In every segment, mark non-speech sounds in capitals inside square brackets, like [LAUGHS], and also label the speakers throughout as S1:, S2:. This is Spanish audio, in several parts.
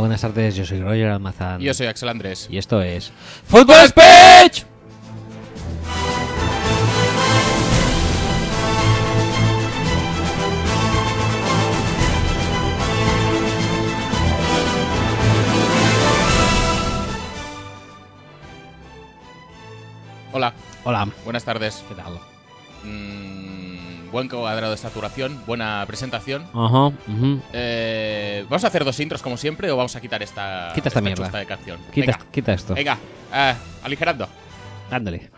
S1: Buenas tardes, yo soy Roger Almazán.
S2: Yo soy Axel Andrés.
S1: Y esto es.
S2: ¡Fútbol Speech! Hola,
S1: Hola,
S2: buenas tardes.
S1: ¿qué tal?
S2: Mm, buen cuadrado de saturación, buena presentación.
S1: Ajá, ujú.
S2: Eh, ¿Vamos a hacer dos intros como siempre o vamos a quitar esta,
S1: Quita esta mierda.
S2: chusta de canción?
S1: quita,
S2: venga,
S1: quita esto.
S2: venga eh, aligerando.
S1: Ándale.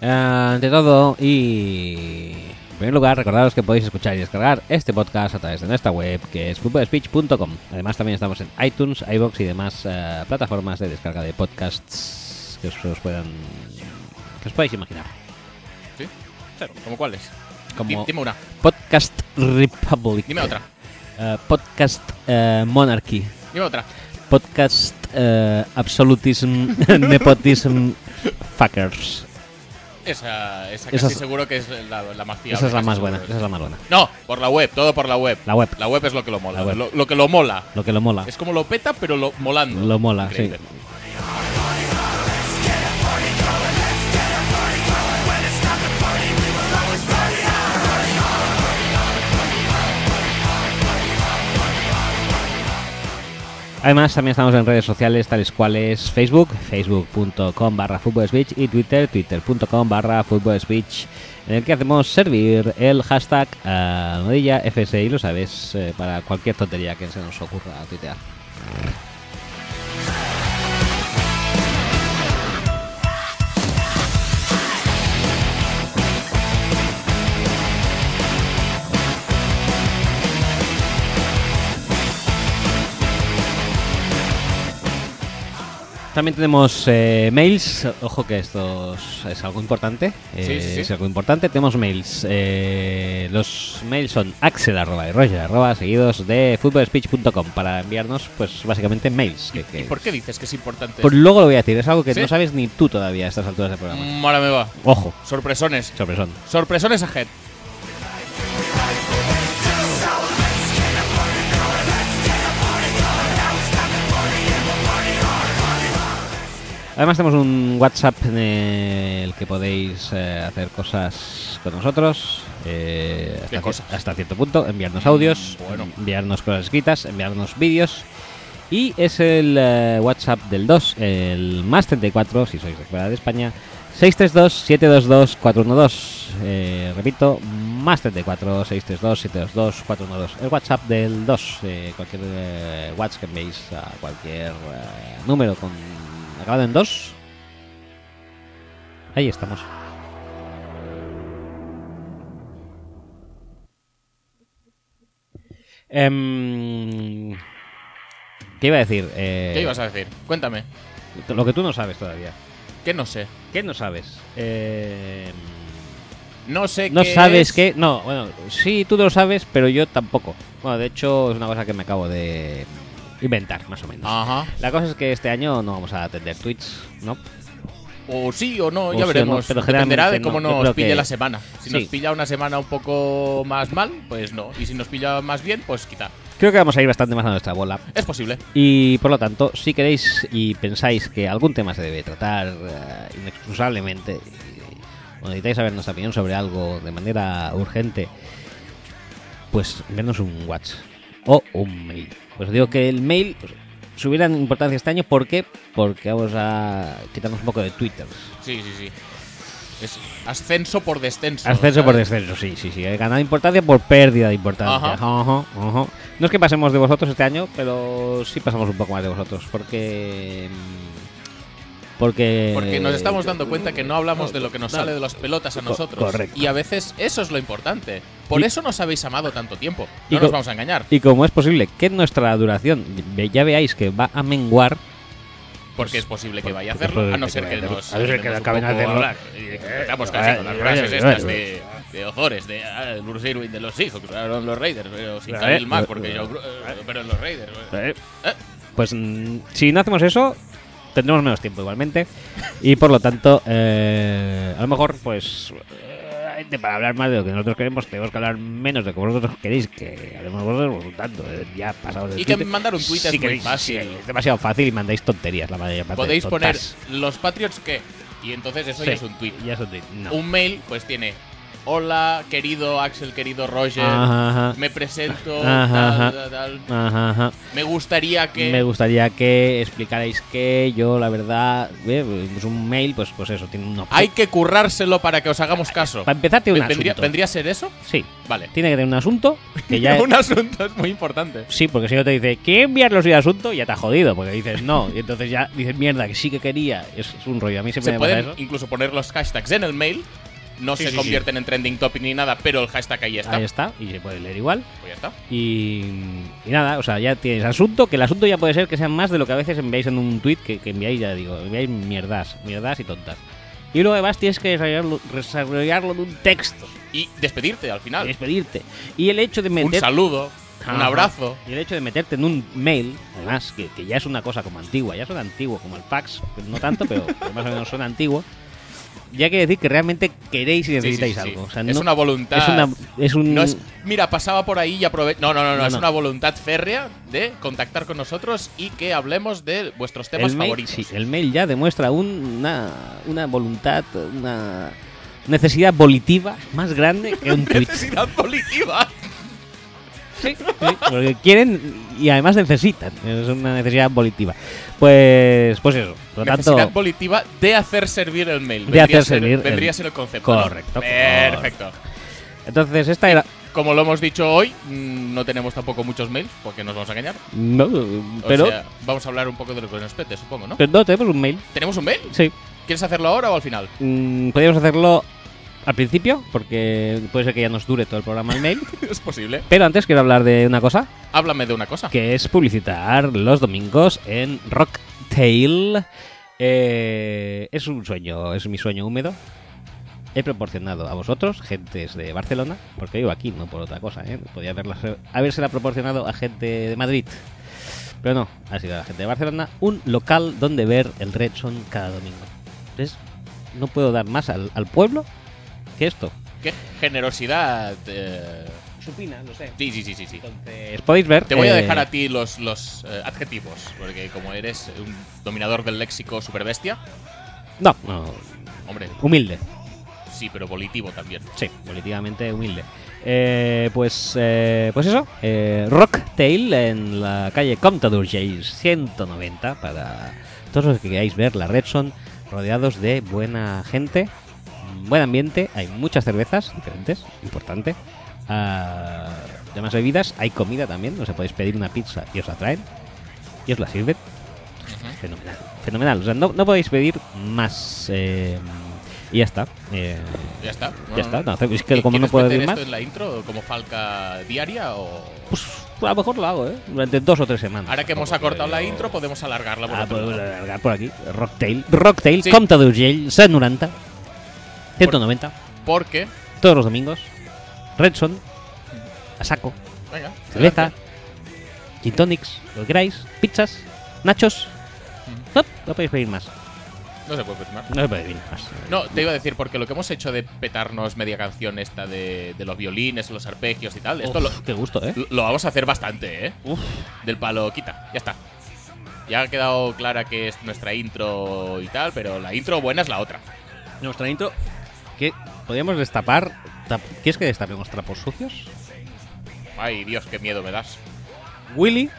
S1: Eh, Ante todo, y en primer lugar, recordaros que podéis escuchar y descargar este podcast a través de nuestra web, que es footballspeech.com. Además, también estamos en iTunes, iBox y demás eh, plataformas de descarga de podcasts que os, os puedan. que os podáis imaginar.
S2: ¿Sí? ¿Cómo cuál es?
S1: Como
S2: Di- Dime una,
S1: Podcast Republic.
S2: dime otra,
S1: eh, podcast eh, Monarchy.
S2: dime otra.
S1: Podcast eh, Absolutism [LAUGHS] Nepotism Fuckers.
S2: Esa, esa casi
S1: Esa es-
S2: seguro que es la, la más fiable.
S1: Esa es la
S2: casi
S1: más
S2: seguro.
S1: buena, esa es la más buena.
S2: No, por la web, todo por la web.
S1: La web,
S2: La web es lo que lo mola.
S1: La web.
S2: Lo, lo que lo mola.
S1: lo que lo mola.
S2: Es como lo peta, pero lo molando.
S1: Lo mola,
S2: Increíble.
S1: sí. Además, también estamos en redes sociales tales cuales Facebook, facebook.com barra futbolspeech y Twitter, twitter.com barra futbolspeech, en el que hacemos servir el hashtag eh, almohadilla FSI, lo sabes, eh, para cualquier tontería que se nos ocurra tuitear. También tenemos eh, mails. Ojo que esto es algo importante. Eh,
S2: Sí, sí, sí.
S1: Es algo importante. Tenemos mails. Eh, los mails son axel arroba y roger arroba, seguidos de footballspeech.com para enviarnos, pues básicamente mails. que- que-
S2: ¿Y por qué dices que es importante?
S1: Pues luego lo voy a decir. Es algo que
S2: ¿Sí?
S1: no sabes ni tú todavía a estas alturas del programa.
S2: Mm, ahora me va.
S1: Ojo,
S2: Sorpresones.
S1: sorpresón.
S2: Sorpresones a Head.
S1: Además tenemos un WhatsApp en el que podéis eh, hacer cosas con nosotros. eh,
S2: ¿Qué
S1: hasta,
S2: cosas?
S1: hasta cierto punto, enviarnos audios,
S2: Mm, bueno.
S1: enviarnos cosas escritas, enviarnos vídeos. Y es el eh, WhatsApp del 2, el más 34, si sois de fuera de España, 632-722-412. Eh, repito, más 34, 632-722-412. El WhatsApp del 2, eh, cualquier eh, WhatsApp que enviéis a cualquier eh, número con acabado en 2. Ahí estamos. Em, ¿Qué iba a decir? Eh,
S2: ¿Qué ibas a decir? Cuéntame.
S1: Lo que tú no sabes todavía.
S2: Que no sé.
S1: ¿Qué no sabes? Eh,
S2: No sé
S1: no
S2: qué
S1: sabes
S2: es.
S1: qué. No, bueno, sí, tú lo sabes, pero yo tampoco. Bueno, de hecho, es una cosa que me acabo de inventar, más o menos.
S2: Ajá.
S1: La cosa es que este año no vamos a atender tweets, ¿no?
S2: O sí o no,
S1: O sí
S2: ya
S1: o
S2: veremos.
S1: no, pero
S2: Dependerá de
S1: generalmente
S2: cómo
S1: no. Yo
S2: nos
S1: creo
S2: pille
S1: que-
S2: la semana. Si
S1: Sí.
S2: nos pilla una semana un poco más mal, pues no. Y si nos pilla más bien, pues quizá.
S1: Creo que vamos a ir bastante más a nuestra bola.
S2: Es posible.
S1: Y por lo tanto, si queréis y pensáis que algún tema se debe tratar eh, inexcusablemente, y- o necesitáis saber nuestra opinión sobre algo de manera urgente, pues enviarnos un WhatsApp o un mail. Pues os digo que el mail pues, subirá en importancia este año, ¿por qué? Porque vamos a quitarnos un poco de Twitter.
S2: Sí, sí, sí. Es ascenso por descenso.
S1: Ascenso por
S2: ¿sabes?
S1: descenso, sí, sí, sí. Ganar importancia por pérdida de importancia. Ajá, ajá. No es que pasemos de vosotros este año, pero sí pasamos un poco más de vosotros. Porque. mm, Porque.
S2: Porque nos estamos dando cuenta que no hablamos de lo que nos sale de las pelotas a
S1: Co-
S2: nosotros.
S1: correcto.
S2: Y a veces eso es lo importante. Por
S1: Y-
S2: eso nos habéis amado tanto tiempo.
S1: y
S2: No
S1: co-
S2: nos vamos a engañar.
S1: Y como es posible que nuestra duración, ve- ya veáis que va a menguar,
S2: porque es posible que vaya a
S1: porque
S2: hacerlo,
S1: puede
S2: a no
S1: que
S2: ser que
S1: vaya a
S2: nos.
S1: hacerlo. A no ser que acaben de hacerlo.
S2: Estamos
S1: Eh,
S2: casi
S1: eh,
S2: con las
S1: eh,
S2: frases
S1: eh,
S2: estas
S1: eh,
S2: de, de Ozores, de ah, Bruce Irwin de los hijos, claro, los Raiders, pero sin
S1: Eh,
S2: Khalil
S1: eh,
S2: Mack,
S1: eh,
S2: porque
S1: eh,
S2: yo. eh, Pero los Raiders. eh.
S1: Eh, Pues mm, si no hacemos eso, tendremos menos tiempo igualmente. Y por lo tanto, eh, a lo mejor, pues. eh, Para hablar más de lo que nosotros queremos, tenemos que hablar menos de lo que vosotros queréis que hablemos vosotros, por lo tanto, eh, ya pasados
S2: Y que mandar un Twitter es muy fácil.
S1: es demasiado fácil y mandáis tonterías la mayor parte.
S2: Podéis poner
S1: tontas.
S2: los Patriots qué. Y entonces eso ya
S1: Sí,
S2: es un tweet.
S1: Ya es un tweet. No.
S2: Un mail, pues tiene. Hola, querido Axel, querido Roger.
S1: Ajá, ajá.
S2: Me presento.
S1: Ajá,
S2: tal, tal, tal.
S1: Ajá, ajá.
S2: Me gustaría que.
S1: Me gustaría que explicarais que yo, la verdad, eh, pues un mail, pues, pues eso, tiene un
S2: Hay que currárselo para que os hagamos caso.
S1: Para empezar, tiene un
S2: ¿Vendría,
S1: asunto.
S2: vendría a ser eso?
S1: Sí,
S2: Vale.
S1: tiene que tener un asunto
S2: [LAUGHS]
S1: que ya.
S2: Un asunto es muy importante.
S1: Sí, porque si no te dice, ¿qué enviarlos el asunto? Ya te ha jodido, porque dices no. Y entonces ya dices, mierda, que sí que quería. Es, es un rollo. A mí siempre me
S2: Se
S1: pasa
S2: pueden
S1: eso.
S2: incluso poner los hashtags en el mail. No
S1: Sí,
S2: se
S1: sí,
S2: convierten en trending topic ni nada, pero el hashtag ahí está.
S1: Ahí está, y se puede leer igual.
S2: Pues ya está.
S1: Y, y nada, o sea, ya tienes asunto, que el asunto ya puede ser que sean más de lo que a veces enviáis en un tweet que, que enviáis, ya digo, enviáis mierdas, mierdas y tontas. Y luego además tienes que desarrollarlo, desarrollarlo en un texto,
S2: Y despedirte al
S1: y
S2: final.
S1: despedirte. Y el hecho de
S2: Un
S1: meter
S2: saludo, un
S1: Ajá.
S2: abrazo.
S1: Y el hecho de meterte en un mail, además, que, que ya es una cosa como antigua, ya suena antiguo, como el fax, que no tanto,
S2: [LAUGHS]
S1: pero pero más o menos suena antiguo, ya quiere decir que realmente queréis y
S2: Sí, sí, sí,
S1: necesitáis
S2: sí.
S1: algo. O sea,
S2: es
S1: no-
S2: una voluntad.
S1: es una- es un,
S2: No es, mira, pasaba por ahí y aproveché. No, no, no, no,
S1: No,
S2: es
S1: no.
S2: una voluntad férrea de contactar con nosotros y que hablemos de vuestros temas
S1: el mail,
S2: favoritos.
S1: sí, el mail ya demuestra un- una, una voluntad, una necesidad volitiva más grande que
S2: [LAUGHS]
S1: un tweet.
S2: Necesidad volitiva.
S1: Sí, sí, porque quieren y además necesitan. Es una necesidad volitiva. Pues, pues eso. Por lo
S2: Necesidad
S1: tanto,
S2: volitiva de hacer servir el
S1: De
S2: mail. Vendría
S1: hacer
S2: a ser-
S1: servir el-
S2: Vendría a ser el concepto. ¿no?
S1: Correcto,
S2: Perfecto.
S1: entonces esta era.
S2: Como lo hemos dicho hoy, mm, no tenemos tampoco muchos mails, porque nos vamos a engañar.
S1: No,
S2: O
S1: pero,
S2: sea, vamos a hablar un poco de lo que nos pete, supongo, ¿no?
S1: pero no, tenemos un mail.
S2: ¿Tenemos un mail?
S1: Sí.
S2: ¿Quieres hacerlo ahora o
S1: [LAUGHS]
S2: al final?
S1: Mm, podríamos hacerlo al principio, porque puede ser que ya nos dure todo el programa el mail.
S2: es posible.
S1: pero antes quiero hablar de una cosa,
S2: Háblame de una cosa.
S1: que es publicitar los domingos en Rocktail. Eh, es un sueño, es mi sueño húmedo. He proporcionado a vosotros, gentes de Barcelona, porque vivo aquí, no por otra cosa, ¿eh? Podía haberla, habérsela proporcionado a gente de Madrid. Pero no, ha sido la gente de Barcelona, un local donde ver el Red Son cada domingo. Entonces, no puedo dar más al, al pueblo que esto.
S2: Qué generosidad. eh,
S1: Supina, lo sé.
S2: Sí, sí, sí, sí, sí.
S1: Entonces, podéis ver.
S2: Te voy a
S1: eh,
S2: dejar a ti los, los eh, adjetivos, porque como eres un dominador del léxico superbestia,
S1: No, no,
S2: hombre,
S1: humilde.
S2: sí, pero volitivo también.
S1: Sí, políticamente humilde. Eh, pues, eh, pues eso, eh, Rocktail en la calle Comte d'Urgell 190 para todos los que queráis ver la red son rodeados de buena gente, buen ambiente, hay muchas cervezas diferentes, importante, ah, demás bebidas, hay comida también, o sea, podéis pedir una pizza y os la traen y os la sirven. Fenomenal, fenomenal, o sea, no, no podéis pedir más eh, y ya está. eh,
S2: Ya está.
S1: ya está, no, es que
S2: ¿Qui-
S1: como no
S2: quieres
S1: puedo
S2: meter
S1: decir más,
S2: esto en la intro como falca diaria o...?
S1: pues a lo mejor lo hago, ¿eh? Durante dos o tres semanas.
S2: Ahora que hemos
S1: Tampoco
S2: acortado
S1: creo
S2: la
S1: yo-
S2: intro, podemos alargarla por
S1: Ah,
S2: otro
S1: podemos
S2: lado.
S1: alargar por aquí. Rocktail, Rocktail,
S2: Sí.
S1: Comte d'Urgell, 190, 190,
S2: Porque...
S1: todos los domingos. Redson, a saco,
S2: Venga.
S1: cerveza,
S2: adelante.
S1: gin tonics, lo que queráis, pizzas, nachos.
S2: Mm.
S1: No, no podéis pedir más.
S2: No se puede confirmar.
S1: No se puede pedir más.
S2: No, te iba a decir, porque lo que hemos hecho de petarnos media canción esta de, de los violines, los arpegios y tal, esto
S1: Uf,
S2: lo,
S1: Qué gusto, ¿eh?
S2: lo vamos a hacer bastante, ¿eh?
S1: Uf,
S2: Del palo quita, ya está. Ya ha quedado clara que es nuestra intro y tal, pero la intro buena es la otra.
S1: nuestra intro. que ¿Podríamos destapar? tap- ¿Quieres que destapemos trapos sucios?
S2: Ay, Dios, qué miedo me das.
S1: Willy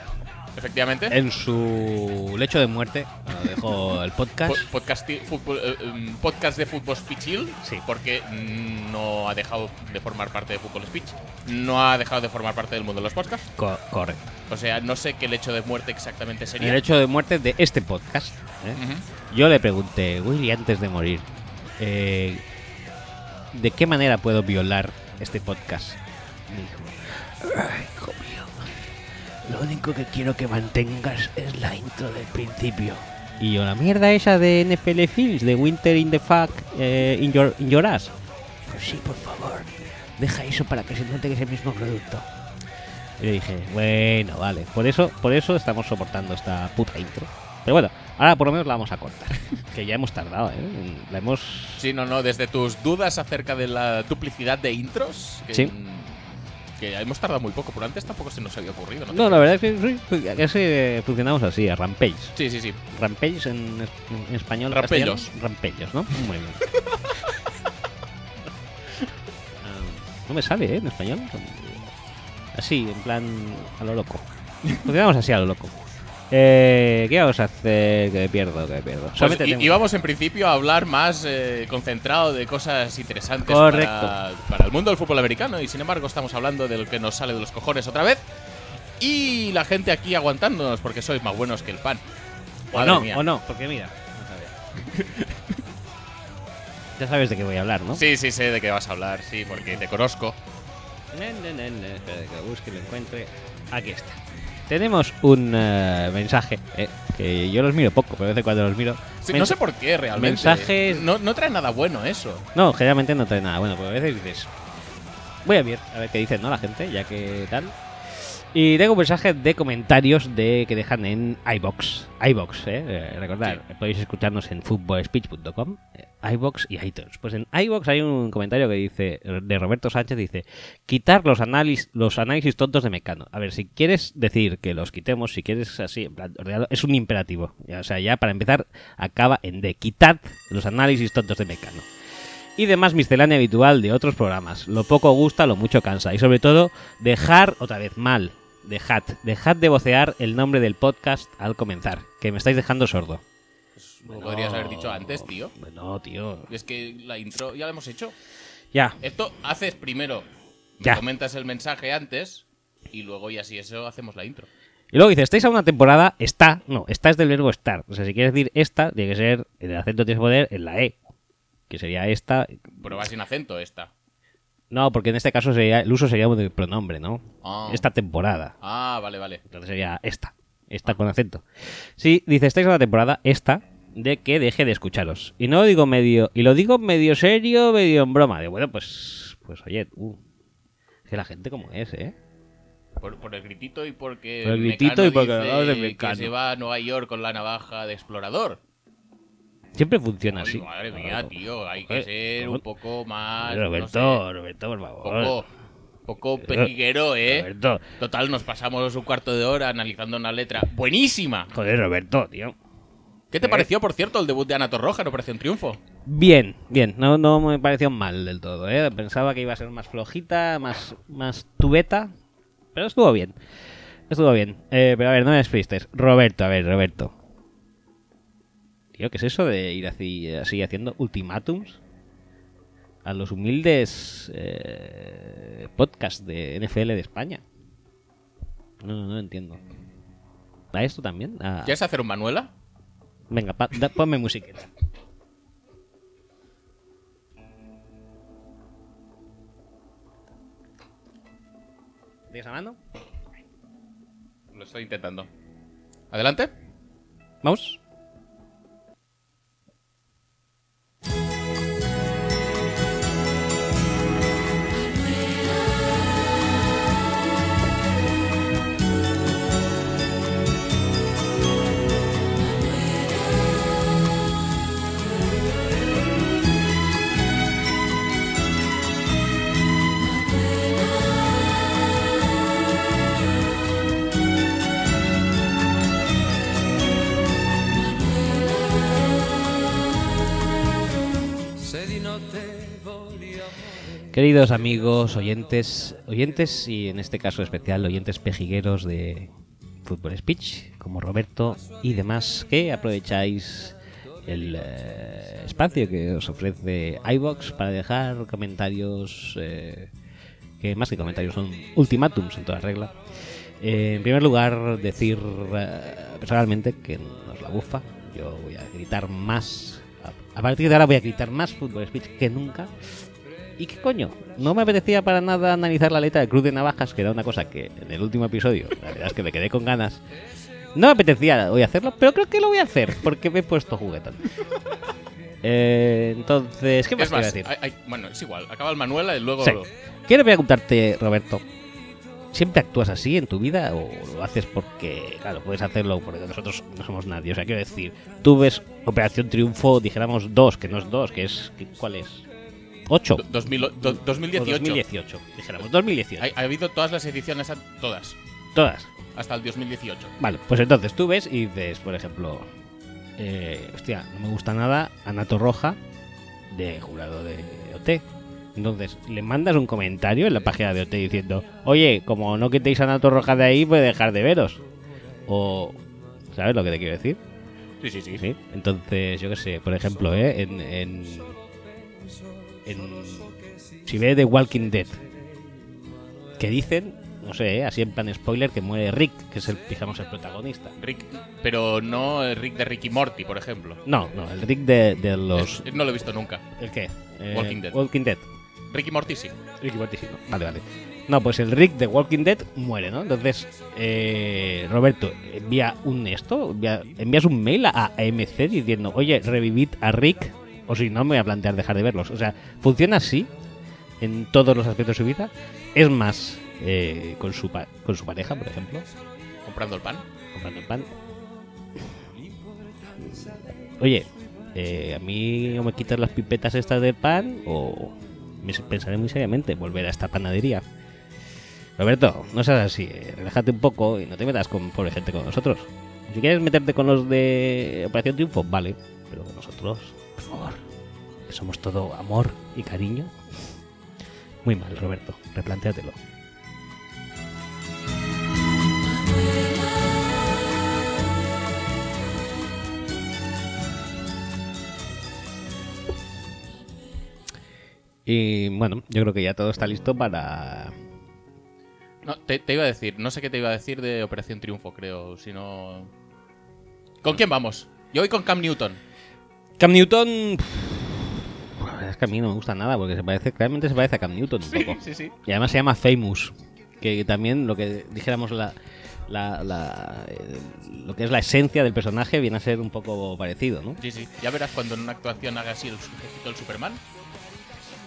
S2: Efectivamente.
S1: en su lecho de muerte. Bueno, dejo el
S2: [LAUGHS]
S1: podcast.
S2: po- podcasti- fútbol- eh, em, podcast de fútbol speech Hill,
S1: Sí.
S2: porque mm, no ha dejado de formar parte de fútbol speech, no ha dejado de formar parte del mundo de los podcasts.
S1: Co- correcto.
S2: O sea, no sé qué lecho de muerte exactamente sería.
S1: El hecho de muerte de este podcast. ¿eh?
S2: Ujú.
S1: Yo le pregunté, Willy, antes de morir, eh, ¿de qué manera puedo violar este podcast? Me dijo, "Ay, hijo mío, lo único que quiero que mantengas es la intro del principio. Y yo, la mierda esa de NFL Films, de Winter in the Fuck, eh, in, your, in Your Ass. Pues sí, por favor, deja eso para que se note que es el mismo producto. Y le dije, bueno, vale, por eso, por eso estamos soportando esta puta intro. Pero bueno, ahora por lo menos la vamos a cortar, [LAUGHS] que ya hemos tardado, ¿eh? La hemos
S2: Sí, no, no, desde tus dudas acerca de la duplicidad de intros, que,
S1: Sí.
S2: que hemos tardado muy poco, por antes tampoco se nos había ocurrido, ¿no?
S1: No, la verdad es que sí, pues, ya se funcionamos así, a rampage.
S2: Sí, sí, sí.
S1: Rampage en, es- en español.
S2: Rampellos.
S1: castellano, Rampellos, ¿no? Muy bien. Ah, no me sale, ¿eh? En español. Así, en plan, a lo loco. Funcionamos así, a lo loco. Eh, ¿Qué vamos a hacer? Que me pierdo, que me pierdo.
S2: Pues,
S1: Solamente
S2: y-
S1: tengo-
S2: íbamos en principio a hablar más eh, concentrado de cosas interesantes
S1: Correcto.
S2: para, para el mundo del fútbol americano y sin embargo estamos hablando de lo que nos sale de los cojones otra vez y la gente aquí aguantándonos porque sois más buenos que el pan.
S1: O
S2: Madre
S1: no,
S2: mía.
S1: o no, porque mira. vamos a ver. ya sabes de qué voy a hablar, ¿no?
S2: Sí, sí, sé de qué vas a hablar, sí, porque te conozco.
S1: Ne, ne, ne, ne, espera que lo busque y lo encuentre. Aquí está. Tenemos un eh, mensaje eh, que yo los miro poco, pero de vez en cuando los miro.
S2: Sí,
S1: Mens-
S2: no sé por qué realmente.
S1: mensajes-
S2: No, no trae nada bueno eso.
S1: No, generalmente no trae nada. Bueno, pues a veces dices. Voy a ver, a ver qué dicen, ¿no? La gente, ya que tal. Y tengo un mensaje de comentarios de que dejan en iBox. iBox, ¿eh? Eh, recordad, podéis escucharnos en footballspeech.com, eh, iBox y iTunes. Pues en iBox hay un comentario que dice, de Roberto Sánchez, dice: quitar los, análisis los análisis tontos de Mecano. A ver, si quieres decir que los quitemos, si quieres así, en plan, ordenado, es un imperativo. Ya, O sea, ya para empezar, acaba en de quitad los análisis tontos de Mecano y demás miscelánea habitual de otros programas. Lo poco gusta, lo mucho cansa. Y sobre todo, dejar, otra vez mal, dejad, dejad de vocear el nombre del podcast al comenzar, que me estáis dejando sordo.
S2: Lo podrías haber dicho antes, tío.
S1: No, tío.
S2: Es que la intro ya la hemos hecho.
S1: Ya,
S2: Esto haces primero, me
S1: Ya.
S2: comentas el mensaje antes y luego y así eso hacemos la intro.
S1: Y luego dice, estáis a una temporada, está, no, está es del verbo estar. O sea, si quieres decir esta, tiene que ser, el acento tienes que poner en la E, que sería esta.
S2: Pero va sin acento esta.
S1: No, porque en este caso sería, el uso sería un pronombre, ¿no?
S2: Ah.
S1: Esta temporada.
S2: Ah, vale, vale.
S1: Entonces sería esta, esta con acento. Sí, dice, estáis a una temporada, esta, de que deje de escucharos. Y no lo digo medio, y lo digo medio serio, medio en broma. De bueno, pues, pues oye, uh, que la gente como es, ¿eh?
S2: Por, por el gritito y porque.
S1: Por el gritito
S2: Mecano
S1: y porque
S2: dice
S1: hablamos de
S2: que
S1: Mecano.
S2: se va a Nueva York con la navaja de explorador.
S1: Siempre funciona
S2: Ay,
S1: así.
S2: madre mía,
S1: Ah, Claro.
S2: tío. Hay
S1: Joder,
S2: que ser un
S1: Robert-
S2: poco más. no
S1: Roberto,
S2: sé,
S1: Roberto, por favor.
S2: poco. Poco pejiguero, eh.
S1: Roberto,
S2: Total, nos pasamos un cuarto de hora analizando una letra buenísima.
S1: joder, Roberto, tío.
S2: ¿Qué te
S1: Eh.
S2: pareció, por cierto, el debut de Ana Torroja en Operación Triunfo?
S1: Bien, bien, no, no me pareció mal del todo, ¿eh? Pensaba que iba a ser más flojita, más, más tubeta, pero estuvo bien. Estuvo bien. Eh, pero a ver, no me despistes. Roberto, a ver, Roberto. Tío, ¿qué es eso de ir así, así haciendo ultimátums a los humildes eh, podcasts de NFL de España? No, no, no lo entiendo. ¿A esto también? ¿A-
S2: ¿Quieres hacer un Manuela?
S1: Venga, pa- da- ponme musiquita. ¿Tienes a mano?
S2: Lo estoy intentando. Adelante.
S1: Vamos. Queridos amigos, oyentes, oyentes y en este caso especial oyentes pejigueros de Fútbol Speech, como Roberto y demás, que aprovecháis el eh, espacio que os ofrece iBox para dejar comentarios eh, que más que comentarios son ultimátums en toda regla. Eh, en primer lugar, decir eh, personalmente que nos la bufa. Yo voy a gritar más. A- A partir de ahora voy a gritar más Fútbol Speech que nunca. ¿Y qué coño? No me apetecía para nada analizar la letra de Cruz de Navajas, que era una cosa que en el último episodio, la verdad es que me quedé con ganas. No me apetecía hoy hacerlo, pero creo que lo voy a hacer porque me he puesto juguetón. Eh, entonces, ¿qué más
S2: Es
S1: te iba a
S2: más,
S1: decir?
S2: hay- hay- bueno, es igual. Acaba el Manuela y luego.
S1: Sí. Quiero preguntarte, Roberto, ¿siempre actúas así en tu vida o lo haces porque, claro, puedes hacerlo porque nosotros no somos nadie? O sea, quiero decir, tú ves Operación Triunfo, dijéramos dos, que no es dos, que es, que- ¿cuál es? ¿Ocho?
S2: do- 2000 do-
S1: O
S2: 2018.
S1: 2018, dijéramos, 2018,
S2: Ha, ha habido todas las ediciones, a- todas,
S1: todas.
S2: hasta el 2018.
S1: Vale, pues entonces tú ves y dices, por ejemplo, eh, hostia, no me gusta nada Anato Roja de jurado de OT. Entonces le mandas un comentario en la página de OT diciendo, oye, como no quitéis a Anato Roja de ahí, voy a dejar de veros. O, ¿sabes lo que te quiero decir?
S2: Sí, sí, sí.
S1: Sí. Entonces, yo qué sé, por ejemplo, ¿eh? en, en, en- Si ve The Walking Dead, que dicen, no sé, ¿eh? así en plan spoiler, que muere Rick, que es el, digamos, el protagonista.
S2: Rick, pero no el Rick de Ricky Morty, por ejemplo.
S1: No, no, el Rick de, de los...
S2: Es- no lo he visto nunca.
S1: ¿El qué? Eh,
S2: Walking Dead.
S1: Walking Dead.
S2: Ricky Morty sí.
S1: Ricky Morty, sí, ¿no? Vale, vale. No, pues el Rick de Walking Dead muere, ¿no? Entonces, eh, Roberto, envía un esto, envía- envías un mail a AMC diciendo, oye, revivid a Rick, o si no, me voy a plantear dejar de verlos. O sea, funciona así en todos los aspectos de su vida. Es más, eh, con, su pa- con su pareja, por ejemplo,
S2: Comprando el pan.
S1: comprando el pan. Oye, eh, a mí o me quitas las pipetas estas de pan o me se- pensaré muy seriamente volver a esta panadería. Roberto, no seas así, eh, relájate un poco y no te metas con pobre gente como nosotros. Si quieres meterte con los de Operación Triunfo, vale, pero con nosotros, por favor, que somos todo amor y cariño. Muy mal, Roberto, replantéatelo. Y bueno, yo creo que ya todo está listo para
S2: No, te, te iba a decir, no sé qué te iba a decir de Operación Triunfo, creo, sino... ¿Con quién vamos? Yo voy con Cam Newton.
S1: Cam Newton. pff, la verdad Es que a mí no me gusta nada porque se parece, claramente se parece a Cam Newton un poco.
S2: [LAUGHS] sí, sí.
S1: Y además se llama Famous, que también lo que dijéramos la, la- la, eh, lo que es la esencia del personaje viene a ser un poco parecido, ¿no?
S2: Sí, sí. Ya verás cuando en una actuación haga así el sujetito del Superman.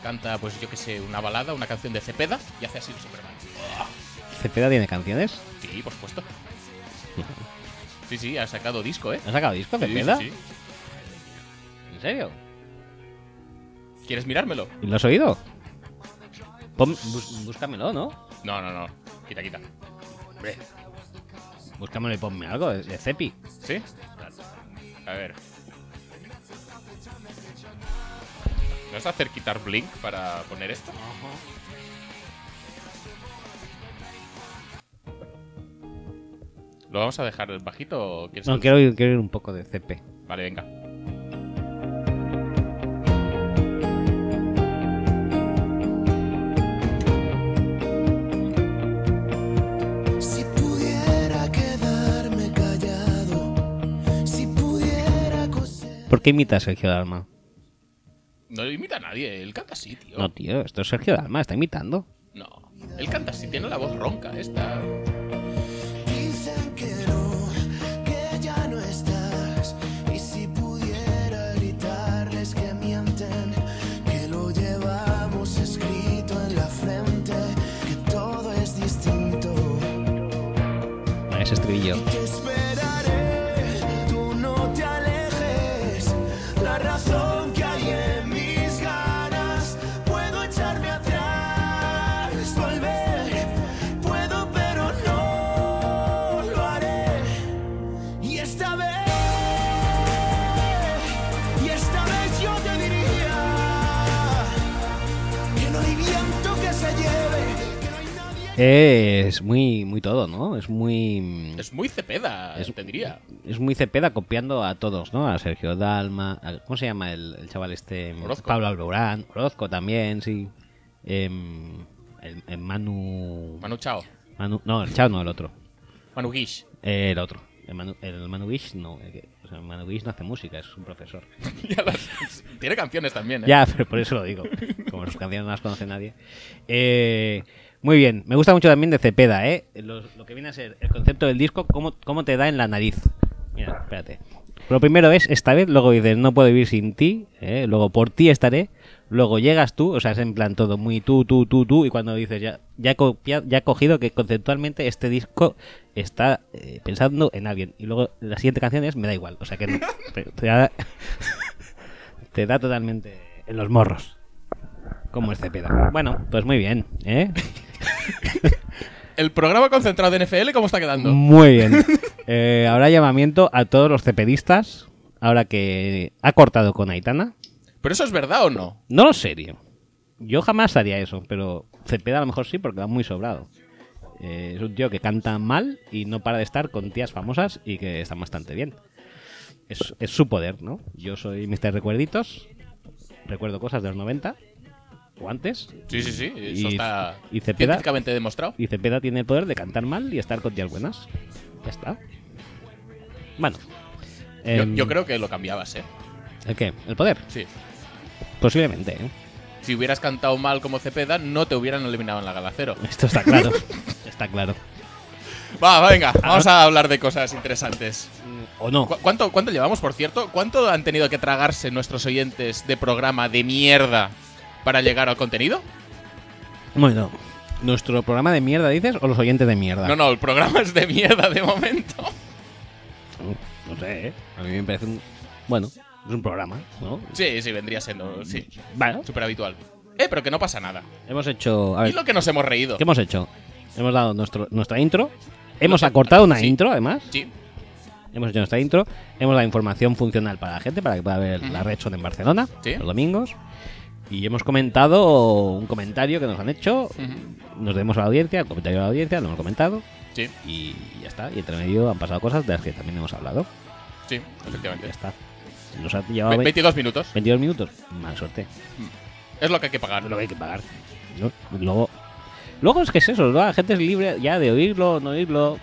S2: Canta, pues yo qué sé, una balada, una canción de Cepeda y hace así el Superman.
S1: Cepeda tiene canciones.
S2: Sí, por supuesto. Sí, sí, ha sacado disco, ¿eh?
S1: ¿Ha sacado disco
S2: Sí, sí,
S1: Cepeda?
S2: sí.
S1: ¿En serio?
S2: ¿Quieres mirármelo?
S1: ¿Y lo has oído? Pon- bus- búscamelo, ¿no?
S2: No, no, no. Quita, quita. Hombre.
S1: Búscamelo y ponme algo de, de Cepi.
S2: ¿Sí? A ver. ¿Me vas a hacer quitar Blink para poner esto? ¿Lo vamos a dejar bajito o quieres
S1: No,
S2: que-
S1: quiero oír, quiero oír un poco de Cepi.
S2: Vale, venga.
S3: Si pudiera quedarme callado, si pudiera coser.
S1: ¿Por qué imita a Sergio Dalma?
S2: No imita a nadie, él canta así, tío.
S1: No, tío, esto es Sergio Dalma, está imitando.
S2: No. Él canta así, tiene la voz ronca esta.
S3: Dicen que no, que ya no estás. Y si pudiera gritarles que mienten, que lo llevamos escrito en la frente, que todo es distinto.
S1: Ah, Ese estribillo.
S3: Te esperaré, tú no te alejes. La razón que hay en mis ganas, puedo echarme atrás, volver. Puedo, pero no lo haré. Y esta vez, y esta vez yo te diría que no hay viento que se lleve, que no hay nadie.
S1: Es muy, muy todo, ¿no? Es muy.
S2: Es muy cepeda,
S1: Es-
S2: te diría.
S1: es muy cepeda copiando a todos, ¿no? A Sergio Dalma, a- ¿cómo se llama el, el chaval este?
S2: Orozco.
S1: Pablo Alborán, Orozco también, sí. Em, el, el Manu,
S2: Manu Chao.
S1: Manu- No, el Chao no, el otro.
S2: Manu Guish. [LAUGHS]
S1: Eh, el otro. El Manu, el Manu Guix no. el que- o sea, el Manu Guix no hace música, es un profesor.
S2: Ya las- Tiene canciones también, ¿eh?
S1: Ya, pero por eso lo digo. Como sus canciones no las conoce nadie. Eh, Muy bien, me gusta mucho también de Cepeda, ¿eh? Lo, lo que viene a ser el concepto del disco, cómo, cómo te da en la nariz. Mira, espérate. Lo primero es esta vez, luego dices no puedo vivir sin ti, ¿eh? luego por ti estaré, luego llegas tú, o sea, es en plan todo muy tú, tú, tú, tú, y cuando dices ya, ya, he copia- ya he cogido que conceptualmente este disco está eh, pensando en alguien, y luego la siguiente canción es me da igual, o sea
S2: [LAUGHS]
S1: que no, te, te da, te da totalmente en los morros. Como es Cepeda. Bueno, pues muy bien, ¿eh?
S2: El programa concentrado de NFL, ¿cómo está quedando?
S1: Muy bien. [LAUGHS] Eh, ahora llamamiento a todos los cepedistas. Ahora que ha cortado con Aitana.
S2: ¿Pero eso es verdad o no?
S1: No lo sé, tío. Yo jamás haría eso, pero Cepeda a lo mejor sí porque va muy sobrado. Eh, es un tío que canta mal y no para de estar con tías famosas y que están bastante bien. Es, es su poder, ¿no? Yo soy Mr. Recuerditos. Recuerdo cosas de los 90 o antes.
S2: Sí, sí, sí.
S1: Y-
S2: Eso está
S1: y Cepeda.
S2: científicamente demostrado.
S1: Y Cepeda tiene el poder de cantar mal y estar con tías buenas. Ya está. Bueno.
S2: Yo,
S1: Em,
S2: yo creo que lo cambiabas, ¿eh?
S1: ¿El qué? ¿El poder?
S2: Sí.
S1: Posiblemente. ¿eh?
S2: Si hubieras cantado mal como Cepeda, no te hubieran eliminado en la gala cero.
S1: Esto está
S2: [LAUGHS]
S1: claro. está claro.
S2: Va, va, venga, vamos a hablar de cosas interesantes.
S1: ¿O no?
S2: ¿Cu- cuánto, ¿Cuánto llevamos, por cierto? ¿Cuánto han tenido que tragarse nuestros oyentes de programa de mierda para llegar al contenido?
S1: Bueno. ¿Nuestro programa de mierda dices o los oyentes de mierda?
S2: No, no, el programa es de mierda de momento.
S1: No sé, ¿eh? A mí me parece un... Bueno, es un programa, ¿no?
S2: Sí, sí, vendría siendo, sí,
S1: Bueno,
S2: súper habitual. Eh, pero que no pasa nada.
S1: hemos hecho... A
S2: Y
S1: ver,
S2: lo que nos hemos reído.
S1: ¿qué hemos hecho? Hemos dado nuestro, nuestra intro. Hemos acortado una
S2: sí.
S1: intro, además.
S2: Sí,
S1: Hemos hecho nuestra intro, hemos dado información funcional para la gente, para que pueda ver la red son en Barcelona
S2: Sí.
S1: los domingos. Y hemos comentado un comentario que nos han hecho. Nos debemos a la audiencia, el comentario de la audiencia, lo hemos comentado.
S2: sí,
S1: Y ya está. Y entre medio han pasado cosas de las que también hemos hablado.
S2: sí,
S1: Ya
S2: efectivamente.
S1: está. Nos ha llevado
S2: Ve-
S1: ve-
S2: 22 minutos.
S1: 22 minutos. Mala suerte.
S2: Es lo que hay que pagar.
S1: Ah, Lo que hay que pagar. ¿no? Luego, luego es que es eso. ¿no? La gente es libre ya de oírlo, no oírlo.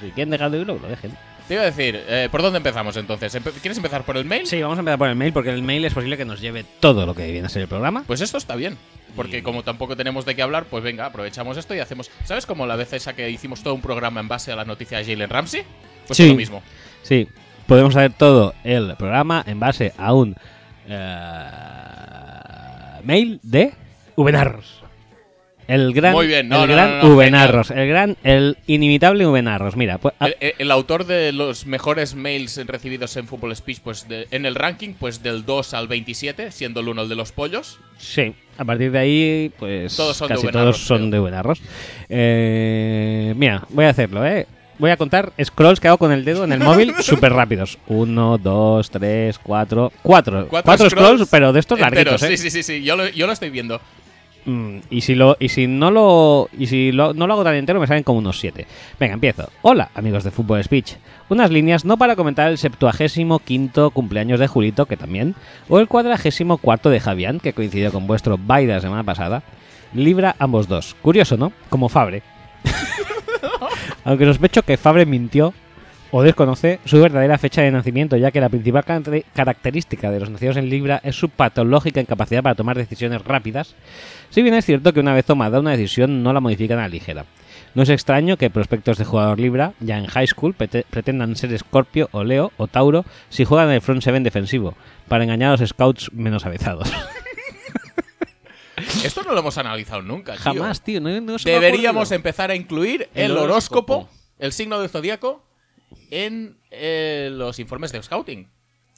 S1: Pues, Si quieren dejar de oírlo, que lo dejen.
S2: Te iba a decir, eh, ¿por dónde empezamos entonces? Empe- ¿Quieres empezar por el mail?
S1: Sí, vamos a empezar por el mail porque el mail es posible que nos lleve todo lo que viene a ser el programa.
S2: Pues esto está bien. Porque como tampoco tenemos de qué hablar, pues venga, aprovechamos esto y hacemos. ¿Sabes cómo la vez esa que hicimos todo un programa en base a la noticia de Jalen Ramsey? Pues
S1: Sí.
S2: es lo mismo.
S1: Sí, podemos hacer todo el programa en base a un eh, mail de Ubenarros. El gran,
S2: Muy bien, no,
S1: el
S2: no,
S1: gran
S2: no, no,
S1: Ubenarros, el gran, el inimitable Ubenarros. Mira, pues, ah,
S2: El, el- el autor de los mejores mails recibidos en Football Speech, pues de- en el ranking, pues del 2 al 27, siendo el 1 el de los pollos.
S1: sí, a partir de ahí, pues
S2: Todos son de
S1: casi
S2: Ubenarros,
S1: todos son
S2: creo.
S1: de Ubenarros. Eh, mira, voy a hacerlo, ¿eh? Voy a contar scrolls que hago con el
S2: [LAUGHS]
S1: dedo en el móvil súper rápidos. Uno, dos, tres, cuatro, cuatro. Cuatro, scrolls, pero de estos
S2: enteros.
S1: larguitos, ¿eh?
S2: Sí, sí, sí, sí. Yo lo, yo lo estoy viendo.
S1: Mm, y si lo y si no lo y si lo- no lo hago tan entero me salen como unos 7. Venga, empiezo. Hola, amigos de Fútbol Speech. Unas líneas no para comentar el 75 cumpleaños de Julito, que también, o el 44 de Javián, que coincidió con vuestro bye de la semana pasada. Libra ambos dos. Curioso, ¿no? Como Fabre. [LAUGHS] Aunque sospecho que Fabre mintió o desconoce su verdadera fecha de nacimiento, ya que la principal caracter- característica de los nacidos en Libra es su patológica incapacidad para tomar decisiones rápidas, si bien es cierto que una vez tomada una decisión no la modifican a la ligera. No es extraño que prospectos de jugador Libra, ya en high school, pete- pretendan ser Scorpio o Leo o Tauro si juegan en el front seven defensivo, para engañar a los scouts menos
S2: [LAUGHS]
S1: avezados.
S2: Esto no lo hemos analizado nunca. tío.
S1: Jamás, tío. No, no se me ha
S2: Deberíamos
S1: ocurrido.
S2: empezar a incluir el,
S1: El
S2: horóscopo,
S1: horóscopo.
S2: el signo del zodíaco, en eh, los informes de scouting.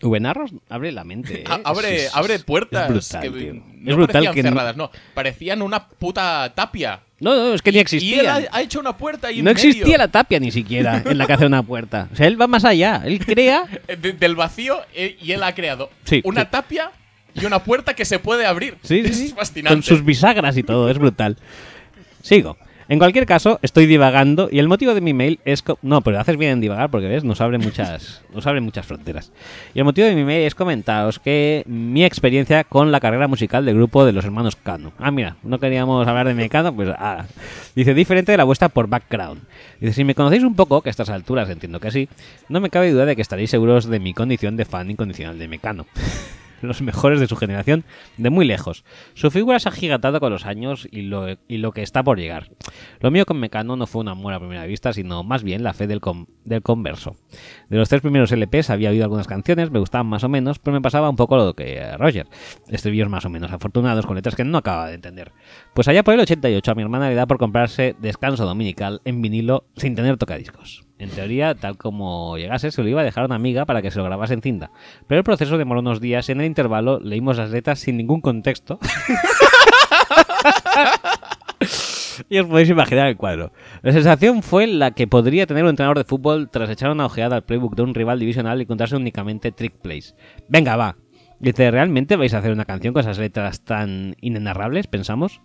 S1: Ubenarros abre la
S2: [LAUGHS]
S1: mente. ¿eh?
S2: A- abre,
S1: Es- es-
S2: abre puertas
S1: Es brutal,
S2: que
S1: tío.
S2: no
S1: es brutal
S2: parecían
S1: que.
S2: cerradas, no. Parecían una puta tapia.
S1: No, no, es que ni
S2: Y él
S1: existía.
S2: ha, ha hecho una puerta y
S1: No existía la tapia ni siquiera en la que hace una puerta. O sea, él va más allá. Él crea.
S2: del vacío eh, y él ha creado
S1: Sí,
S2: una
S1: sí.
S2: tapia y una puerta que se puede abrir.
S1: Sí, sí,
S2: [LAUGHS] es
S1: sí.
S2: fascinante.
S1: Con sus bisagras y todo, es brutal. Sigo. En cualquier caso, estoy divagando y el motivo de mi mail es... co- No, pero haces bien en divagar porque, ¿ves? Nos abre muchas, [LAUGHS] nos abre muchas fronteras. Y el motivo de mi mail es comentaros que mi experiencia con la carrera musical del grupo de los hermanos Cano. Ah, mira, no queríamos hablar de Mecano, pues... Ah. Dice, diferente de la vuestra por background. Dice, si me conocéis un poco, que a estas [LAUGHS] alturas entiendo que sí, no me cabe duda de que estaréis seguros de mi condición de fan incondicional de Mecano. los mejores de su generación de muy lejos. Su figura se ha gigatado con los años y lo, y lo que está por llegar. Lo mío con Mecano no fue un amor a primera vista, sino más bien la fe del, con- del converso. De los tres primeros LPs había oído algunas canciones, me gustaban más o menos, pero me pasaba un poco lo que eh, Roger. Estribillos más o menos afortunados con letras que no acababa de entender. Pues allá por el 88 a mi hermana le da por comprarse Descanso Dominical en vinilo sin tener tocadiscos. En teoría, tal como llegase, se lo iba a dejar a una amiga para que se lo grabase en cinta. Pero el proceso demoró unos días y en el intervalo leímos las letras sin ningún contexto. [LAUGHS] Y os podéis imaginar el cuadro. La sensación fue la que podría tener un entrenador de fútbol tras echar una ojeada al playbook de un rival divisional y contarse únicamente trick plays. Venga, va. Dice, ¿realmente vais a hacer una canción con esas letras tan inenarrables? Pensamos.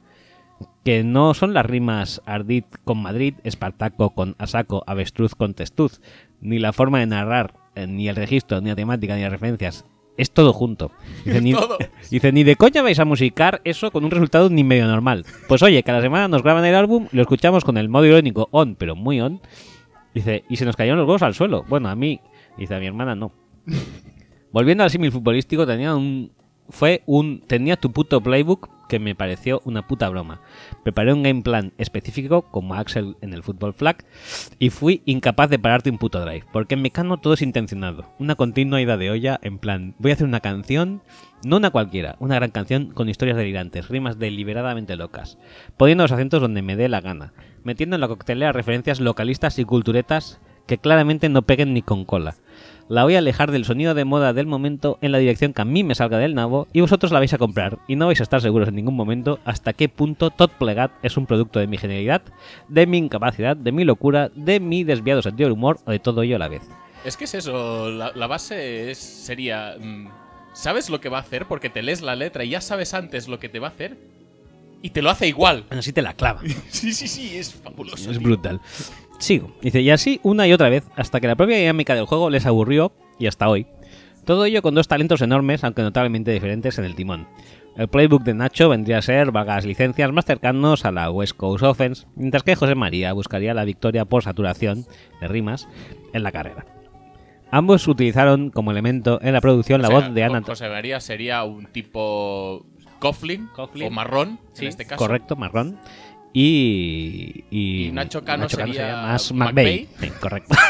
S1: Que no son las rimas Ardid con Madrid, Espartaco con Asaco, Avestruz con Testuz, ni la forma de narrar, eh, ni el registro, ni la temática, ni las referencias. Es todo junto. Dice, ni,
S2: todo.
S1: [LAUGHS] dice, ni de coña vais a musicar eso con un resultado ni medio normal. Pues oye, cada semana nos graban el álbum y lo escuchamos con el modo irónico on, pero muy on. Dice, y se nos cayeron los huevos al suelo. Bueno, a mí, dice a mi hermana, no. Volviendo al símil futbolístico, tenía un. Fue un. Tenía tu puto playbook que me pareció una puta broma. Preparé un game plan específico, como Axel en el fútbol flag, y fui incapaz de pararte un puto drive, porque en Mecano todo es intencionado. Una continua ida de olla, en plan, voy a hacer una canción, no una cualquiera, una gran canción con historias delirantes, rimas deliberadamente locas, poniendo los acentos donde me dé la gana, metiendo en la coctelera referencias localistas y culturetas que claramente no peguen ni con cola. La voy a alejar del sonido de moda del momento en la dirección que a mí me salga del nabo y vosotros la vais a comprar y no vais a estar seguros en ningún momento hasta qué punto Todd Plegat es un producto de mi genialidad, de mi incapacidad, de mi locura, de mi desviado sentido del humor o de todo ello a la vez.
S2: Es que es eso, la, la base es- sería... mm, ¿Sabes lo que va a hacer? Porque te lees la letra y ya sabes antes lo que te va a hacer. Y te lo hace igual. [LAUGHS]
S1: Así te la clava.
S2: Sí, sí, sí, es fabuloso.
S1: Es
S2: tío.
S1: brutal. Sigo. Dice, y así una y otra vez, hasta que la propia dinámica del juego les aburrió y hasta hoy. Todo ello con dos talentos enormes, aunque notablemente diferentes, en el timón. El playbook de Nacho vendría a ser vagas licencias más cercanos a la West Coast Offense, mientras que José María buscaría la victoria por saturación de rimas en la carrera. Ambos utilizaron como elemento en la producción la
S2: O sea,
S1: voz de Ana.
S2: Jo- José María sería un tipo Coughlin,
S1: Coughlin.
S2: o marrón,
S1: Sí,
S2: en este caso.
S1: Correcto, marrón. Y, y,
S2: Y Nacho Cano sería
S1: más McVeigh.
S2: McVeigh.
S1: Sí, correcto. [LAUGHS]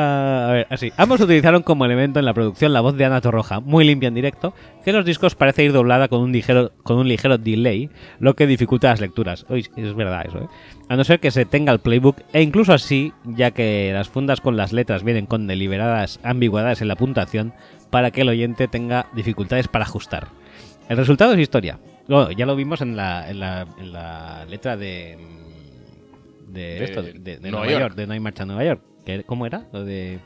S1: Ah, a ver, así. Ambos utilizaron como elemento en la producción la voz de Ana Torroja, muy limpia en directo, que en los discos parece ir doblada con un ligero, con un ligero delay, lo que dificulta las lecturas. Uy, es verdad eso, ¿eh? A no ser que se tenga el playbook, e incluso así, ya que las fundas con las letras vienen con deliberadas ambigüedades en la puntuación, para que el oyente tenga dificultades para ajustar. El resultado es historia. Bueno, ya lo vimos en la, en la, en la letra de. mm, De,
S2: De
S1: esto, de, de
S2: Nueva
S1: Nueva
S2: York.
S1: York. de No hay marcha a Nueva York. Que- ¿Cómo era? Lo de.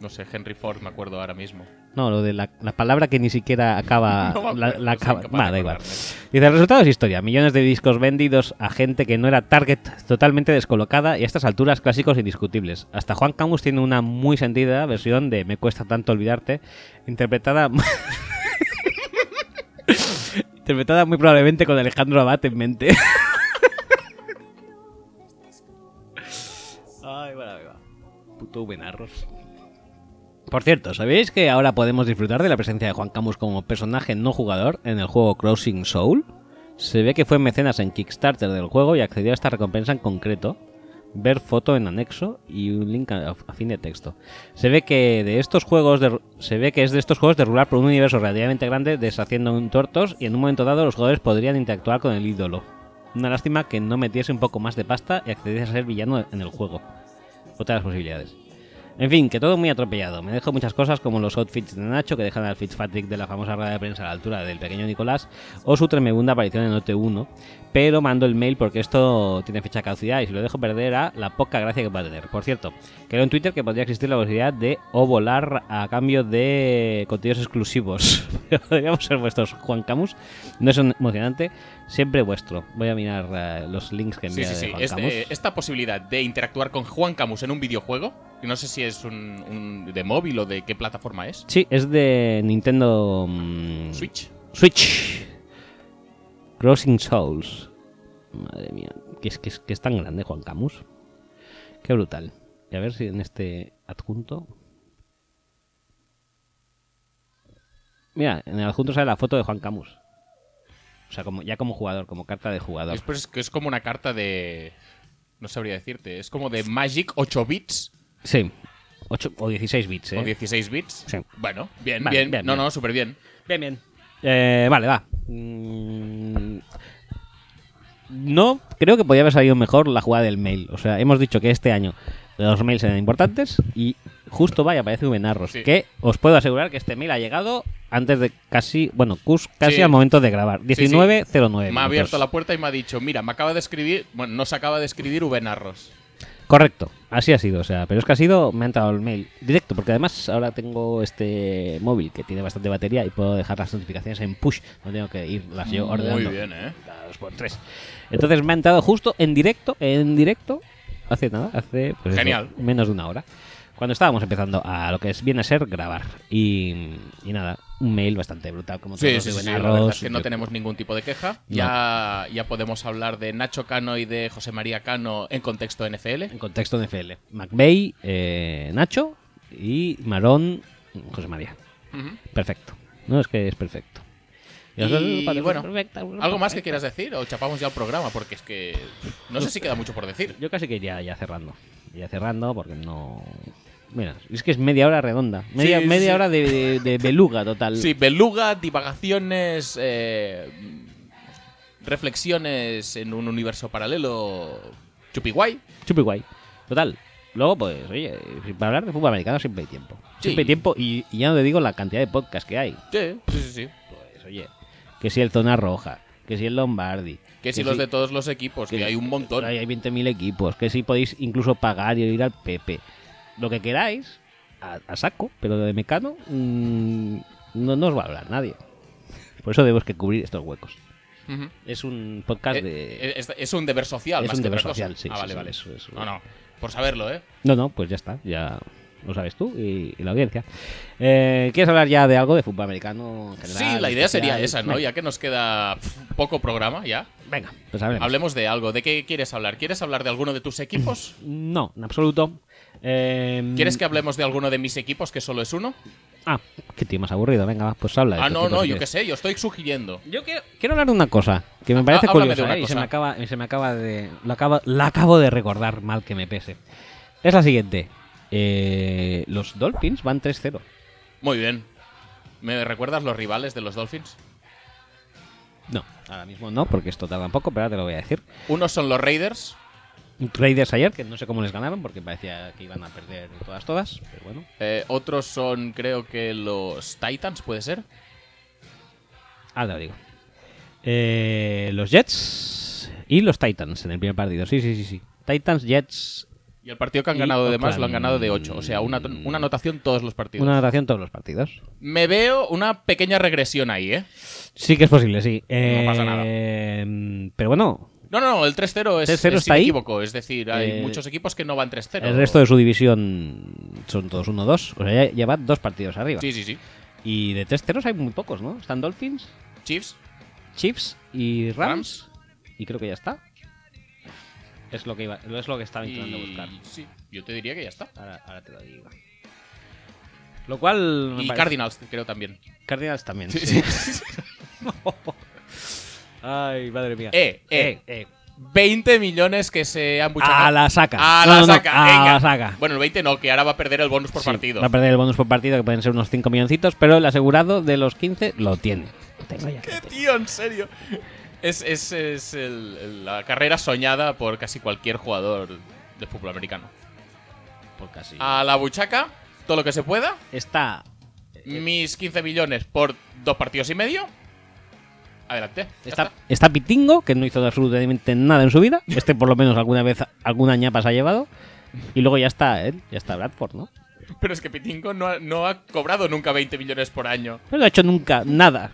S2: No sé, Henry Ford, me acuerdo ahora mismo.
S1: No, lo de la, la palabra que ni siquiera acaba.
S2: [LAUGHS] No me
S1: Ah, la,
S2: acuerdo,
S1: la
S2: soy
S1: acaba-
S2: incapaz
S1: Va,
S2: de
S1: da igual.
S2: acordarme.
S1: Dice, el resultado es historia. Millones de discos vendidos a gente que no era target, totalmente descolocada y a estas alturas clásicos indiscutibles. Hasta Juan Camus tiene una muy sentida versión de Me cuesta tanto olvidarte, interpretada... [LAUGHS] interpretada muy probablemente con Alejandro Abad en mente. [LAUGHS] Ay, bueno, ahí va. Puto venarros. Por cierto, ¿sabéis que ahora podemos disfrutar de la presencia de Juan Camus como personaje no jugador en el juego Crossing Soul? Se ve que fue mecenas en Kickstarter del juego y accedió a esta recompensa en concreto. Ver foto en anexo y un link a, a fin de texto. Se ve que de estos juegos de- se ve que es de estos juegos de rular por un universo relativamente grande, deshaciendo un tortos y en un momento dado los jugadores podrían interactuar con el ídolo. Una lástima que no metiese un poco más de pasta y accediese a ser villano en el juego. Otra de las posibilidades. En fin, que todo muy atropellado. Me dejo muchas cosas como los outfits de Nacho que dejan al Fitzpatrick de la famosa rueda de prensa a la altura del pequeño Nicolás o su tremenda aparición en OT1, pero mando el mail porque esto tiene fecha de caducidad y si lo dejo perder a la poca gracia que va a tener. Por cierto, creo en Twitter que podría existir la posibilidad de o volar a cambio de contenidos exclusivos. [LAUGHS] Podríamos ser vuestros, Juan Camus. No es emocionante, siempre vuestro. Voy a mirar eh, los links que
S2: Sí,
S1: envía de
S2: sí, sí.
S1: Juan Camus.
S2: Este- esta posibilidad de interactuar con Juan Camus en un videojuego, que no sé si es un, un- de móvil o de qué plataforma es.
S1: Sí, es de Nintendo mm,
S2: Switch.
S1: Switch. Crossing Souls. Madre mía. Que es, que es, que es tan grande Juan Camus. Qué brutal. Y a ver si en este adjunto. Mira, en el adjunto sale la foto de Juan Camus. O sea, como, ya como jugador, como carta de jugador.
S2: Es, pues, que es como una carta de. No sabría decirte. Es como de Magic 8 bits
S1: Sí. 8 o 16 bits, ¿eh?
S2: o 16 bits.
S1: Sí.
S2: Bueno, bien,
S1: Vale,
S2: bien.
S1: bien,
S2: No,
S1: bien.
S2: no, súper bien.
S1: Bien, bien. Eh, vale, va. Mm, No, creo que podía haber salido mejor la jugada del mail. O sea, hemos dicho que este año los mails eran importantes y justo va y aparece Ubenarros.
S2: Sí.
S1: Que os puedo asegurar que este mail ha llegado antes de casi, bueno, cus- casi
S2: Sí.
S1: al momento de grabar. 19.09.
S2: Me ha abierto
S1: minutos.
S2: la puerta y me ha dicho: Mira, me acaba de escribir. Bueno, nos acaba de escribir Ubenarros.
S1: Correcto, así ha sido, o sea, pero es que ha sido, me ha entrado el mail directo, porque además ahora tengo este móvil que tiene bastante batería y puedo dejar las notificaciones en push, no tengo que irlas yo ordenando.
S2: Muy bien, ¿eh?
S1: cada dos por tres. Entonces me ha entrado justo en directo, en directo, hace nada, hace pues eso,
S2: Genial.
S1: menos de una hora, cuando estábamos empezando a lo que es, viene a ser grabar. Y, y nada, un mail bastante brutal, como
S2: Sí,
S1: todos
S2: sí,
S1: los
S2: sí,
S1: de
S2: sí, La
S1: Benarros,
S2: verdad es que no
S1: yo-
S2: tenemos ningún tipo de queja. Ya, ya podemos hablar de Nacho Cano y de José María Cano en contexto NFL.
S1: En contexto de FL. McVeigh, eh, Nacho y Marón, José María.
S2: Ujú.
S1: Perfecto. No, es que es perfecto.
S2: Y, bueno, ¿Algo
S1: pues
S2: más que quieras decir? ¿O chapamos ya el programa? Porque es que no sé si queda mucho por decir.
S1: Yo casi que ya, ya cerrando. Ya cerrando porque no... Mira, es que es media hora redonda. Media,
S2: Sí, sí,
S1: media
S2: sí.
S1: hora de, de- de beluga total.
S2: Sí, beluga, divagaciones, eh, reflexiones en un universo paralelo. Chupiguay.
S1: Chupi guay. Total. Luego, pues, oye, para hablar de fútbol americano siempre hay tiempo. Siempre hay
S2: Sí.
S1: tiempo y, y ya no te digo la cantidad de podcasts que hay.
S2: Sí, sí, sí, sí.
S1: Pues, oye, que si el Zona Roja, que si el Lombardi.
S2: Que si los de todos los equipos, que hay un montón.
S1: Ahí hay 20.000 equipos, que si podéis incluso pagar y ir al Pepe. Lo que queráis, a, a saco, pero lo de Mecano mm, no, no os va a hablar nadie. Por eso debemos que cubrir estos huecos.
S2: Ujú.
S1: Es un podcast de...
S2: Eh, Es, es un deber social,
S1: Es
S2: más
S1: un
S2: que
S1: deber
S2: otra cosa.
S1: social, sí,
S2: Ah,
S1: sí,
S2: vale,
S1: sí,
S2: vale.
S1: eso, eso.
S2: No, no. Por saberlo, ¿eh?
S1: No, no, pues ya está, ya lo sabes tú y, y la audiencia. Eh, ¿Quieres hablar ya de algo de fútbol americano? en general,
S2: sí, la idea sería
S1: especial?
S2: esa, ¿no?
S1: Venga,
S2: Ya que nos queda pf, poco programa, ya.
S1: Venga, pues hablemos.
S2: Hablemos de algo. ¿De qué quieres hablar? ¿Quieres hablar de alguno de tus equipos?
S1: No, en absoluto. Eh,
S2: ¿Quieres que hablemos de alguno de mis equipos que solo es uno?
S1: Ah, qué tío más aburrido, venga, va, pues habla. de
S2: Ah,
S1: tu
S2: no,
S1: equipo
S2: no,
S1: si
S2: yo
S1: quieres.
S2: qué sé, yo estoy sugiriendo.
S1: Yo quiero, quiero hablar de una cosa que me parece
S2: Ah, háblame de
S1: curiosa
S2: una
S1: ¿eh? y se
S2: cosa.
S1: me acaba, y se me acaba de, lo acaba, la acabo de recordar mal que me pese. Es la siguiente. Eh, los Dolphins van 3-0.
S2: Muy bien. ¿Me recuerdas los rivales de los Dolphins?
S1: No, ahora mismo no, porque esto tarda un poco, pero ahora te lo voy a decir.
S2: Unos son los Raiders,
S1: Raiders ayer, que no sé cómo les ganaron, porque parecía que iban a perder todas, todas, pero bueno.
S2: eh, otros son creo que los Titans, ¿puede ser?
S1: Ahora lo digo. Eh, los Jets y los Titans en el primer partido. Sí, sí, sí, sí. Titans, Jets,
S2: Y el partido que han
S1: Y
S2: ganado de más lo han
S1: Oakland.
S2: ganado de 8, o sea, una, una anotación todos los partidos.
S1: una anotación todos los partidos.
S2: Me veo una pequeña regresión ahí, ¿eh?
S1: Sí que es posible, sí. Eh,
S2: pasa nada.
S1: Pero bueno,
S2: No, no, no, el 3-0
S1: 3-0
S2: es, es
S1: está ahí.
S2: inequívoco. Es decir, hay
S1: Eh,
S2: muchos equipos que no van 3-0.
S1: el resto de su división son todos 1-2. O sea, ya lleva dos partidos arriba.
S2: Sí, sí, sí.
S1: Y de 3-0 hay muy pocos, ¿no? Están Dolphins,
S2: Chiefs,
S1: Chiefs y Rams.
S2: Rams
S1: Y creo que ya está. Es lo que, iba, es lo que estaba intentando
S2: y-
S1: buscar.
S2: Sí, yo te diría que ya está.
S1: Ahora, ahora te lo digo. Lo cual. me
S2: Y
S1: parece-
S2: Cardinals, creo también.
S1: Cardinals también.
S2: Sí,
S1: sí.
S2: sí.
S1: [LAUGHS] Ay, madre mía.
S2: Eh, eh. 20 millones que se han buchado.
S1: A la saca.
S2: A
S1: No,
S2: la
S1: no, no,
S2: saca,
S1: a
S2: venga.
S1: la saca.
S2: Bueno, el 20 no, que ahora va a perder el bonus por
S1: Sí,
S2: partido.
S1: Va a perder el bonus por partido, que pueden ser unos 5 milloncitos, pero el asegurado de los 15 lo tiene. Lo tengo ya.
S2: ¿Qué tío, en serio? Es, es, es el- el- la carrera soñada por casi cualquier jugador de fútbol americano.
S1: Por casi.
S2: A la buchaca, todo lo que se pueda.
S1: Está, Eh,
S2: mis 15 millones por dos partidos y medio. Adelante. ya
S1: está,
S2: está. [LAUGHS]
S1: está Pitingo, que no hizo absolutamente nada en su vida. Este, por lo menos, alguna vez, alguna ñapa se ha llevado. Y luego ya está él, ya está Bradford, ¿no?
S2: Pero es que Pitingo no ha, no ha cobrado nunca 20 millones por año.
S1: No lo ha hecho nunca nada.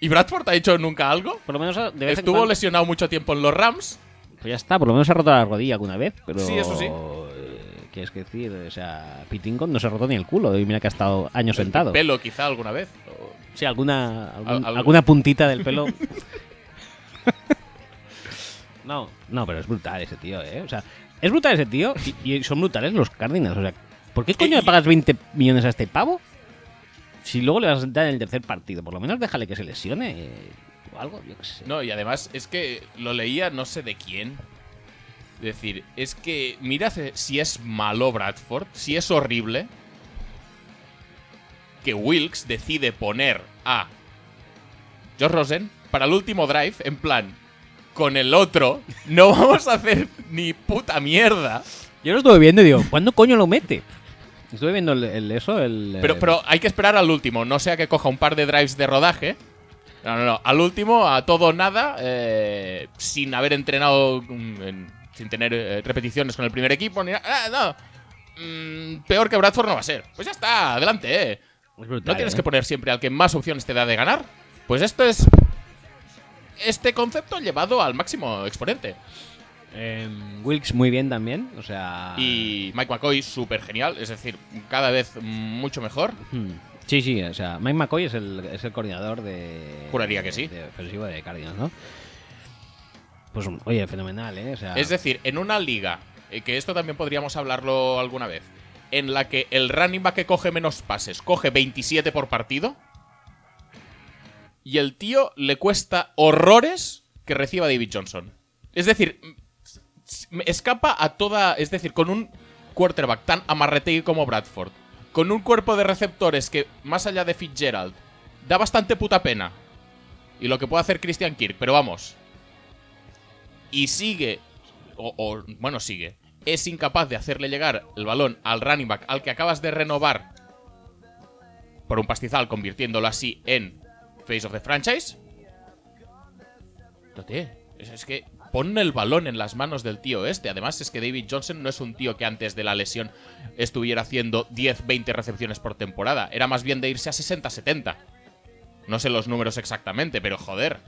S2: ¿Y Bradford ha hecho nunca algo?
S1: Por lo menos de vez en
S2: Estuvo
S1: cuando-
S2: lesionado mucho tiempo en los Rams.
S1: Pues ya está, por lo menos se ha roto la rodilla alguna vez, pero...
S2: Sí, eso sí.
S1: eh, ¿Qué es que decir? O sea, Pitingo no se ha roto ni el culo y mira que ha estado años sentado.
S2: Pelo quizá alguna vez.
S1: Sí, alguna, algún-
S2: [LAUGHS] Al- algo.
S1: alguna puntita del pelo. No, no, pero es brutal ese tío, ¿eh? O sea, es brutal ese tío y, y son brutales los Cardinals. O sea, ¿por qué coño le pagas 20 millones a este pavo? Si luego le vas a sentar en el tercer partido, por lo menos déjale que se lesione eh, o algo, yo qué sé.
S2: No, y además es que lo leía no sé de quién. Es decir, es que mirad eh, si es malo Bradford, si es horrible, que Wilkes decide poner a Josh Rosen para el último drive, en plan, con el otro no vamos a hacer ni puta mierda.
S1: Yo lo estuve viendo y digo, ¿cuándo coño lo mete? Estuve viendo el, el- eso, el. eh,
S2: Pero, pero hay que esperar al último, no sea que coja un par de drives de rodaje. No, no, no. Al último, a todo o nada, eh, sin haber entrenado, mm, en- sin tener eh, repeticiones con el primer equipo, ni nada. Ah, no. Mm, peor que Bradford no va a ser. Pues ya está, adelante, eh.
S1: es brutal,
S2: ¿No tienes
S1: ¿eh?
S2: que poner siempre al que más opciones te da de ganar? Pues esto es. Este concepto llevado al máximo exponente.
S1: Em, Wilkes muy bien también, o sea.
S2: Y Mike McCoy, súper genial, es decir, cada vez mucho mejor.
S1: Hmm. Sí, sí, o sea, Mike McCoy es el, es el coordinador de.
S2: Juraría que sí.
S1: de ofensivo de Cardinals, ¿no? Pues, oye, fenomenal, ¿eh? O sea,
S2: Es decir, en una liga, eh, que esto también podríamos hablarlo alguna vez, en la que el running back que coge menos pases coge 27 por partido, y el tío le cuesta horrores que reciba David Johnson. Es decir, m- s- me escapa a toda. Es decir, con un quarterback tan amarretegui como Bradford, con un cuerpo de receptores que, más allá de Fitzgerald, da bastante puta pena. Y lo que puede hacer Christian Kirk, pero vamos, y sigue, o, o, bueno, sigue, es incapaz de hacerle llegar el balón al running back al que acabas de renovar por un pastizal, convirtiéndolo así en Face of the Franchise. Tote, es, es que ponle el balón en las manos del tío este. Además, es que David Johnson no es un tío que antes de la lesión estuviera haciendo 10, 20 recepciones por temporada. Era más bien de irse a 60, 70. No sé los números exactamente, pero joder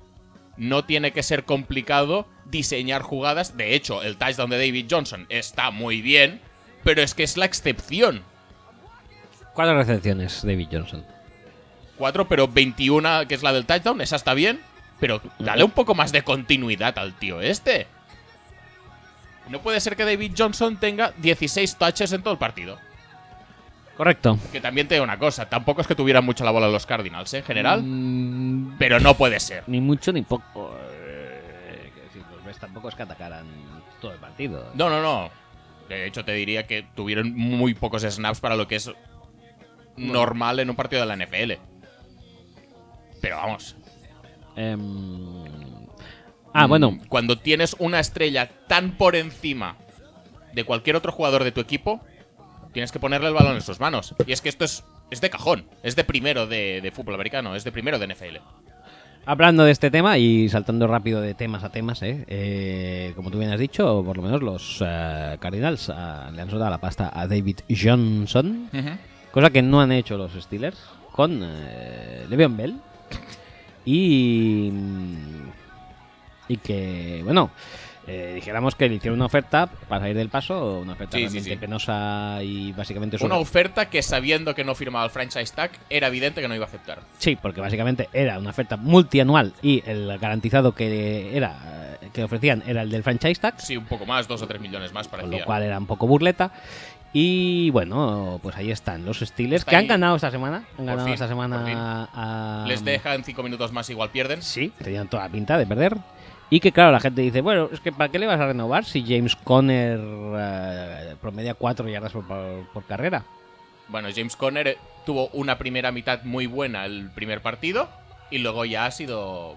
S2: no tiene que ser complicado diseñar jugadas. De hecho, el touchdown de David Johnson está muy bien, pero es que es la excepción.
S1: Cuatro recepciones, David Johnson.
S2: Cuatro, pero 21, que es la del touchdown, esa está bien. Pero dale un poco más de continuidad al tío este. No puede ser que David Johnson tenga 16 touches en todo el partido.
S1: Correcto.
S2: Que también te digo una cosa, tampoco es que tuvieran mucho la bola los Cardinals ¿eh? en general,
S1: Mm,
S2: pero no puede ser.
S1: ni mucho ni poco. eh, quiero decir, los Bears tampoco es que atacaran todo el partido.
S2: No, no, no. De hecho, te diría que tuvieron muy pocos snaps para lo que es normal en un partido de la NFL. Pero vamos.
S1: Em, ah, bueno,
S2: mm, Cuando tienes una estrella tan por encima de cualquier otro jugador de tu equipo, tienes que ponerle el balón en sus manos. Y es que esto es, es de cajón. Es de primero de, de fútbol americano, es de primero de NFL.
S1: Hablando de este tema y saltando rápido de temas a temas, ¿eh? Eh, como tú bien has dicho, por lo menos los eh, Cardinals ah, le han soltado la pasta a David Johnson, cosa que no han hecho los Steelers con eh, Le'Veon Bell y y que bueno eh, dijéramos que le hicieron una oferta para salir del paso, una oferta
S2: Sí, sí,
S1: realmente
S2: sí.
S1: penosa y básicamente es
S2: Una
S1: una-
S2: oferta que sabiendo que no firmaba el franchise tag, era evidente que no iba a aceptar.
S1: Sí, porque básicamente era una oferta multianual y el garantizado que era eh, que ofrecían era el del franchise tax,
S2: Sí, un poco más, dos o tres millones más para
S1: con lo cual era un poco burleta. Y bueno, pues ahí están los Steelers
S2: Está
S1: que
S2: ahí.
S1: han ganado esta semana. Han ganado
S2: fin,
S1: esta
S2: por fin.
S1: semana a.
S2: Les dejan cinco minutos más, igual pierden.
S1: Sí, tenían toda la pinta de perder. Y que claro, la gente dice, bueno, es que ¿para qué le vas a renovar si James Conner eh, promedia 4 yardas por, por- por carrera?
S2: Bueno, James Conner eh, tuvo una primera mitad muy buena el primer partido y luego ya ha sido.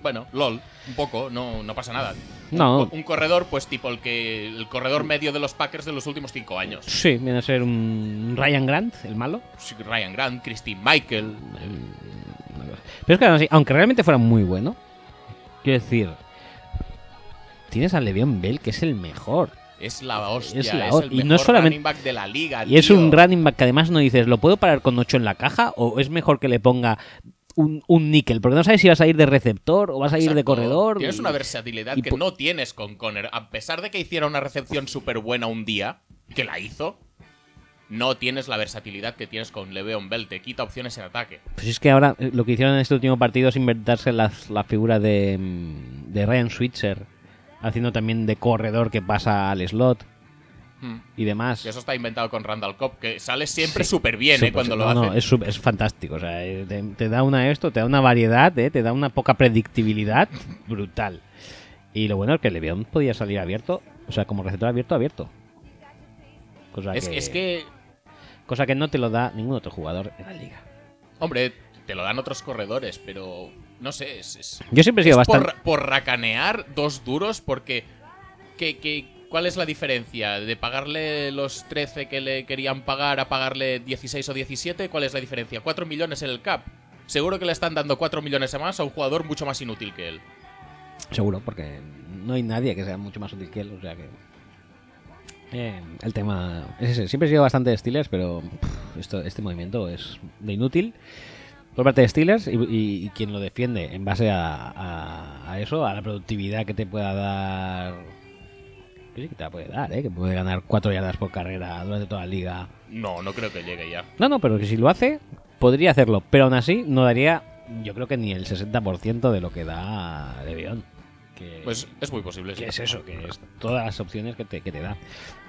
S2: Bueno, LOL, un poco, no, no pasa nada.
S1: No.
S2: Un corredor, pues tipo el que. el corredor medio de los Packers de los últimos cinco años.
S1: Sí, viene a ser un Ryan Grant, el malo.
S2: Ryan Grant, Christine Michael.
S1: Pero es que además, aunque realmente fuera muy bueno, quiero decir, tienes a Le'Veon Bell, que es el mejor.
S2: Es la hostia, es,
S1: Es la
S2: el
S1: hostia.
S2: mejor
S1: Y no solamente-
S2: running back de la liga.
S1: Y es
S2: tío.
S1: un running back que además no dices, ¿lo puedo parar con 8 en la caja? ¿O es mejor que le ponga un, un níquel? Porque no sabes si vas a ir de receptor o vas a ir de
S2: Exacto.
S1: corredor.
S2: Tienes
S1: y-
S2: una versatilidad
S1: y
S2: que
S1: po-
S2: no tienes con Conner. A pesar de que hiciera una recepción súper buena un día, que la hizo, no tienes la versatilidad que tienes con Le'Veon Bell. Te quita opciones en ataque.
S1: Pues es que ahora eh, lo que hicieron en este último partido es inventarse las- la figura de, mm, de Ryan Switzer haciendo también de corredor que pasa al slot
S2: Hmm.
S1: y demás.
S2: Que eso está inventado con Randall Cobb, que sale siempre
S1: Sí.
S2: súper bien
S1: Súper,
S2: eh, cuando
S1: sí.
S2: lo
S1: no,
S2: hace.
S1: No, es, sub- es fantástico. O sea, eh, te, te da una esto, te da una variedad, eh, te da una poca predictibilidad brutal. Y lo bueno es que Levión podía salir abierto, o sea, como receptor abierto, abierto. Cosa,
S2: Es-
S1: que,
S2: es que
S1: cosa que no te lo da ningún otro jugador en la liga.
S2: Hombre, te lo dan otros corredores, pero no sé, es, es-
S1: Yo siempre he
S2: es
S1: sido bastante.
S2: por, por racanear dos duros porque... que- que- ¿Cuál es la diferencia? ¿De pagarle los 13 que le querían pagar a pagarle 16 o 17? ¿Cuál es la diferencia? 4 millones en el cap. Seguro que le están dando 4 millones a más a un jugador mucho más inútil que él.
S1: Seguro, porque no hay nadie que sea mucho más útil que él, o sea que... Eh, el tema es ese. Siempre he sido bastante de Steelers, pero pff, esto, este movimiento es de inútil por parte de Steelers y, y- y quien lo defiende en base a, a- a eso, a la productividad que te pueda dar... Que sí que te la puede dar, ¿eh? Que puede ganar 4 yardas por carrera durante toda la liga.
S2: No, no creo que llegue ya.
S1: No, no, pero que si lo hace, podría hacerlo. Pero aún así, no daría, yo creo que ni el 60% de lo que da Le'Veon. Que-
S2: Pues es muy posible. sí.
S1: que es eso, que es todas las opciones que te, que te da.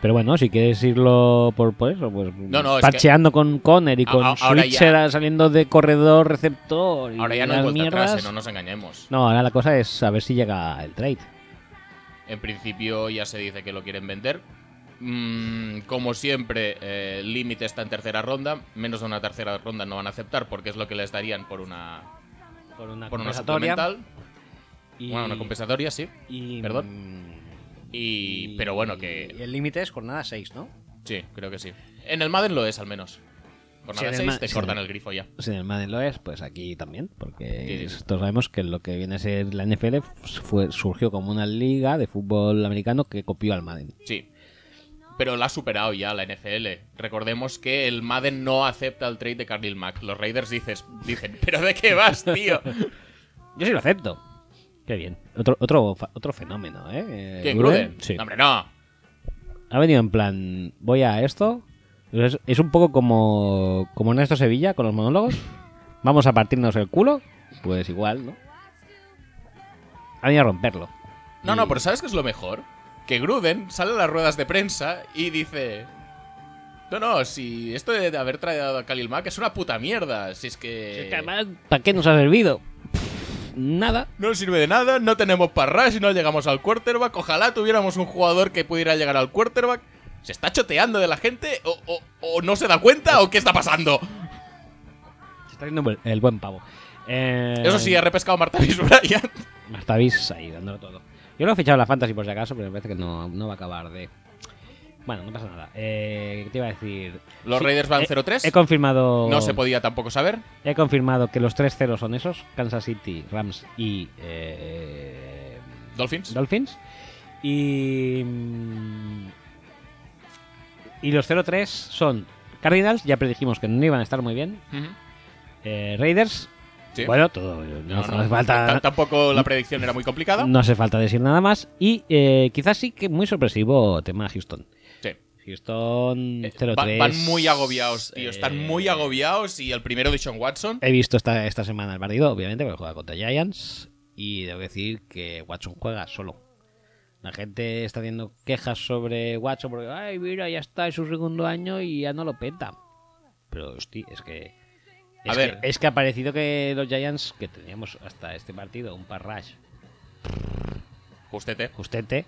S1: Pero bueno, si quieres irlo por, por eso, pues
S2: No, no, es que-
S1: parcheando con Conner y
S2: A-
S1: con
S2: a- ahora
S1: Switzer
S2: ya-
S1: saliendo de corredor, receptor y
S2: Ahora ya no hay
S1: las
S2: vuelta
S1: mierdas.
S2: atrás, eh, no nos engañemos.
S1: No, ahora la cosa es saber si llega el trade.
S2: En principio ya se dice que lo quieren vender. Mm, como siempre, eh, el límite está en tercera ronda. Menos de una tercera ronda no van a aceptar porque es lo que les darían por una,
S1: Por una
S2: por una
S1: compensatoria
S2: suplemental.
S1: y-
S2: Bueno, una compensatoria, sí.
S1: y- mm,
S2: perdón. Y, pero bueno,
S1: y
S2: que...
S1: el límite es jornada 6, ¿no?
S2: Sí, creo que sí. En el Madden lo es, al menos. Por
S1: Sí, en
S2: nada
S1: el
S2: 6
S1: Ma-
S2: te
S1: sí,
S2: cortan
S1: en el-
S2: el grifo ya.
S1: Si en el Madden lo es, pues aquí también, porque
S2: Sí, sí.
S1: todos sabemos que lo que viene a ser la NFL fue, surgió como una liga de fútbol americano que copió al Madden.
S2: Sí. Pero la ha superado ya la NFL. Recordemos que el Madden no acepta el trade de Carlil Mack. Los Raiders dices, dicen, [LAUGHS] ¿pero de qué vas,
S1: [LAUGHS]
S2: tío?
S1: Yo sí lo acepto. Qué bien. Otro, otro, fa- otro fenómeno, ¿eh? Eh,
S2: ¿Quién,
S1: Gruden,
S2: Gruden?
S1: Sí.
S2: No, hombre, no.
S1: Ha venido en plan, voy a esto. Es, es un poco como, como Ernesto Sevilla con los monólogos. Vamos a partirnos el culo. Pues igual, ¿no? Ha venido a romperlo.
S2: No,
S1: Y-
S2: no, pero ¿sabes qué es lo mejor? Que Gruden sale a las ruedas de prensa y dice... No, no, si esto de haber traído a Khalil Mack es una puta mierda. Si es que...
S1: Es que además, ¿para qué nos ha servido? Nada.
S2: no sirve de nada, no tenemos para rush y no llegamos al quarterback. Ojalá tuviéramos un jugador que pudiera llegar al quarterback. ¿Se está choteando de la gente? ¿O, o- o no se da cuenta? ¿O qué está pasando?
S1: Se está haciendo el- el buen pavo. Eh,
S2: Eso sí, ha repescado Martavis Bryant.
S1: Hasta Viz ahí dándolo todo. Yo lo he fichado en la Fantasy por si acaso, pero me parece que no, no va a acabar de. Bueno, no pasa nada. Eh, ¿Qué te iba a decir?
S2: Los
S1: Sí, eh,
S2: Raiders van
S1: he-
S2: 0-3.
S1: He confirmado.
S2: No se podía tampoco saber.
S1: He confirmado que los tres ceros son esos: Kansas City, Rams y. eh,
S2: Dolphins.
S1: Dolphins. Y. mm, Y los 0-3 son Cardinals, ya predijimos que no iban a estar muy bien.
S2: Ujú.
S1: eh, Raiders.
S2: Sí.
S1: Bueno, todo. No,
S2: No, no,
S1: hace falta.
S2: t- Tampoco la predicción era muy complicada.
S1: No hace falta decir nada más. Y eh, quizás sí que muy sorpresivo tema Houston.
S2: Sí.
S1: Houston
S2: Eh,
S1: 0-3.
S2: van, van muy agobiados, tío. Están
S1: Eh,
S2: muy agobiados. Y el primero de Sean Watson.
S1: He visto esta, esta semana el partido, obviamente, porque juega contra Giants. Y debo decir que Watson juega solo. La gente está haciendo quejas sobre Watson porque, ay, mira, ya está en su segundo año y ya no lo peta. Pero, hostia, es que.
S2: A
S1: es
S2: ver.
S1: Que, es que ha parecido que los Giants, que teníamos hasta este partido un par rush
S2: Justete.
S1: justete,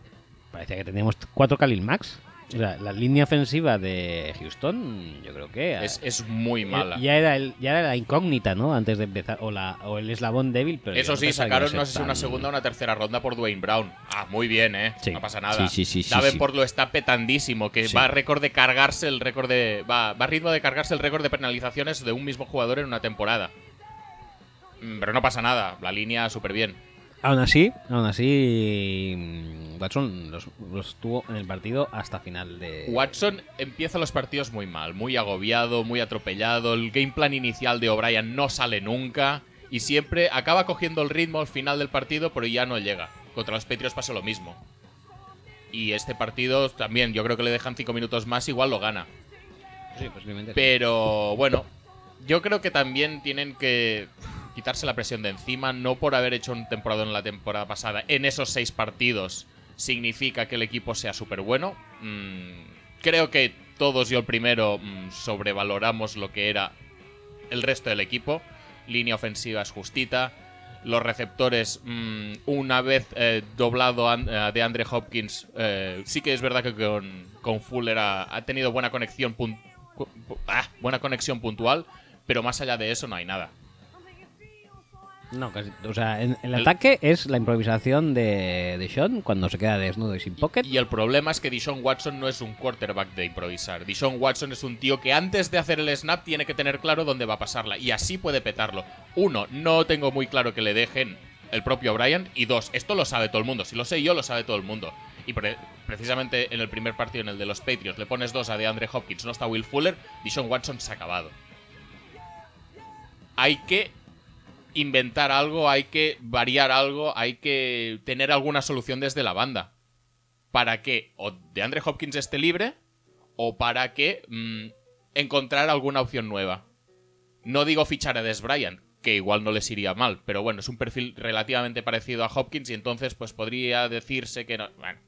S1: parecía que teníamos cuatro Kalil Max. O sea, la línea ofensiva de Houston, yo creo que
S2: Es, es muy
S1: eh,
S2: mala.
S1: Ya, era el, ya era la incógnita, ¿no? Antes de empezar, o, la, o el eslabón débil, pero yo
S2: Eso
S1: no
S2: sí,
S1: pensaba que
S2: sacaron,
S1: iba a
S2: no
S1: ser
S2: sé si una
S1: tan-
S2: segunda o una tercera ronda por Dwayne Brown. Ah, muy bien, ¿eh?
S1: Sí.
S2: No pasa nada.
S1: Sí, sí, sí, sí,
S2: Davenport lo está petandísimo, que
S1: Sí.
S2: va a récord de cargarse el récord de. Va, va a ritmo de cargarse el récord de penalizaciones de un mismo jugador en una temporada. Mm, Pero no pasa nada, la línea súper bien.
S1: Aún así, aún así, mm, Watson los, los tuvo en el partido hasta final de.
S2: Watson empieza los partidos muy mal, muy agobiado, muy atropellado. El game plan inicial de O'Brien no sale nunca y siempre acaba cogiendo el ritmo al final del partido, pero ya no llega. Contra los Patriots pasó lo mismo. Y este partido también, yo creo que le dejan 5 minutos más, igual lo gana.
S1: Sí, posiblemente sí.
S2: Pero bueno, yo creo que también tienen que quitarse la presión de encima, no por haber hecho un temporada en la temporada pasada en esos seis partidos, significa que el equipo sea súper bueno. creo que todos, yo el primero, mm, sobrevaloramos lo que era el resto del equipo. Línea ofensiva es justita. Los receptores, mm, una vez eh, doblado an- eh, de Andre Hopkins, eh, sí que es verdad que con, con Fuller ha, ha tenido buena conexión, pun- cu- pu- ah, buena conexión puntual, pero más allá de eso no hay nada.
S1: No, casi. O sea, en- el ataque es la improvisación de, de Sean cuando se queda desnudo y sin pocket.
S2: Y el problema es que Dishon Watson no es un quarterback de improvisar. Dishon Watson es un tío que antes de hacer el snap tiene que tener claro dónde va a pasarla. Y así puede petarlo. Uno, no tengo muy claro que le dejen el propio Brian. Y dos, esto lo sabe todo el mundo. Si lo sé yo, lo sabe todo el mundo. Y pre- precisamente en el primer partido, en el de los Patriots, le pones dos a DeAndre Hopkins, no está Will Fuller, Dishon Watson se ha acabado. Hay que inventar algo, hay que variar algo, hay que tener alguna solución desde la banda para que o DeAndre Hopkins esté libre o para que mm, encontrar alguna opción nueva. No digo fichar a Des Bryant, que igual no les iría mal, pero bueno, es un perfil relativamente parecido a Hopkins y entonces pues podría decirse que no... Bueno,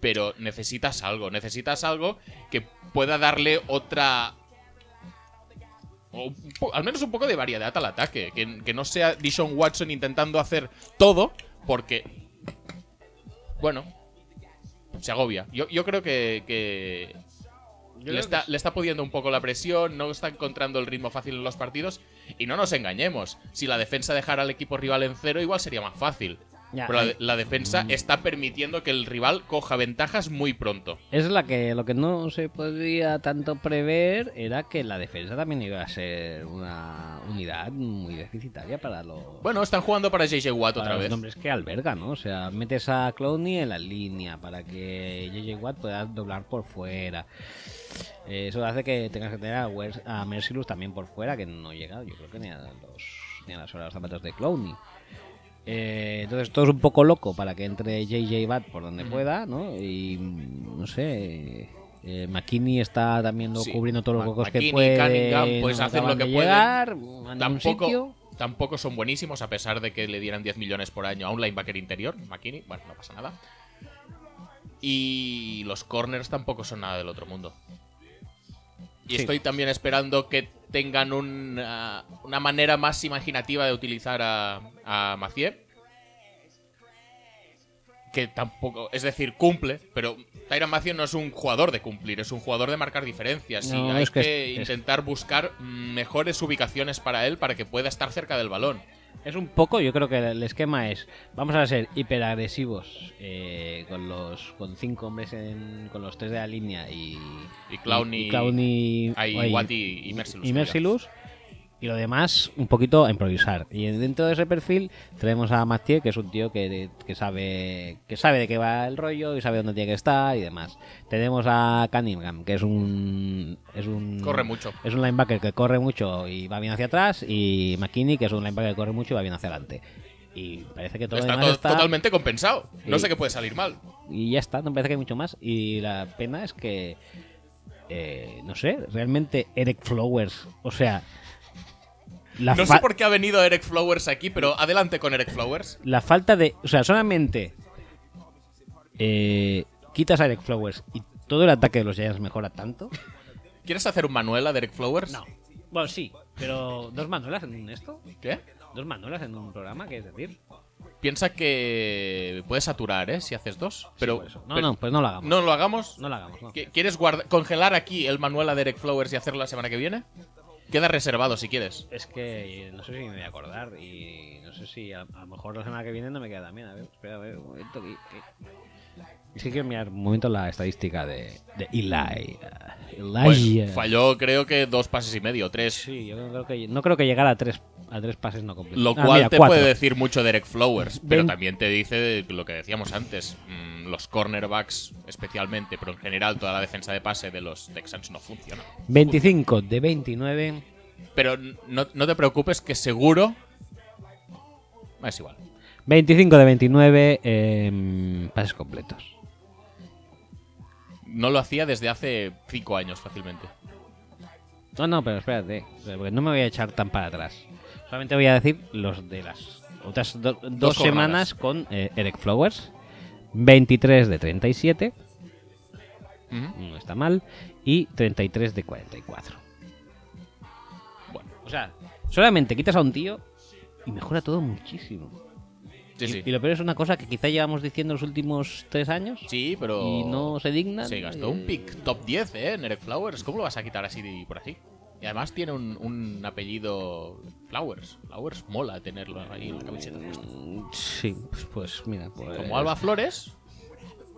S2: pero necesitas algo, necesitas algo que pueda darle otra... o un po- al menos un poco de variedad al ataque, que, que no sea Dishon Watson intentando hacer todo porque... Bueno, se agobia. Yo, yo creo que, que le, está, le está pudiendo un poco la presión, no está encontrando el ritmo fácil en los partidos. Y no nos engañemos, si la defensa dejara al equipo rival en cero, igual sería más fácil.
S1: Ya,
S2: Pero la,
S1: ahí.
S2: de- la defensa
S1: Mm.
S2: está permitiendo que el rival coja ventajas muy pronto.
S1: Es la que lo que no se podía tanto prever era que la defensa también iba a ser una unidad muy deficitaria para los,
S2: Bueno, están jugando para JJ Watt
S1: para
S2: otra
S1: los
S2: vez.
S1: nombres que alberga, ¿no? O sea, metes a Clowney en la línea para que JJ Watt pueda doblar por fuera. Eh, Eso hace que tengas que tener a, Wers- a Mercilus también por fuera, que no llega, yo creo que ni a, los, ni a las horas de zapatos de Clowney. Eh, entonces todo es un poco loco para que entre JJ Bat por donde pueda, ¿no? Y mm, no sé. eh, McKinney está también lo-
S2: Sí.
S1: cubriendo todos los
S2: Ma-
S1: huecos
S2: McKinney,
S1: que puede.
S2: Cunningham, pues
S1: no
S2: hacen lo
S1: acaban
S2: que
S1: de
S2: pueden.
S1: llegar, van a un sitio.
S2: Tampoco, tampoco son buenísimos, a pesar de que le dieran 10 millones por año a un linebacker interior, McKinney. Bueno, no pasa nada. Y los corners tampoco son nada del otro mundo. Y
S1: Sí.
S2: estoy también esperando que tengan una, una manera más imaginativa de utilizar a, a Macié. Que tampoco, es decir, cumple, pero Tyran Macié no es un jugador de cumplir, es un jugador de marcar diferencias. y
S1: No,
S2: hay
S1: es
S2: que,
S1: que es- es-
S2: intentar buscar mejores ubicaciones para él para que pueda estar cerca del balón.
S1: Es un poco, yo creo que el esquema es, vamos a ser hiperagresivos eh, con los con cinco hombres, en, con los tres de la línea y
S2: Y Clowney-
S1: Clowney-
S2: ahí
S1: ay,
S2: Watt y- y Mercilus,
S1: y Mercilus. Y lo demás, un poquito a improvisar. Y dentro de ese perfil tenemos a Mathieu, que es un tío que, que sabe que sabe de qué va el rollo y sabe dónde tiene que estar y demás. Tenemos a Cunningham, que es un... Es un
S2: Corre mucho.
S1: es un linebacker que corre mucho y va bien hacia atrás. Y McKinney, que es un linebacker que corre mucho y va bien hacia adelante. Y parece que todo lo
S2: está
S1: demás
S2: to-
S1: está-
S2: totalmente compensado. No
S1: Sí.
S2: sé qué puede salir mal.
S1: Y ya está, no parece que hay mucho más. Y la pena es que. eh, no sé, realmente Eric Flowers. O sea. La,
S2: No
S1: fa-
S2: sé por qué ha venido Eric Flowers aquí, pero adelante con Eric Flowers.
S1: la falta de. O sea, solamente. eh, quitas a Eric Flowers y todo el ataque de los Giants mejora tanto.
S2: ¿Quieres hacer un Manuel a Derek Flowers?
S1: Bueno, sí, pero dos manuelas en esto.
S2: ¿Qué?
S1: Dos manuelas en un programa, ¿qué es decir?
S2: Piensa que puedes saturar, ¿eh? Si haces dos. Pero,
S1: No,
S2: pero-
S1: no, pues no lo hagamos.
S2: ¿no lo hagamos.
S1: No lo hagamos, no.
S2: ¿Qui- ¿Quieres guarda- congelar aquí el Manuel a Derek Flowers y hacerlo la semana que viene? Queda reservado si quieres.
S1: Es que no sé si me voy a acordar y no sé si a, a lo mejor la semana que viene no me queda también. A ver, espera, a ver, un momento. Que, que- Es que quiero mirar un momento la estadística de, de Eli. uh,
S2: Pues,
S1: Eli.
S2: falló, creo que dos pases y medio, tres.
S1: Sí, yo no creo que, no creo que llegara a tres, a tres pases no completos.
S2: Lo
S1: Ah,
S2: cual
S1: mira,
S2: te
S1: cuatro.
S2: puede decir mucho Derek Flowers, pero
S1: Vein-
S2: también te dice lo que decíamos antes. mm, los cornerbacks especialmente, pero en general toda la defensa de pase de los Texans no funciona.
S1: 25 de 29.
S2: Pero n- no, no te preocupes que seguro... Ah, Es igual.
S1: 25 de 29 em, pases completos.
S2: No lo hacía desde hace cinco años fácilmente.
S1: No, no, pero espérate, eh, porque no me voy a echar tan para atrás. Solamente voy a decir los de las otras do- dos
S2: jornadas.
S1: semanas con eh, Eric Flowers. 23 de 37,
S2: Ujú.
S1: no está mal, y 33 de 44. Bueno, o sea, solamente quitas a un tío y mejora todo muchísimo.
S2: Sí,
S1: y,
S2: sí.
S1: y lo peor es una cosa que quizá llevamos diciendo los últimos tres años
S2: Sí, pero.
S1: y no se digna.
S2: Se gastó un pick top 10, ¿eh? En Eric Flowers. ¿Cómo lo vas a quitar así de- por así? Y además tiene un, un apellido Flowers. Flowers mola tenerlo ahí en la camiseta. puesta.
S1: Sí, pues, pues mira. Pues,
S2: Como Alba Flores,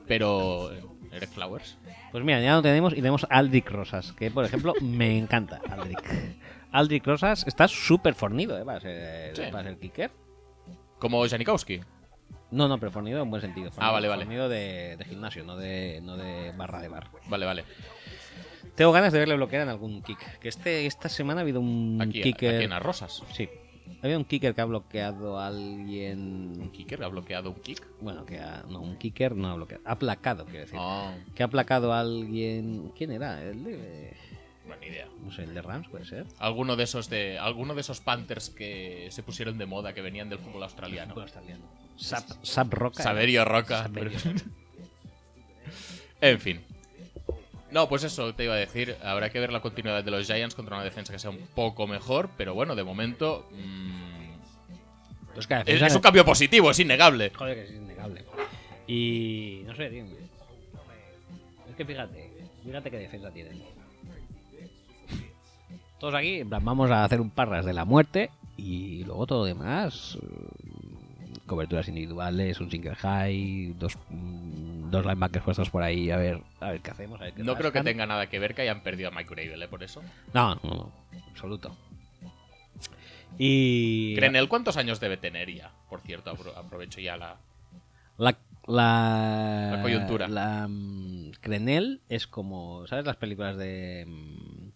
S2: pero eh, Eric Flowers.
S1: Pues mira, ya lo tenemos y tenemos a Aldrich Rosas, que por ejemplo me encanta Aldrich. Aldrich Rosas está súper fornido, ¿eh? Para ser,
S2: Sí.
S1: para ser kicker.
S2: Como Janikowski.
S1: No, no, pero fornido en buen sentido. fornido-
S2: Ah, vale, vale.
S1: Fornido de, de gimnasio, no de, no de barra de bar.
S2: Vale, vale.
S1: Tengo ganas de verle bloquear en algún kick. Que este, esta semana ha habido un
S2: Aquí, aquí
S1: kicker.
S2: en las rosas.
S1: Sí. Ha habido un kicker que ha bloqueado a alguien.
S2: Un kicker ha bloqueado un kick.
S1: Bueno, que ha. No, un kicker no ha bloqueado. Ha placado, quiero decir.
S2: No,
S1: Que ha placado a alguien. ¿Quién era? El de.
S2: buena idea.
S1: No sé, el de Rams puede ser.
S2: Alguno de esos de alguno de esos Panthers que se pusieron de moda que venían del fútbol australiano.
S1: Bueno, está liando. Sap, Sap Roca. ¿eh?
S2: Saberio Roca.
S1: Saberio.
S2: [LAUGHS] en fin. No, pues eso te iba a decir. Habrá que ver la continuidad de los Giants contra una defensa que sea un poco mejor, pero bueno, de momento. mm,
S1: Pues claro,
S2: es,
S1: defensa-
S2: es un cambio positivo, es innegable.
S1: Joder, que es innegable. Y no sé, tío. Es que fíjate, fíjate qué defensa tienen. Todos aquí, en plan, vamos a hacer un parras de la muerte y luego todo lo demás. eh, Coberturas individuales, un single high, dos, mm, dos linebackers puestos por ahí, a ver, a ver qué hacemos. a ver qué
S2: No creo que
S1: rascan.
S2: tenga nada que ver que hayan perdido a Mike Gravel, ¿eh? Por eso.
S1: No, no, no, absoluto. Y.
S2: Crenel, ¿cuántos años debe tener ya? Por cierto, apro- aprovecho ya la.
S1: La, la,
S2: La coyuntura.
S1: La, mm, Crenel es como. ¿Sabes las películas de. mm,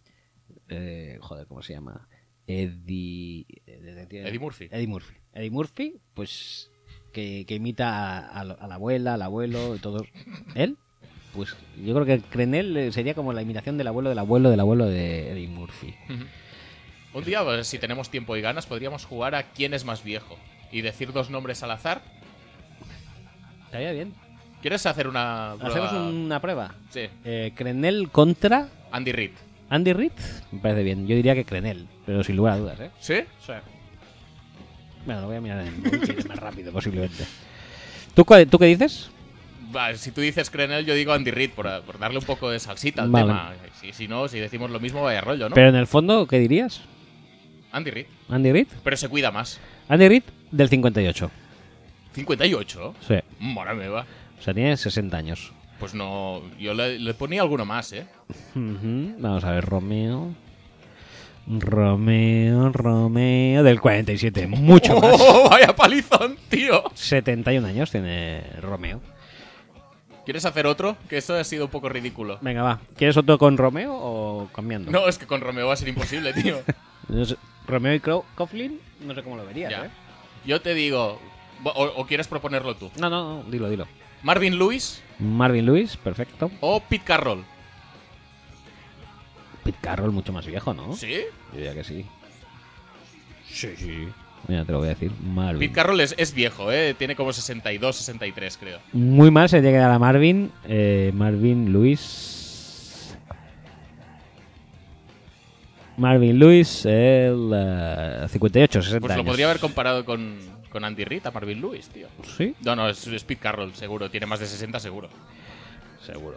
S1: eh, joder, ¿cómo se llama? Eddie. eh, detective-
S2: Eddie Murphy.
S1: Eddie Murphy. Eddie Murphy, pues. Que, que imita a, a la- a la abuela, al abuelo y todos. [LAUGHS] ¿Él? Pues yo creo que Crenel eh, sería como la imitación del abuelo, del abuelo, del abuelo de Eddie Murphy.
S2: Un día, pues, si tenemos tiempo y ganas, podríamos jugar a quién es más viejo y decir dos nombres al azar.
S1: ¿Estaría bien?
S2: ¿Quieres hacer una prueba?
S1: Hacemos una prueba.
S2: Sí,
S1: Eh, Crenel contra
S2: Andy Reid.
S1: Andy Reid me parece bien. Yo diría que Crenel, pero sin lugar a dudas, ¿eh?
S2: ¿Sí?
S1: Bueno, lo voy a mirar en el más rápido posiblemente. ¿Tú, cuál- ¿Tú qué dices?
S2: Va, si tú dices Crenel, yo digo Andy Reid, por, por darle un poco de salsita al
S1: Vale.
S2: tema. Si, si no, si decimos lo mismo, vaya rollo, ¿no?
S1: Pero en el fondo, ¿qué dirías?
S2: Andy Reid.
S1: ¿Andy Reid?
S2: Pero se cuida más.
S1: Andy Reid del 58.
S2: 58.
S1: Sí.
S2: Mora me va.
S1: O sea, tiene 60 años.
S2: Pues no. Yo le, le ponía alguno más, ¿eh?
S1: Ujú. Vamos a ver, Romeo. Romeo, Romeo del 47. Mucho [LAUGHS] más.
S2: [LAUGHS] ¡Oh, vaya palizón, tío!
S1: 71 años tiene Romeo.
S2: ¿Quieres hacer otro? Que esto ha sido un poco ridículo.
S1: Venga, va. ¿Quieres otro con Romeo o cambiando?
S2: No, es que con Romeo va a ser imposible, tío.
S1: No sé, Romeo y Crow, Coughlin, no sé cómo lo verías,
S2: [LAUGHS] Ya.
S1: ¿eh?
S2: Yo te digo. o- o quieres proponerlo tú.
S1: No, no, no, dilo, dilo.
S2: Marvin Lewis
S1: Marvin Lewis, perfecto.
S2: o Pete Carroll.
S1: Pete Carroll mucho más viejo, ¿no?
S2: ¿Sí?
S1: Yo diría que sí. Sí, sí. Mira, te lo voy a decir. Marvin.
S2: Pete Carroll es, es viejo, ¿eh? Tiene como 62, 63, creo.
S1: Muy mal se tiene que dar a Marvin. Eh, Marvin Lewis. Marvin Lewis, el eh, 58, 60
S2: Pues lo
S1: años.
S2: podría haber comparado con, con Andy Reid, a Marvin Lewis, tío.
S1: Sí,
S2: No, no, es, es Pete Carroll, seguro. Tiene más de 60, seguro.
S1: seguro.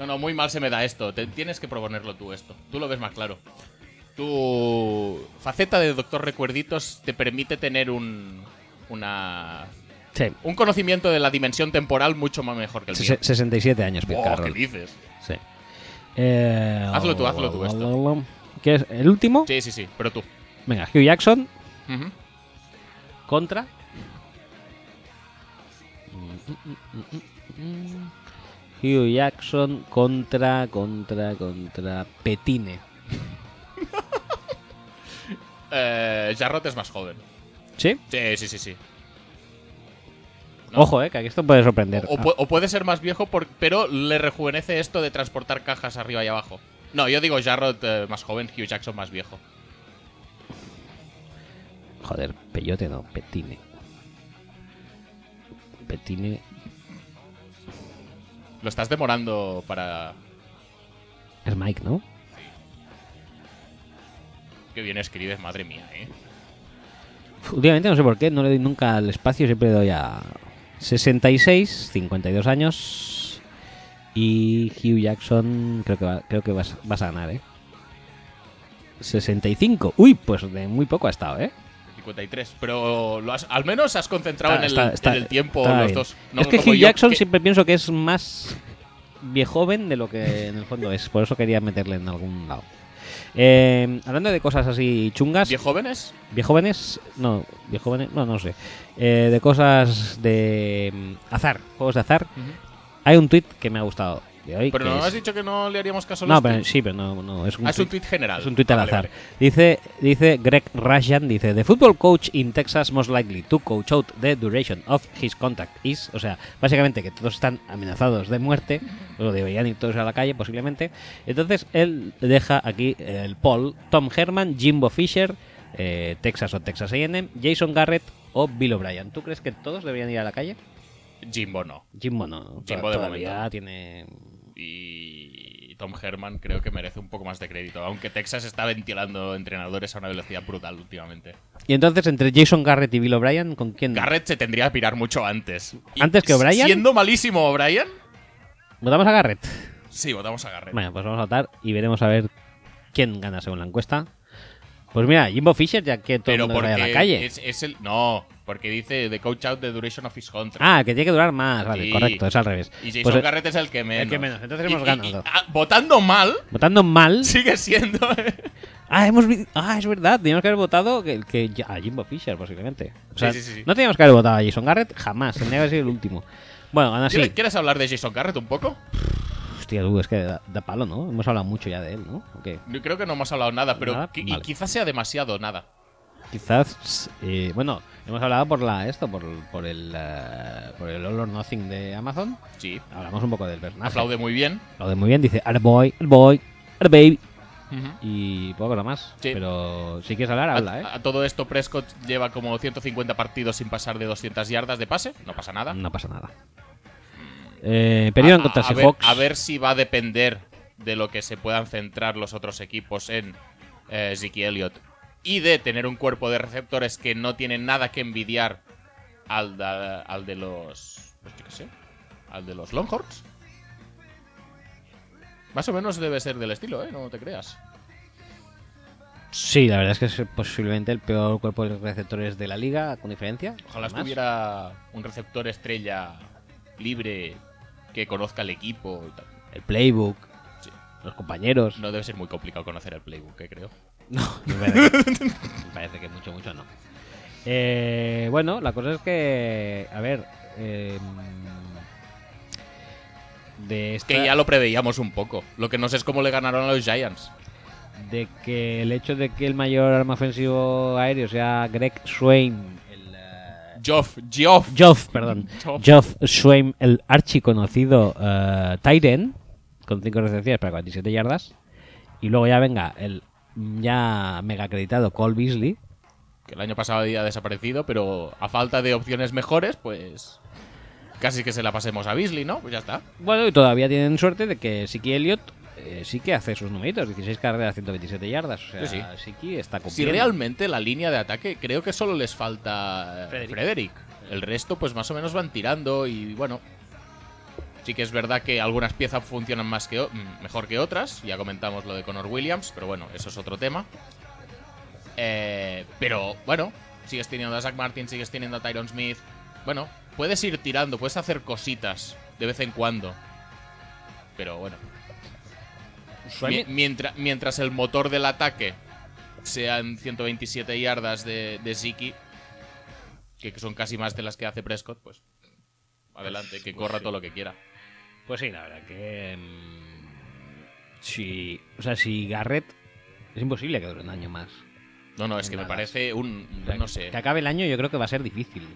S2: No, no, muy mal se me da esto. Te- tienes que proponerlo tú esto. Tú lo ves más claro. Tu faceta de doctor recuerditos te permite tener un, una,
S1: Sí,
S2: un conocimiento de la dimensión temporal mucho más mejor que el mío.
S1: se- 67 años, Pete
S2: Oh, ¿Qué
S1: Carroll.
S2: dices?
S1: Sí. Eh,
S2: Hazlo tú, hazlo tú, esto.
S1: ¿Quieres el último?
S2: Sí, sí, sí, pero tú.
S1: Venga, Hugh Jackson
S2: Ujú.
S1: contra. Hugh Jackson contra, contra, contra Petine.
S2: Eh, Jarrett es más joven.
S1: ¿Sí?
S2: Sí, sí, sí, sí.
S1: Ojo, eh, que aquí esto puede sorprender.
S2: O, pu- o puede ser más viejo, por- pero le rejuvenece esto de transportar cajas arriba y abajo. No, yo digo Jarrett eh, más joven, Hugh Jackson más viejo.
S1: Ah, joder, Peyote no, Petine. Petine.
S2: Lo estás demorando para
S1: Es Mike, ¿no?
S2: que bien escribes, madre mía, ¿eh?
S1: Últimamente no sé por qué, no le doy nunca al espacio, siempre doy a 66, 52 años. Y Hugh Jackson, creo que, va- creo que vas, vas a ganar, ¿eh? 65. Uy, pues de muy poco ha estado, ¿eh?
S2: 53, pero lo has- al menos has concentrado
S1: Está-
S2: en, el,
S1: está-
S2: en
S1: está-
S2: el tiempo
S1: está
S2: los
S1: bien.
S2: dos. No
S1: es que
S2: como
S1: Hugh
S2: yo,
S1: Jackson
S2: que-
S1: siempre pienso que es más viejoven de lo que en el fondo es. Por eso quería meterle en algún lado. Eh, hablando de cosas así chungas.
S2: ¿Viejóvenes?
S1: Viejóvenes, no, viejóvenes, no, no sé. Eh, de cosas de mm, azar, juegos de azar. Hay un tweet que me ha gustado de hoy.
S2: Pero
S1: que
S2: no
S1: es-
S2: has dicho que no le haríamos caso a los
S1: no, pero,
S2: tweets.
S1: sí, pero no, no, es un,
S2: Ah, es un
S1: tuit-
S2: tweet general.
S1: es un tuit al
S2: Ah, vale,
S1: azar.
S2: vale.
S1: Dice, dice Greg Rajan, dice, The football coach in Texas most likely to coach out the duration of his contract is, o sea, básicamente que todos están amenazados de muerte, o deberían ir todos a la calle posiblemente. Entonces él deja aquí el poll, Tom Herman, Jimbo Fisher, eh, Texas o Texas A&M, Jason Garrett o Bill O'Brien. ¿Tú crees que todos deberían ir a la calle?
S2: Jimbo no.
S1: Jimbo no,
S2: Jimbo de
S1: todavía
S2: momento.
S1: tiene...
S2: Y Tom Herman creo que merece un poco más de crédito, aunque Texas está ventilando entrenadores a una velocidad brutal últimamente.
S1: Y entonces entre Jason Garrett y Bill O'Brien, ¿con quién?
S2: Garrett se tendría que pirar mucho antes. Y
S1: ¿Antes que O'Brien?
S2: Siendo malísimo O'Brien,
S1: ¿Votamos a Garrett?
S2: sí, votamos a Garrett.
S1: Bueno, pues vamos a votar y veremos a ver quién gana según la encuesta. Pues mira, Jimbo Fisher, ya que todo el
S2: Pero
S1: mundo
S2: porque
S1: vaya a la calle.
S2: Es, es el, no, porque dice The Coach Out the Duration of His Contract.
S1: Ah, que tiene que durar más, vale,
S2: Sí.
S1: correcto, es al revés.
S2: Y Jason
S1: Pues, eh,
S2: Garrett es el que menos.
S1: el que menos, entonces
S2: Y-
S1: hemos
S2: y-
S1: ganado.
S2: y- ah, votando mal,
S1: votando mal.
S2: sigue siendo. eh.
S1: Ah, hemos vi- ah, es verdad, teníamos que haber votado que, que ya- a Jimbo Fisher, posiblemente. O
S2: Sí,
S1: sea,
S2: sí, sí, sí.
S1: no teníamos que haber votado a Jason Garrett jamás, tendría que haber sido el último. Bueno, gana
S2: ¿Quieres-
S1: Ah, sí.
S2: ¿Quieres hablar de Jason Garrett un poco?
S1: Hostia, tú, es que da, da palo, ¿no? Hemos hablado mucho ya de él, ¿no? ¿O qué?
S2: Yo Creo que no hemos hablado nada, pero
S1: Nada,
S2: qui- y
S1: vale.
S2: quizás sea demasiado nada.
S1: Quizás, eh, bueno, hemos hablado por la esto, por, por el eh, por el All or Nothing de Amazon.
S2: Sí.
S1: Hablamos un poco del personaje.
S2: Aplaude muy bien.
S1: Aplaude muy bien, dice "Atta boy, atta boy, atta baby. Y poco nada más.
S2: Sí. Ah,
S1: Pero si quieres hablar,
S2: A-
S1: habla, ¿eh?
S2: a, todo esto, Prescott lleva como 150 partidos sin pasar de 200 yardas de pase. No pasa nada.
S1: No pasa nada. Eh, perdieron
S2: A-
S1: contra
S2: ah. a, a ver,
S1: Seahawks.
S2: a ver si va a depender de lo que se puedan centrar los otros equipos en eh, Zeke Elliott y de tener un cuerpo de receptores que no tiene nada que envidiar al de, al de los. Pues yo qué sé. Al de los Longhorns. Más o menos debe ser del estilo, ¿eh? No te creas.
S1: Sí, la verdad es que es posiblemente el peor cuerpo de receptores de la liga, con diferencia.
S2: Ojalá
S1: Además,
S2: estuviera un receptor estrella libre que conozca el equipo y tal.
S1: El playbook,
S2: Sí.
S1: los compañeros.
S2: No debe ser muy complicado conocer el playbook, eh, creo.
S1: [LAUGHS] No, me parece, me parece que mucho, mucho no. Eh, bueno, la cosa es que. A ver. eh, de esta-
S2: Que ya lo preveíamos un poco. Lo que no sé es cómo le ganaron a los Giants.
S1: de que el hecho de que el mayor arma ofensivo aéreo sea Greg Swain, el eh,
S2: Joff, Joff.
S1: Joff, perdón,
S2: Joff.
S1: Joff Swain, el archiconocido conocido Tyren, con 5 recepciones para 47 yardas, y luego ya venga el ya mega acreditado Cole Beasley,
S2: Que el año pasado había desaparecido, pero a falta de opciones mejores, pues. Casi que se la pasemos a Beasley, ¿no? Pues ya está.
S1: Bueno, y todavía tienen suerte de que Siki Elliott eh, sí que hace sus numeritos, 16 carreras, 127 yardas. O sea,
S2: Sí,
S1: Siki está
S2: Si
S1: cumpliendo.
S2: realmente la línea de ataque, creo que solo les falta eh,
S1: Frederick.
S2: Frederick. El resto, pues más o menos van tirando y bueno. Sí que es verdad que algunas piezas funcionan más que o- mm, mejor que otras. Ya comentamos lo de Connor Williams, pero bueno, eso es otro tema. Eh, pero bueno, sigues teniendo a Zach Martin, sigues teniendo a Tyron Smith. Bueno, puedes ir tirando, puedes hacer cositas de vez en cuando. Pero bueno,
S1: Swain-
S2: Mi- mientras, mientras el motor del ataque sean 127 yardas de, de Ziki, que son casi más de las que hace Prescott, pues adelante, que corra todo lo que quiera.
S1: Pues sí, la verdad que. mm, si, o sea, si Garrett. Es imposible que dure un año más.
S2: No, no, es que me
S1: Nada.
S2: parece un...
S1: O sea,
S2: No
S1: Que
S2: sé.
S1: acabe el año, yo creo que va a ser difícil.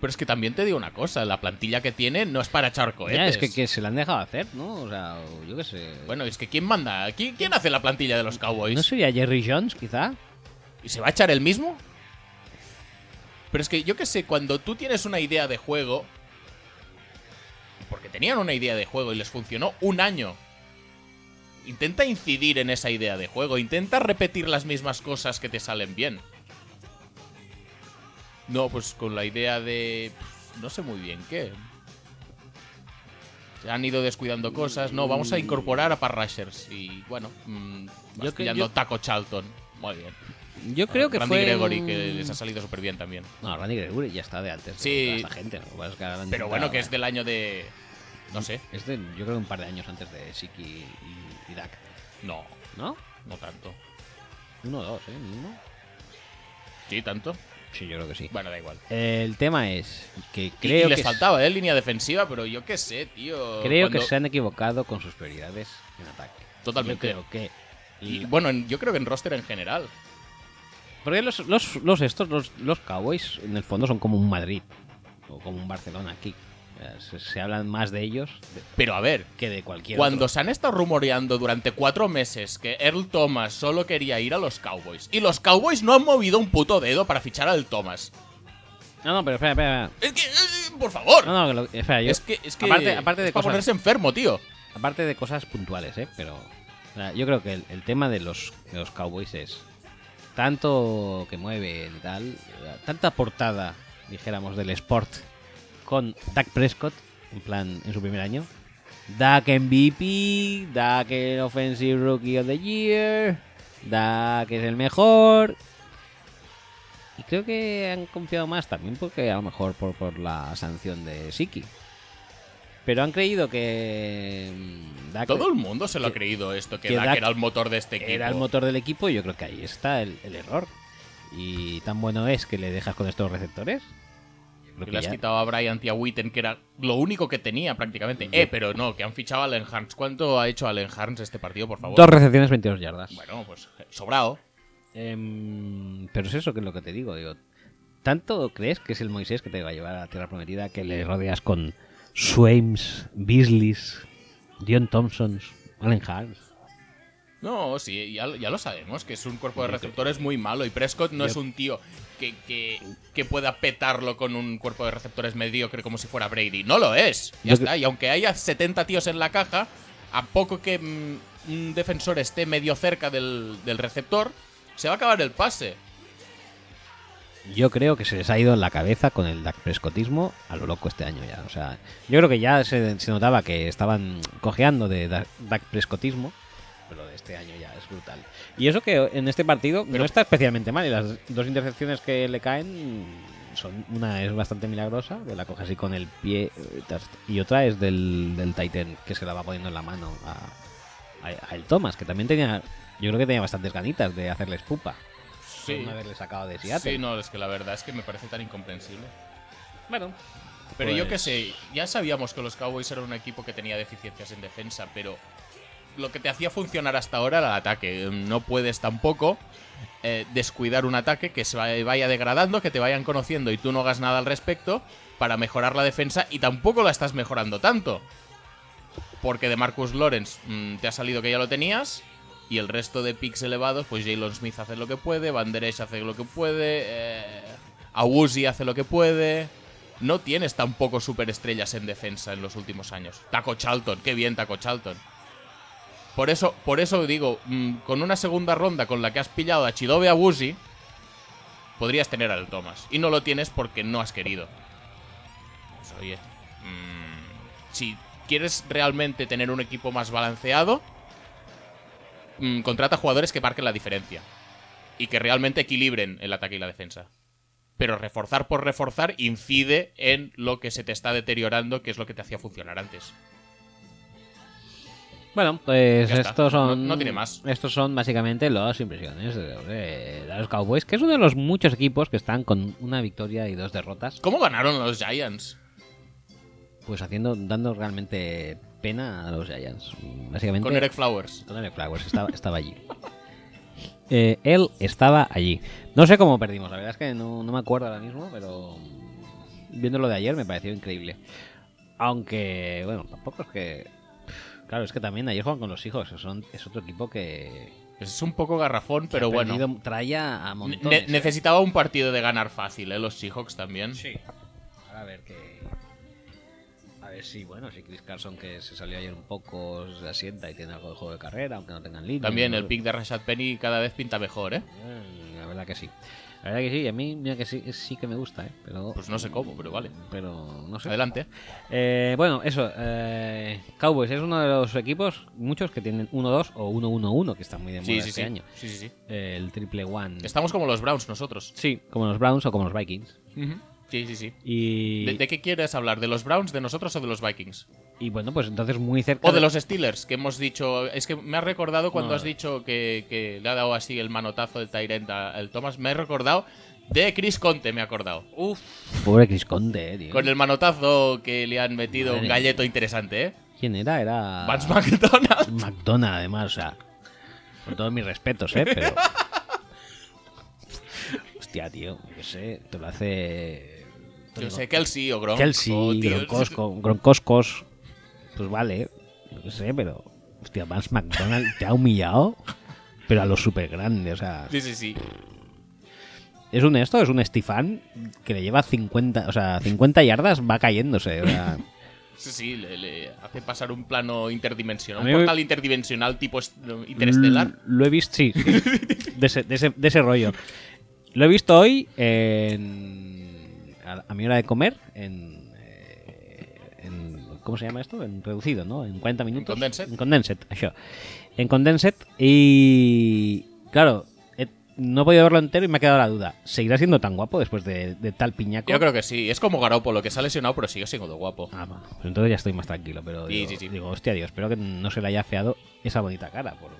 S2: Pero es que también te digo una cosa, la plantilla que tiene no es para echar cohetes.
S1: Ya, es que, que se la han dejado hacer, ¿no? O sea, o yo qué sé.
S2: Bueno, es que ¿quién manda? ¿Qui- ¿Quién hace la plantilla de los Cowboys?
S1: ¿No sería Jerry Jones, quizá?
S2: ¿Y se va a echar el mismo? Pero es que yo qué sé, cuando tú tienes una idea de juego, tenían una idea de juego y les funcionó un año. Intenta incidir en esa idea de juego, intenta repetir las mismas cosas que te salen bien. No, pues con la idea de... pff, No sé muy bien qué. Han ido descuidando cosas. No, vamos a incorporar a Parrashers. Y bueno, mm, vas
S1: Yo que-
S2: pillando
S1: yo-
S2: Taco Charlton. Muy bien.
S1: Yo creo que
S2: Randy
S1: fue.
S2: Gregory,
S1: en-
S2: que les ha salido súper bien también.
S1: No, Randy Gregory ya está de antes.
S2: Sí.
S1: De toda esta gente. lo que pasa es que ahora han
S2: Pero
S1: intentado-
S2: bueno, que es del año de... No sé.
S1: Es de, yo creo que un par de años antes de Siki y, y Dak.
S2: No,
S1: ¿No?
S2: no tanto.
S1: Uno o dos, ¿eh? Mínimo.
S2: Sí, tanto.
S1: Sí, yo creo que sí.
S2: Bueno, da igual.
S1: El tema es que
S2: Y-
S1: creo
S2: y les
S1: que,
S2: faltaba, ¿eh? Línea defensiva, pero yo qué sé, tío.
S1: creo que
S2: Cuando-
S1: se han equivocado con sus prioridades en ataque.
S2: Totalmente.
S1: Yo creo que.
S2: y, bueno, en- yo creo que en roster en general.
S1: Porque los, los, los estos, los, los Cowboys, en el fondo son como un Madrid o como un Barcelona aquí. Eh, Se, se hablan más de ellos de-
S2: Pero a ver,
S1: que de cualquier
S2: cuando
S1: otro.
S2: se han estado rumoreando durante cuatro meses que Earl Thomas solo quería ir a los Cowboys, y los Cowboys no han movido un puto dedo para fichar al Thomas.
S1: No, no, pero espera, espera. espera.
S2: Es que, eh, por favor.
S1: No, no, que lo- espera, yo-
S2: es que, es que
S1: aparte, aparte de
S2: es para
S1: cosas,
S2: ponerse enfermo, tío.
S1: aparte de cosas puntuales, ¿eh? Pero o sea, yo creo que el, el tema de los, de los Cowboys es tanto que mueven y tal, eh, tanta portada, dijéramos, del sport con Dak Prescott, en plan, en su primer año. Dak MVP, Dak el Offensive Rookie of the Year, Dak es el mejor. Y creo que han confiado más también porque a lo mejor por, por la sanción de Siki. Pero han creído que... mm, Dak-
S2: Todo el mundo se lo ha
S1: que-
S2: creído esto, que,
S1: que
S2: Dak
S1: Dak
S2: era el motor de este equipo.
S1: era el motor del equipo y yo creo que ahí está el, el error. Y tan bueno es que le dejas con estos receptores. Creo
S2: Que
S1: que
S2: le has
S1: ya-
S2: quitado a Bryant y a Witten, que era lo único que tenía prácticamente. Eh, pero no, que han fichado a Allen Harns. ¿Cuánto ha hecho Allen Harns este partido, por favor?
S1: Dos recepciones, 22 yardas.
S2: Bueno, pues sobrado.
S1: Em, pero es eso que es lo que te digo. digo ¿Tanto crees que es el Moisés que te va a llevar a la Tierra Prometida que le rodeas con Swains, Beasleys, Dion Thompsons, Allen Harms?
S2: No, sí, ya, ya lo sabemos, que es un cuerpo de receptores muy malo y Prescott no es un tío que, que- que pueda petarlo con un cuerpo de receptores mediocre como si fuera Brady. No lo es, ya
S1: Yo
S2: está. Y aunque haya 70 tíos en la caja, a poco que mm, un defensor esté medio cerca del, del receptor, se va a acabar el pase.
S1: Yo creo que se les ha ido en la cabeza con el Dak Prescottismo a lo loco este año ya. O sea, yo creo que ya se, se notaba que estaban cojeando de Da- Dak Prescottismo, pero lo de este año ya es brutal. Y eso que en este partido no está especialmente mal. Y las dos intercepciones que le caen son una es bastante milagrosa, que la coge así con el pie, eh, tas- y otra es del, del Titan, que se la va poniendo en la mano a, a- a el Thomas, que también tenía, yo creo que tenía bastantes ganitas de hacerles pupa.
S2: Sí.
S1: Una vez le sacado de Seattle.
S2: Sí, no, es que la verdad es que me parece tan incomprensible.
S1: Bueno,
S2: Pero yo qué
S1: Pues-
S2: sé, ya sabíamos que los Cowboys eran un equipo que tenía deficiencias en defensa, pero lo que te hacía funcionar hasta ahora era el ataque. No puedes tampoco eh, descuidar un ataque que se va- vaya degradando, que te vayan conociendo y tú no hagas nada al respecto para mejorar la defensa y tampoco la estás mejorando tanto. Porque de Marcus Lawrence mm, te ha salido que ya lo tenías y el resto de picks elevados, pues Jalen Smith hace lo que puede, Van Der Esch hace lo que puede, eh, Awuzie hace lo que puede. No tienes tampoco superestrellas en defensa en los últimos años. Taco Charlton, qué bien Taco Charlton. Por eso, por eso digo, mm, con una segunda ronda con la que has pillado a Chidobe Abusi, podrías tener al Thomas. Y no lo tienes porque no has querido. Pues, oye, mm, si quieres realmente tener un equipo más balanceado, mm, contrata jugadores que marquen la diferencia. Y que realmente equilibren el ataque y la defensa. Pero reforzar por reforzar incide en lo que se te está deteriorando, que es lo que te hacía funcionar antes.
S1: Bueno, pues
S2: Ya está.
S1: estos son.
S2: No- no tiene más.
S1: Estos son básicamente las impresiones de los, eh, de los Cowboys, que es uno de los muchos equipos que están con una victoria y dos derrotas,
S2: ¿Cómo ganaron los Giants?
S1: pues haciendo, dando realmente pena a los Giants. Básicamente.
S2: Con Eric Flowers.
S1: con Eric Flowers, estaba, estaba allí. [LAUGHS] Eh, él estaba allí. No sé cómo perdimos, la verdad es que no, no me acuerdo ahora mismo, pero mm, viéndolo de ayer me pareció increíble. Aunque, bueno, tampoco es que. Claro, es que también ayer juegan con los hijos, son, es otro equipo que.
S2: Es un poco garrafón, pero
S1: ha
S2: bueno.
S1: perdido tralla a
S2: Ne-
S1: montones. ¿eh?
S2: necesitaba un partido de ganar fácil, ¿eh? Los Seahawks también.
S1: Sí. Ahora a ver qué. A ver si, bueno, si Chris Carson, que se salió ayer un poco, se asienta y tiene algo de juego de carrera, aunque no tengan línea.
S2: También
S1: ¿no?
S2: el pick de Rashad Penny cada vez pinta mejor, ¿eh?
S1: Eh, La verdad que sí. La verdad que sí, y a mí, mira que sí, sí que me gusta, ¿eh? Pero,
S2: Pues no sé cómo, pero vale.
S1: Pero no sé.
S2: Adelante.
S1: Eh, bueno, eso. eh, Cowboys es uno de los equipos, muchos que tienen 1-2 o 1-1-1, que está muy de moda
S2: Sí, sí,
S1: este
S2: sí.
S1: año.
S2: Sí, sí, sí.
S1: Eh, el triple one.
S2: Estamos como los Browns nosotros.
S1: Sí, como los Browns o como los Vikings.
S2: Sí, sí, sí.
S1: Y,
S2: ¿De, de qué quieres hablar? ¿De los Browns, de nosotros o de los Vikings?
S1: y bueno, pues entonces muy cerca.
S2: O de los Steelers, que hemos dicho. Es que me has recordado cuando
S1: No.
S2: has dicho que, que le ha dado así el manotazo del Tyrant al Thomas. Me he recordado de Chris Conte, me he acordado. Uf.
S1: Pobre Chris Conte, eh, tío.
S2: Con el manotazo que le han metido
S1: Madre Ah.
S2: un galleto interesante, ¿eh?
S1: ¿Quién era? Era.
S2: Vance McDonald.
S1: McDonald, además, o sea. Con todos mis respetos, ¿eh?
S2: [LAUGHS]
S1: Pero. Hostia, tío, yo sé, te lo hace.
S2: Yo sé, Kelsey o Gronk.
S1: Chelsea,
S2: o, tío,
S1: Gronkosco- Gronkoscos. Pues vale, no sé, pero. Hostia, Vance McDonald te ha humillado, pero a lo súper grande, o sea.
S2: Sí, sí, sí.
S1: Es un esto, es un Stefan que le lleva 50, o sea, 50 yardas, va cayéndose, o sea.
S2: Sí, sí, le, le hace pasar un plano interdimensional.
S1: A mí
S2: Un
S1: me- Mm,
S2: portal interdimensional tipo est- interestelar.
S1: L- Lo he visto, sí.
S2: [LAUGHS]
S1: sí. De, ese, de ese- de ese rollo. Lo he visto hoy en- a, a mi hora de comer en, eh, en- ¿Cómo se llama esto? En reducido, ¿no? En 40 minutos.
S2: Condensed.
S1: En Condensed, això. En Condensed y... Claro, he- no he podido verlo entero y me ha quedado la duda. ¿Seguirá siendo tan guapo después de, de tal piñaco?
S2: Yo creo que sí. Es como Garoppolo, que se ha lesionado, pero sigue siendo guapo.
S1: Ah, va. Pues entonces ya estoy más tranquilo, pero
S2: Sí,
S1: digo,
S2: sí, sí.
S1: digo, hostia, Dios, espero que no se le haya afeado esa bonita cara. Por...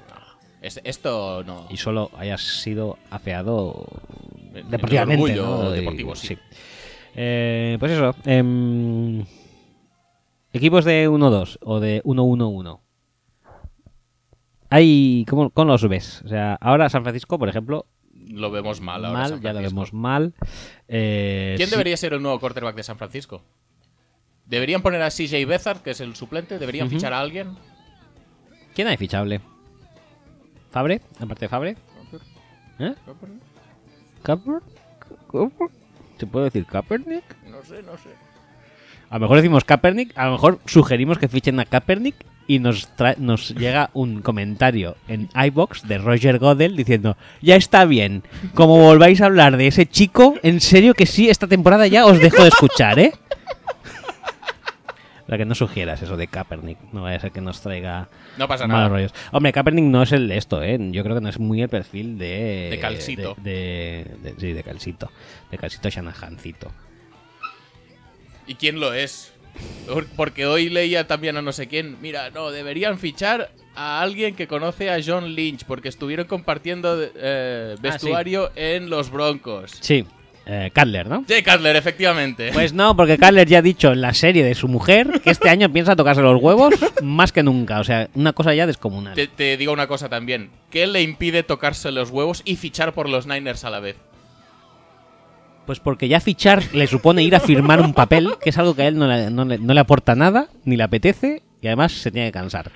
S2: Es- esto no.
S1: y solo hayas sido afeado eh,
S2: En-
S1: deportivamente.
S2: en el orgullo
S1: ¿no? Y-
S2: deportivo, sí.
S1: Eh, pues eso. em, equipos de 1-2 o de 1-1-1. Hay, ¿cómo, cómo los ves? O sea, ahora San Francisco, por ejemplo,
S2: Lo vemos mal ahora.
S1: mal,
S2: San
S1: ya lo
S2: Francisco.
S1: vemos mal. Eh,
S2: ¿Quién
S1: sí,
S2: debería ser el nuevo quarterback de San Francisco? ¿Deberían poner a CJ Beathard, que es el suplente? ¿Deberían fichar a alguien?
S1: ¿Quién hay fichable? ¿Fabre? ¿Aparte de Fabre? ¿Eh? ¿Kaepernick? ¿Se puede decir Kaepernick?
S2: No sé, no sé.
S1: A lo mejor decimos Kaepernick, a lo mejor sugerimos que fichen a Kaepernick y nos, tra- nos llega un comentario en iBox de Roger Godel diciendo: Ya está bien, como volváis a hablar de ese chico, en serio que sí, esta temporada ya os dejo de escuchar, ¿eh? [LAUGHS] Para que no sugieras eso de Kaepernick, no vaya a ser que nos traiga
S2: No pasa
S1: malos
S2: nada.
S1: rollos. Hombre, Kaepernick no es el de esto, ¿eh? Yo creo que no es muy el perfil de.
S2: De Calcito.
S1: De, de- sí, de Calcito. De Calcito Shanahancito.
S2: ¿Y quién lo es? Por- Porque hoy leía también a no sé quién. Mira, no, deberían fichar a alguien que conoce a John Lynch, porque estuvieron compartiendo eh, vestuario en los Broncos.
S1: Sí, eh, Cutler, ¿no?
S2: Jay Cutler, efectivamente.
S1: Pues no, porque Cutler ya ha dicho en la serie de su mujer que este año piensa tocarse los huevos [LAUGHS] más que nunca. O sea, una cosa ya descomunal.
S2: te, te digo una cosa también. ¿Qué le impide tocarse los huevos y fichar por los Niners a la vez?
S1: Pues porque ya fichar le supone ir a firmar un papel, que es algo que a él no le, no le- no le aporta nada, ni le apetece, y además se tiene que cansar.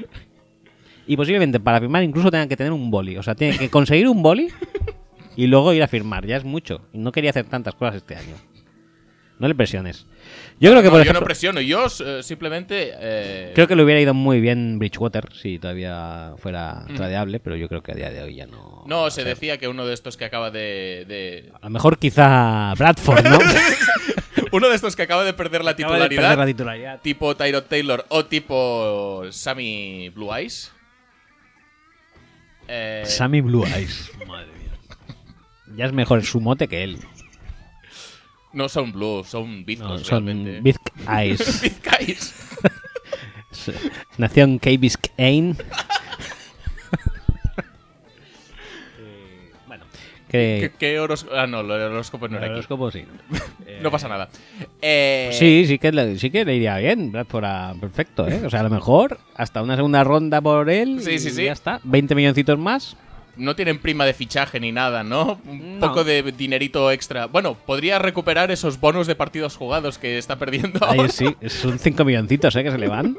S1: Y posiblemente para firmar incluso tengan que tener un boli. O sea, tienen que conseguir un boli y luego ir a firmar. Ya es mucho. Y no quería hacer tantas cosas este año. No le presiones. Yo creo que, por
S2: No, yo no
S1: ejemplo,
S2: presiono, yo eh, simplemente... eh,
S1: Creo que le hubiera ido muy bien Bridgewater si todavía fuera tradeable, pero yo creo que a día de hoy ya no. va
S2: Mm. No,
S1: a
S2: se
S1: ser.
S2: decía que uno de estos que acaba de... de-
S1: A lo mejor quizá Bradford, ¿no?
S2: [LAUGHS] uno de estos que acaba de perder la
S1: Acaba de
S2: [LAUGHS] titularidad,
S1: perder la titularidad.
S2: tipo Tyrod Taylor o tipo Sammy Blue Eyes. Eh,
S1: Sammy Blue Eyes. Madre mía. Ya es mejor su mote que él.
S2: no son Blue, son bizcos
S1: No, son
S2: realmente.
S1: Big
S2: [LAUGHS]
S1: Eyes.
S2: Bizcais.
S1: Nación K. Biscayne. Eh, bueno.
S2: ¿Qué,
S1: Que,
S2: qué horos- Ah, no, el horóscopo no
S1: el
S2: era aquí.
S1: horóscopo sí. Eh,
S2: No pasa nada. Eh,
S1: Pues Sí, sí que, le, sí que le iría bien. Bradford a- perfecto, ¿eh? O sea, a lo mejor hasta una segunda ronda por él.
S2: Sí,
S1: y
S2: sí, sí.
S1: Ya está. 20 milloncitos
S2: [LAUGHS]
S1: más.
S2: No tienen prima de fichaje ni nada, ¿no? Un
S1: No.
S2: poco de dinerito extra. Bueno, podría recuperar esos bonos de partidos jugados que está perdiendo.
S1: Ahí sí, son 5 milloncitos, ¿eh? Que se le van.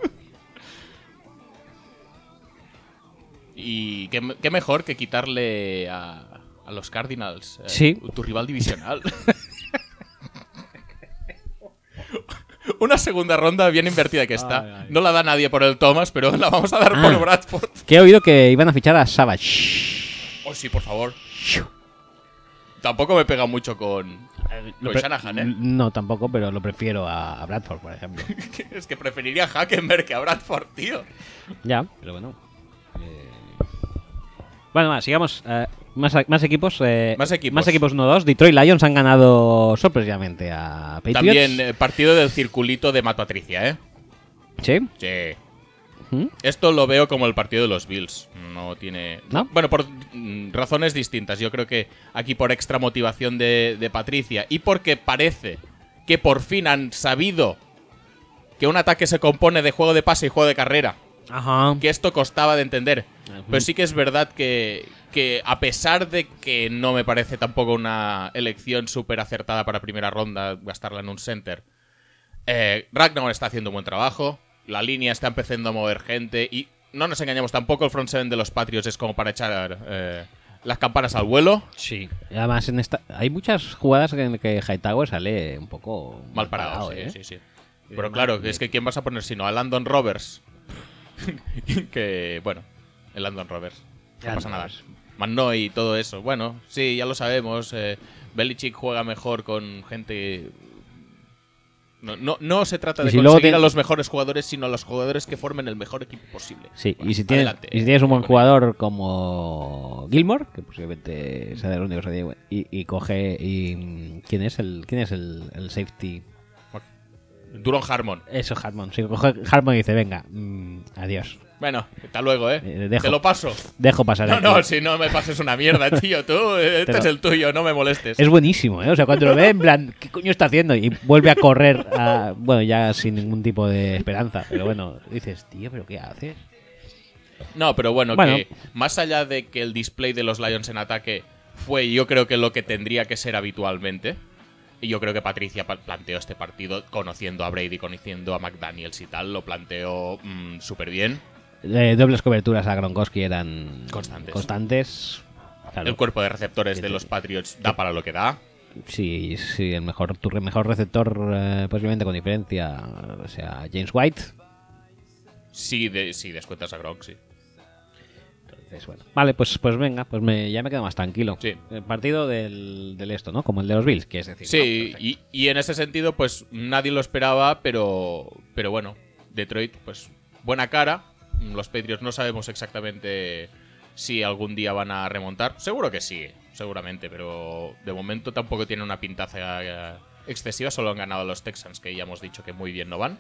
S2: Y qué, qué mejor que quitarle a, a los Cardinals, eh,
S1: Sí.
S2: tu rival divisional. [LAUGHS] Una segunda ronda bien invertida que está.
S1: Ay, ay.
S2: No la da nadie por el Thomas, pero la vamos a dar
S1: Ah.
S2: por Bradford.
S1: Que he oído que iban a fichar a Savage.
S2: Oh, sí, por favor. Tampoco me pega mucho con, con
S1: pre-
S2: Shanahan, ¿eh? [LAUGHS]
S1: No, tampoco, pero lo prefiero a, a Bradford, por ejemplo.
S2: Es que preferiría a Hackenberg que a Bradford, tío.
S1: ya, pero bueno. Eh, Bueno, va, sigamos. eh, más, más equipos. eh,
S2: Más equipos.
S1: Más equipos 1-2. Detroit Lions han ganado sorpresivamente a Patriots.
S2: También eh, partido del circulito de Matatricia, ¿eh?
S1: Sí.
S2: Sí.
S1: Ujú.
S2: Esto lo veo como el partido de los Bills. No tiene.
S1: ¿No?
S2: Bueno, por mm, razones distintas. Yo creo que aquí por extra motivación de, de Patricia y porque parece que por fin han sabido que un ataque se compone de juego de pase y juego de carrera.
S1: Ajá.
S2: Que esto costaba de entender.
S1: Ujú.
S2: Pero sí que es verdad que, que a pesar de que no me parece tampoco una elección súper acertada para primera ronda gastarla en un center, eh, Ragnar está haciendo un buen trabajo. La línea está empezando a mover gente. Y no nos engañemos tampoco, el front seven de los Patriots es como para echar eh, las campanas al vuelo.
S1: Sí. Además, en esta, hay muchas jugadas en que Hightower sale un poco
S2: Mal parado, sí,
S1: ¿eh?
S2: sí, sí. Pero claro, que es que ¿quién vas a poner sino a Landon Roberts? [LAUGHS] que, bueno, el Landon Roberts. No
S1: Landon
S2: pasa nada.
S1: Roberts.
S2: Manoy y todo eso. Bueno, sí, ya lo sabemos. eh, Belichick juega mejor con gente... No, no, no se trata
S1: Y
S2: de
S1: si luego
S2: conseguir
S1: te-
S2: a los mejores jugadores, sino a los jugadores que formen el mejor equipo posible.
S1: Sí,
S2: Bueno,
S1: y, si tienes,
S2: adelante,
S1: y si tienes un buen
S2: eh,
S1: jugador como Gilmore, que posiblemente sea del único que se lleve, y, y coge y mm, quién es el quién es el, el safety
S2: Duron Harmon.
S1: eso Harmon, si coge Harmon y dice venga, mm, adiós,
S2: Bueno, hasta luego, ¿eh?
S1: Eh, dejo.
S2: Te lo paso.
S1: dejo pasar.
S2: No,
S1: aquí.
S2: no, si no me pases una mierda, [LAUGHS] tío. Tú, eh, este
S1: Pero-
S2: es el tuyo, no me molestes.
S1: Es buenísimo, ¿eh? O sea, cuando lo ve en plan ¿qué coño está haciendo? Y vuelve a correr, a- bueno ya sin ningún tipo de esperanza, pero bueno dices tío, pero qué haces?
S2: No, pero bueno,
S1: Bueno.
S2: que más allá de que el display de los Lions en ataque fue yo creo que lo que tendría que ser habitualmente, y yo creo que Patricia pa- planteó este partido conociendo a Brady, conociendo a McDaniels y tal, lo planteó mm, súper bien.
S1: Eh, dobles coberturas a Gronkowski eran
S2: Constantes.
S1: constantes. Claro.
S2: El cuerpo de receptores de los Patriots da para lo que da.
S1: Sí, sí, el mejor, tu re- mejor receptor eh, posiblemente con diferencia, o sea, James White.
S2: Sí, de, sí descuentas a Gronk, sí.
S1: Entonces, bueno. Vale, pues, pues venga, pues me, ya me quedo más tranquilo.
S2: Sí.
S1: El partido del, del esto, ¿no? Como el de los Bills, que es decir. no, pues
S2: Sí,
S1: perfecto.
S2: y, y en ese sentido, pues nadie lo esperaba, pero, pero bueno, Detroit, pues buena cara. Los Patriots no sabemos exactamente si algún día van a remontar. Seguro que sí, seguramente, pero de momento tampoco tiene una pintaza eh, excesiva. Solo han ganado a los Texans, que ya hemos dicho que muy bien no van.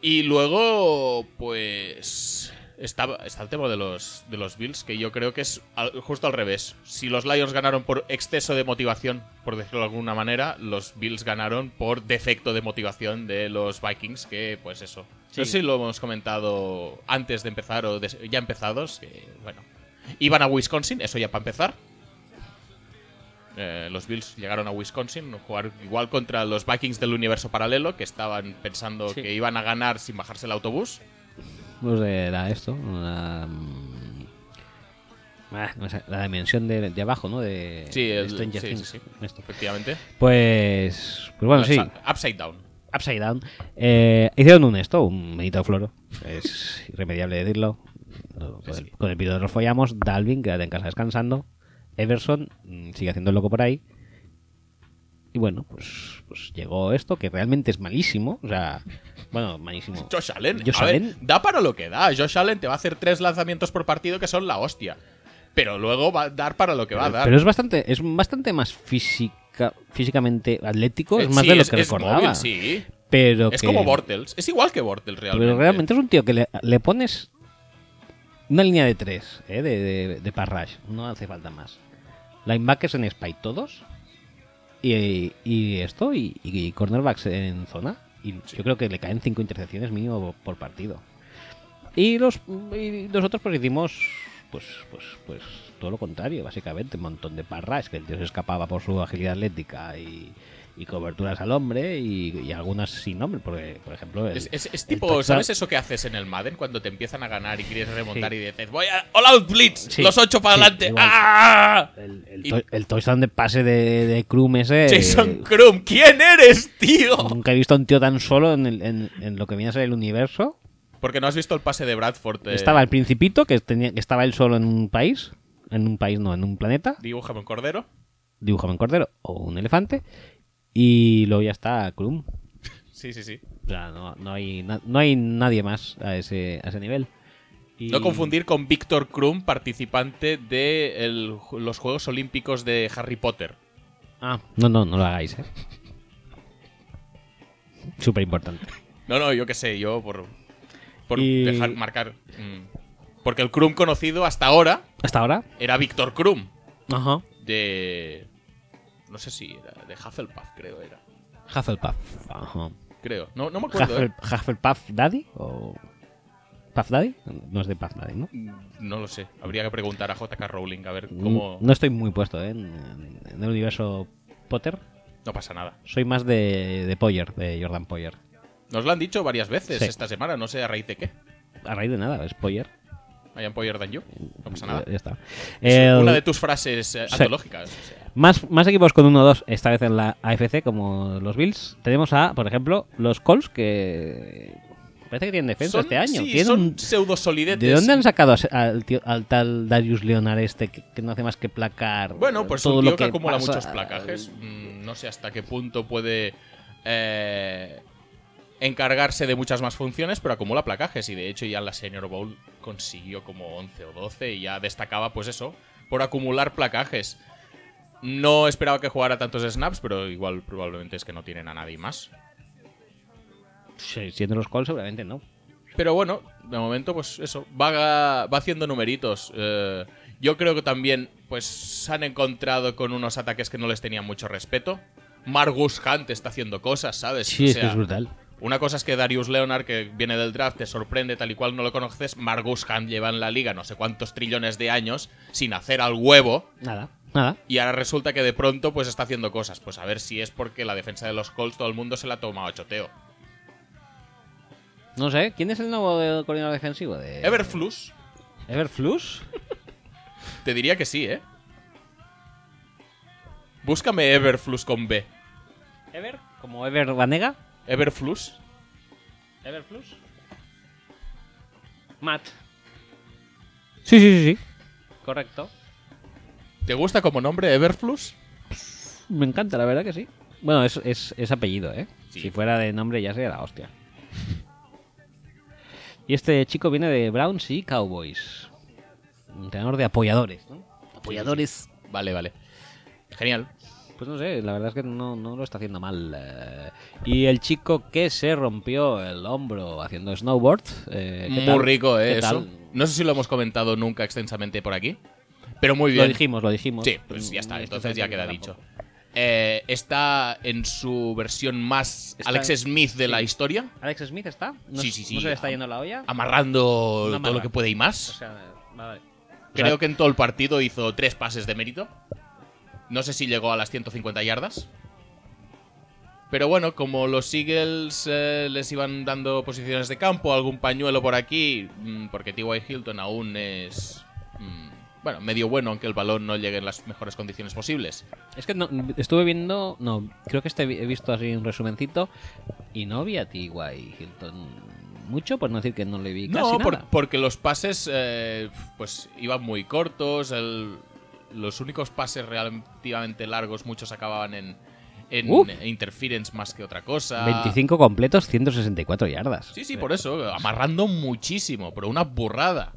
S2: Y luego, pues. Está, está el tema de los, de los Bills, que yo creo que es al- justo al revés. Si los Lions ganaron por exceso de motivación, por decirlo de alguna manera, los Bills ganaron por defecto de motivación de los Vikings, que pues eso. No sé si lo hemos comentado antes de empezar o des- ya empezados, que bueno. Iban a Wisconsin, eso ya para empezar. Eh, los Bills llegaron a Wisconsin a jugar igual contra los Vikings del universo paralelo que estaban pensando que iban a ganar sin bajarse el autobús.
S1: Pues era esto, una, mm, ah, no sé, la dimensión de, de abajo, ¿no? De,
S2: Sí,
S1: de
S2: el,
S1: Stranger
S2: sí, sí,
S1: Things.
S2: sí,
S1: Esto.
S2: efectivamente.
S1: Pues, pues bueno, sí.
S2: Upside- Upside down.
S1: Upside Down. Eh, hicieron un esto, un Benito Floro. Es irremediable decirlo. No, Con el, con el piloto nos follamos. Dalvin, quédate en casa descansando. Everson mm, sigue haciendo el loco por ahí. Y bueno, pues, pues llegó esto, que realmente es malísimo. O sea, bueno, malísimo.
S2: [LAUGHS] Josh Allen,
S1: Josh
S2: a ver,
S1: Allen.
S2: da para lo que da. Josh Allen te va a hacer tres lanzamientos por partido que son la hostia. Pero luego va a dar para lo que va a dar.
S1: Pero es bastante, es bastante más física, físicamente atlético. Es
S2: Eh,
S1: más
S2: sí,
S1: de lo que
S2: es
S1: recordaba.
S2: móvil, sí.
S1: Pero
S2: Es
S1: que-
S2: como Bortles. Es igual que Bortles realmente.
S1: Pero realmente es un tío que le, le pones una línea de tres, ¿eh? de, de, de pass rush. No hace falta más. Linebackers en spike todos. Y, y esto, y, y cornerbacks en zona. Y yo creo que le caen cinco intercepciones mínimo por partido. Y los y nosotros pues hicimos pues, pues, pues todo lo contrario, básicamente. Un montón de pass rush, que el tío se escapaba por su agilidad atlética y, y coberturas al hombre y, y algunas sin nombre, porque, por ejemplo. el-
S2: Es, es- es
S1: el
S2: tipo,
S1: touchdown-
S2: ¿sabes eso que haces en el Madden cuando te empiezan a ganar y quieres remontar
S1: Sí.
S2: y dices, voy a All Out Blitz,
S1: Sí,
S2: los ocho para
S1: sí,
S2: adelante?
S1: igual.
S2: ¡Ah!
S1: El, el,
S2: Y-
S1: to- el touchdown de pase de, de Krum ese. eh,
S2: Jason Krum, ¿quién eres, tío?
S1: Nunca he visto a un tío tan solo en, el- en- en lo que viene a ser el universo.
S2: Porque no has visto el pase de Bradford. eh,
S1: Estaba el principito, que, tenía, que estaba él solo en un país. En un país, no, en un planeta.
S2: Dibújame un cordero.
S1: Dibújame un cordero o un elefante. Y luego ya está Krum.
S2: Sí, sí, sí.
S1: O sea, no, no hay, na- no hay nadie más a ese, a ese nivel. Y-
S2: No confundir con Víctor Krum, participante de el- los Juegos Olímpicos de Harry Potter.
S1: Ah, no, no, no lo hagáis, ¿eh? Súper importante.
S2: No, no, yo qué sé, yo por, por
S1: Y-
S2: dejar marcar. mm. Porque el Krum conocido hasta ahora
S1: ¿Hasta ahora?
S2: era Víctor Krum,
S1: Ajá.
S2: de. No sé si era, de Hufflepuff, creo era.
S1: Hufflepuff. Ajá.
S2: Creo. No, no me acuerdo,
S1: Huffle-
S2: ¿eh?
S1: Hufflepuff Daddy o... ¿Puff Daddy? No es de Puff Daddy, ¿no?
S2: Mm, No lo sé. Habría que preguntar a JK Rowling a ver cómo.
S1: Mm, No estoy muy puesto ¿eh? en, en el universo Potter.
S2: No pasa nada.
S1: Soy más de, de Poyer, de Jordan Poyer.
S2: Nos lo han dicho varias veces
S1: Sí.
S2: esta semana, no sé a raíz de qué.
S1: A raíz de nada, es Poyer.
S2: I am Poyer than you. No pasa nada.
S1: Ya está.
S2: Es
S1: El-
S2: Una de tus frases eh,
S1: Sí.
S2: antológicas. o sea.
S1: Más, más equipos con 1-2, esta vez en la AFC, como los Bills. Tenemos a, por ejemplo, los Colts, que parece que tienen defensa
S2: Son-
S1: este año.
S2: sí,
S1: Tienen
S2: son
S1: un-
S2: pseudosolidetes.
S1: ¿De dónde han sacado a se- al, tío- al tal Darius Leonard este que, que no hace más que placar?
S2: Bueno, pues
S1: todo
S2: un
S1: lo
S2: tío que, acumula
S1: pasa?
S2: muchos placajes. Mm, No sé hasta qué punto puede eh, encargarse de muchas más funciones, pero acumula placajes. Y de hecho ya en la Senior Bowl consiguió como 11 o 12 y ya destacaba pues eso, por acumular placajes. No esperaba que jugara tantos snaps, pero igual probablemente es que no tienen a nadie más.
S1: Sí, siendo los Colts, seguramente no.
S2: Pero bueno, de momento, pues eso, va, va haciendo numeritos. Eh, yo creo que también, pues, se han encontrado con unos ataques que no les tenían mucho respeto. Margus Hunt está haciendo cosas, ¿sabes?
S1: Sí,
S2: O
S1: es que
S2: sea,
S1: es brutal.
S2: Una cosa es que Darius Leonard, que viene del draft, te sorprende tal y cual no lo conoces. Margus Hunt lleva en la liga no sé cuántos trillones de años sin hacer al huevo.
S1: Nada, nada.
S2: Y ahora resulta que de pronto pues está haciendo cosas. Pues a ver si es porque la defensa de los Colts todo el mundo se la toma a choteo.
S1: No sé, ¿quién es el nuevo eh, coordinador defensivo? De...
S2: Everflux,
S1: ¿Everflux?
S2: Te diría que sí, ¿eh? Búscame Everflux con B.
S1: ¿Ever? ¿Como Ever Vanega?
S2: Everflux.
S1: ¿Everflux? Matt. Sí, sí, sí, sí. Correcto.
S2: ¿Te gusta como nombre Everflux?
S1: Me encanta, la verdad que sí. Bueno, es, es, es apellido, ¿eh?
S2: Sí.
S1: Si fuera de nombre ya sería la hostia. Y este chico viene de Browns y Cowboys. Un entrenador de apoyadores, ¿no? Apoyadores.
S2: Vale, vale. Genial.
S1: Pues no sé, la verdad es que no, no lo está haciendo mal. eh. Y el chico que se rompió el hombro haciendo snowboard. eh, ¿qué
S2: Muy
S1: tal?
S2: rico,
S1: ¿Qué
S2: ¿eh? Eso.
S1: tal?
S2: No sé si lo hemos comentado nunca extensamente por aquí. Pero muy
S1: Lo
S2: bien.
S1: dijimos, lo dijimos.
S2: Sí, pues ya está.
S1: Mm,
S2: Entonces ya queda
S1: tampoco.
S2: dicho. Eh, está en su versión más
S1: Está-
S2: Alex Smith de la
S1: sí.
S2: historia.
S1: ¿Alex Smith está? ¿No,
S2: Sí, sí, sí. Ah.
S1: ¿No se le está
S2: Am-
S1: yendo la olla?
S2: Amarrando
S1: No
S2: todo
S1: amarra.
S2: lo que puede y más.
S1: O sea, vale.
S2: Creo que en todo el partido hizo tres pases de mérito. No sé si llegó a las 150 yardas. Pero bueno, como los Eagles eh, les iban dando posiciones de campo, algún pañuelo por aquí, mm, porque T.Y. Hilton aún es. mm, bueno, medio bueno, aunque el balón no llegue en las mejores condiciones posibles.
S1: Es que no, estuve viendo, no, creo que este vi- he visto así un resumencito y no vi a ti, guay, Hilton, mucho, por no decir que no le vi casi
S2: No, por-
S1: nada.
S2: porque los pases eh, pues iban muy cortos. el- los únicos pases relativamente largos, muchos acababan en, en
S1: Uf.
S2: interference más que otra cosa.
S1: 25 completos, 164 yardas.
S2: Sí, sí, por eso. Amarrando muchísimo, pero una burrada.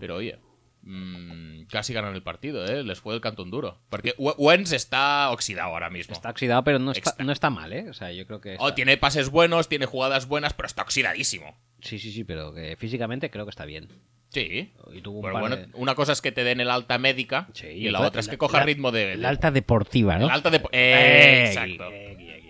S2: Pero oye, mm, casi ganan el partido, ¿eh? Les fue el cantón duro. Porque W- Wentz está oxidado ahora mismo.
S1: Está oxidado, pero no está,
S2: Extra.
S1: no está mal, ¿eh? O sea, yo creo que...
S2: Oh,
S1: está-
S2: tiene pases buenos, tiene jugadas buenas, pero está oxidadísimo.
S1: Sí, sí, sí, pero que físicamente creo que está bien.
S2: Sí.
S1: Y tuvo un
S2: Pero
S1: par
S2: bueno,
S1: de-
S2: una cosa es que te den el alta médica
S1: Sí,
S2: y la
S1: entonces,
S2: otra es que
S1: la-
S2: coja
S1: la-
S2: ritmo de...
S1: La alta deportiva, ¿no?
S2: el alta de...
S1: Eh,
S2: exacto.
S1: aquí, aquí, aquí.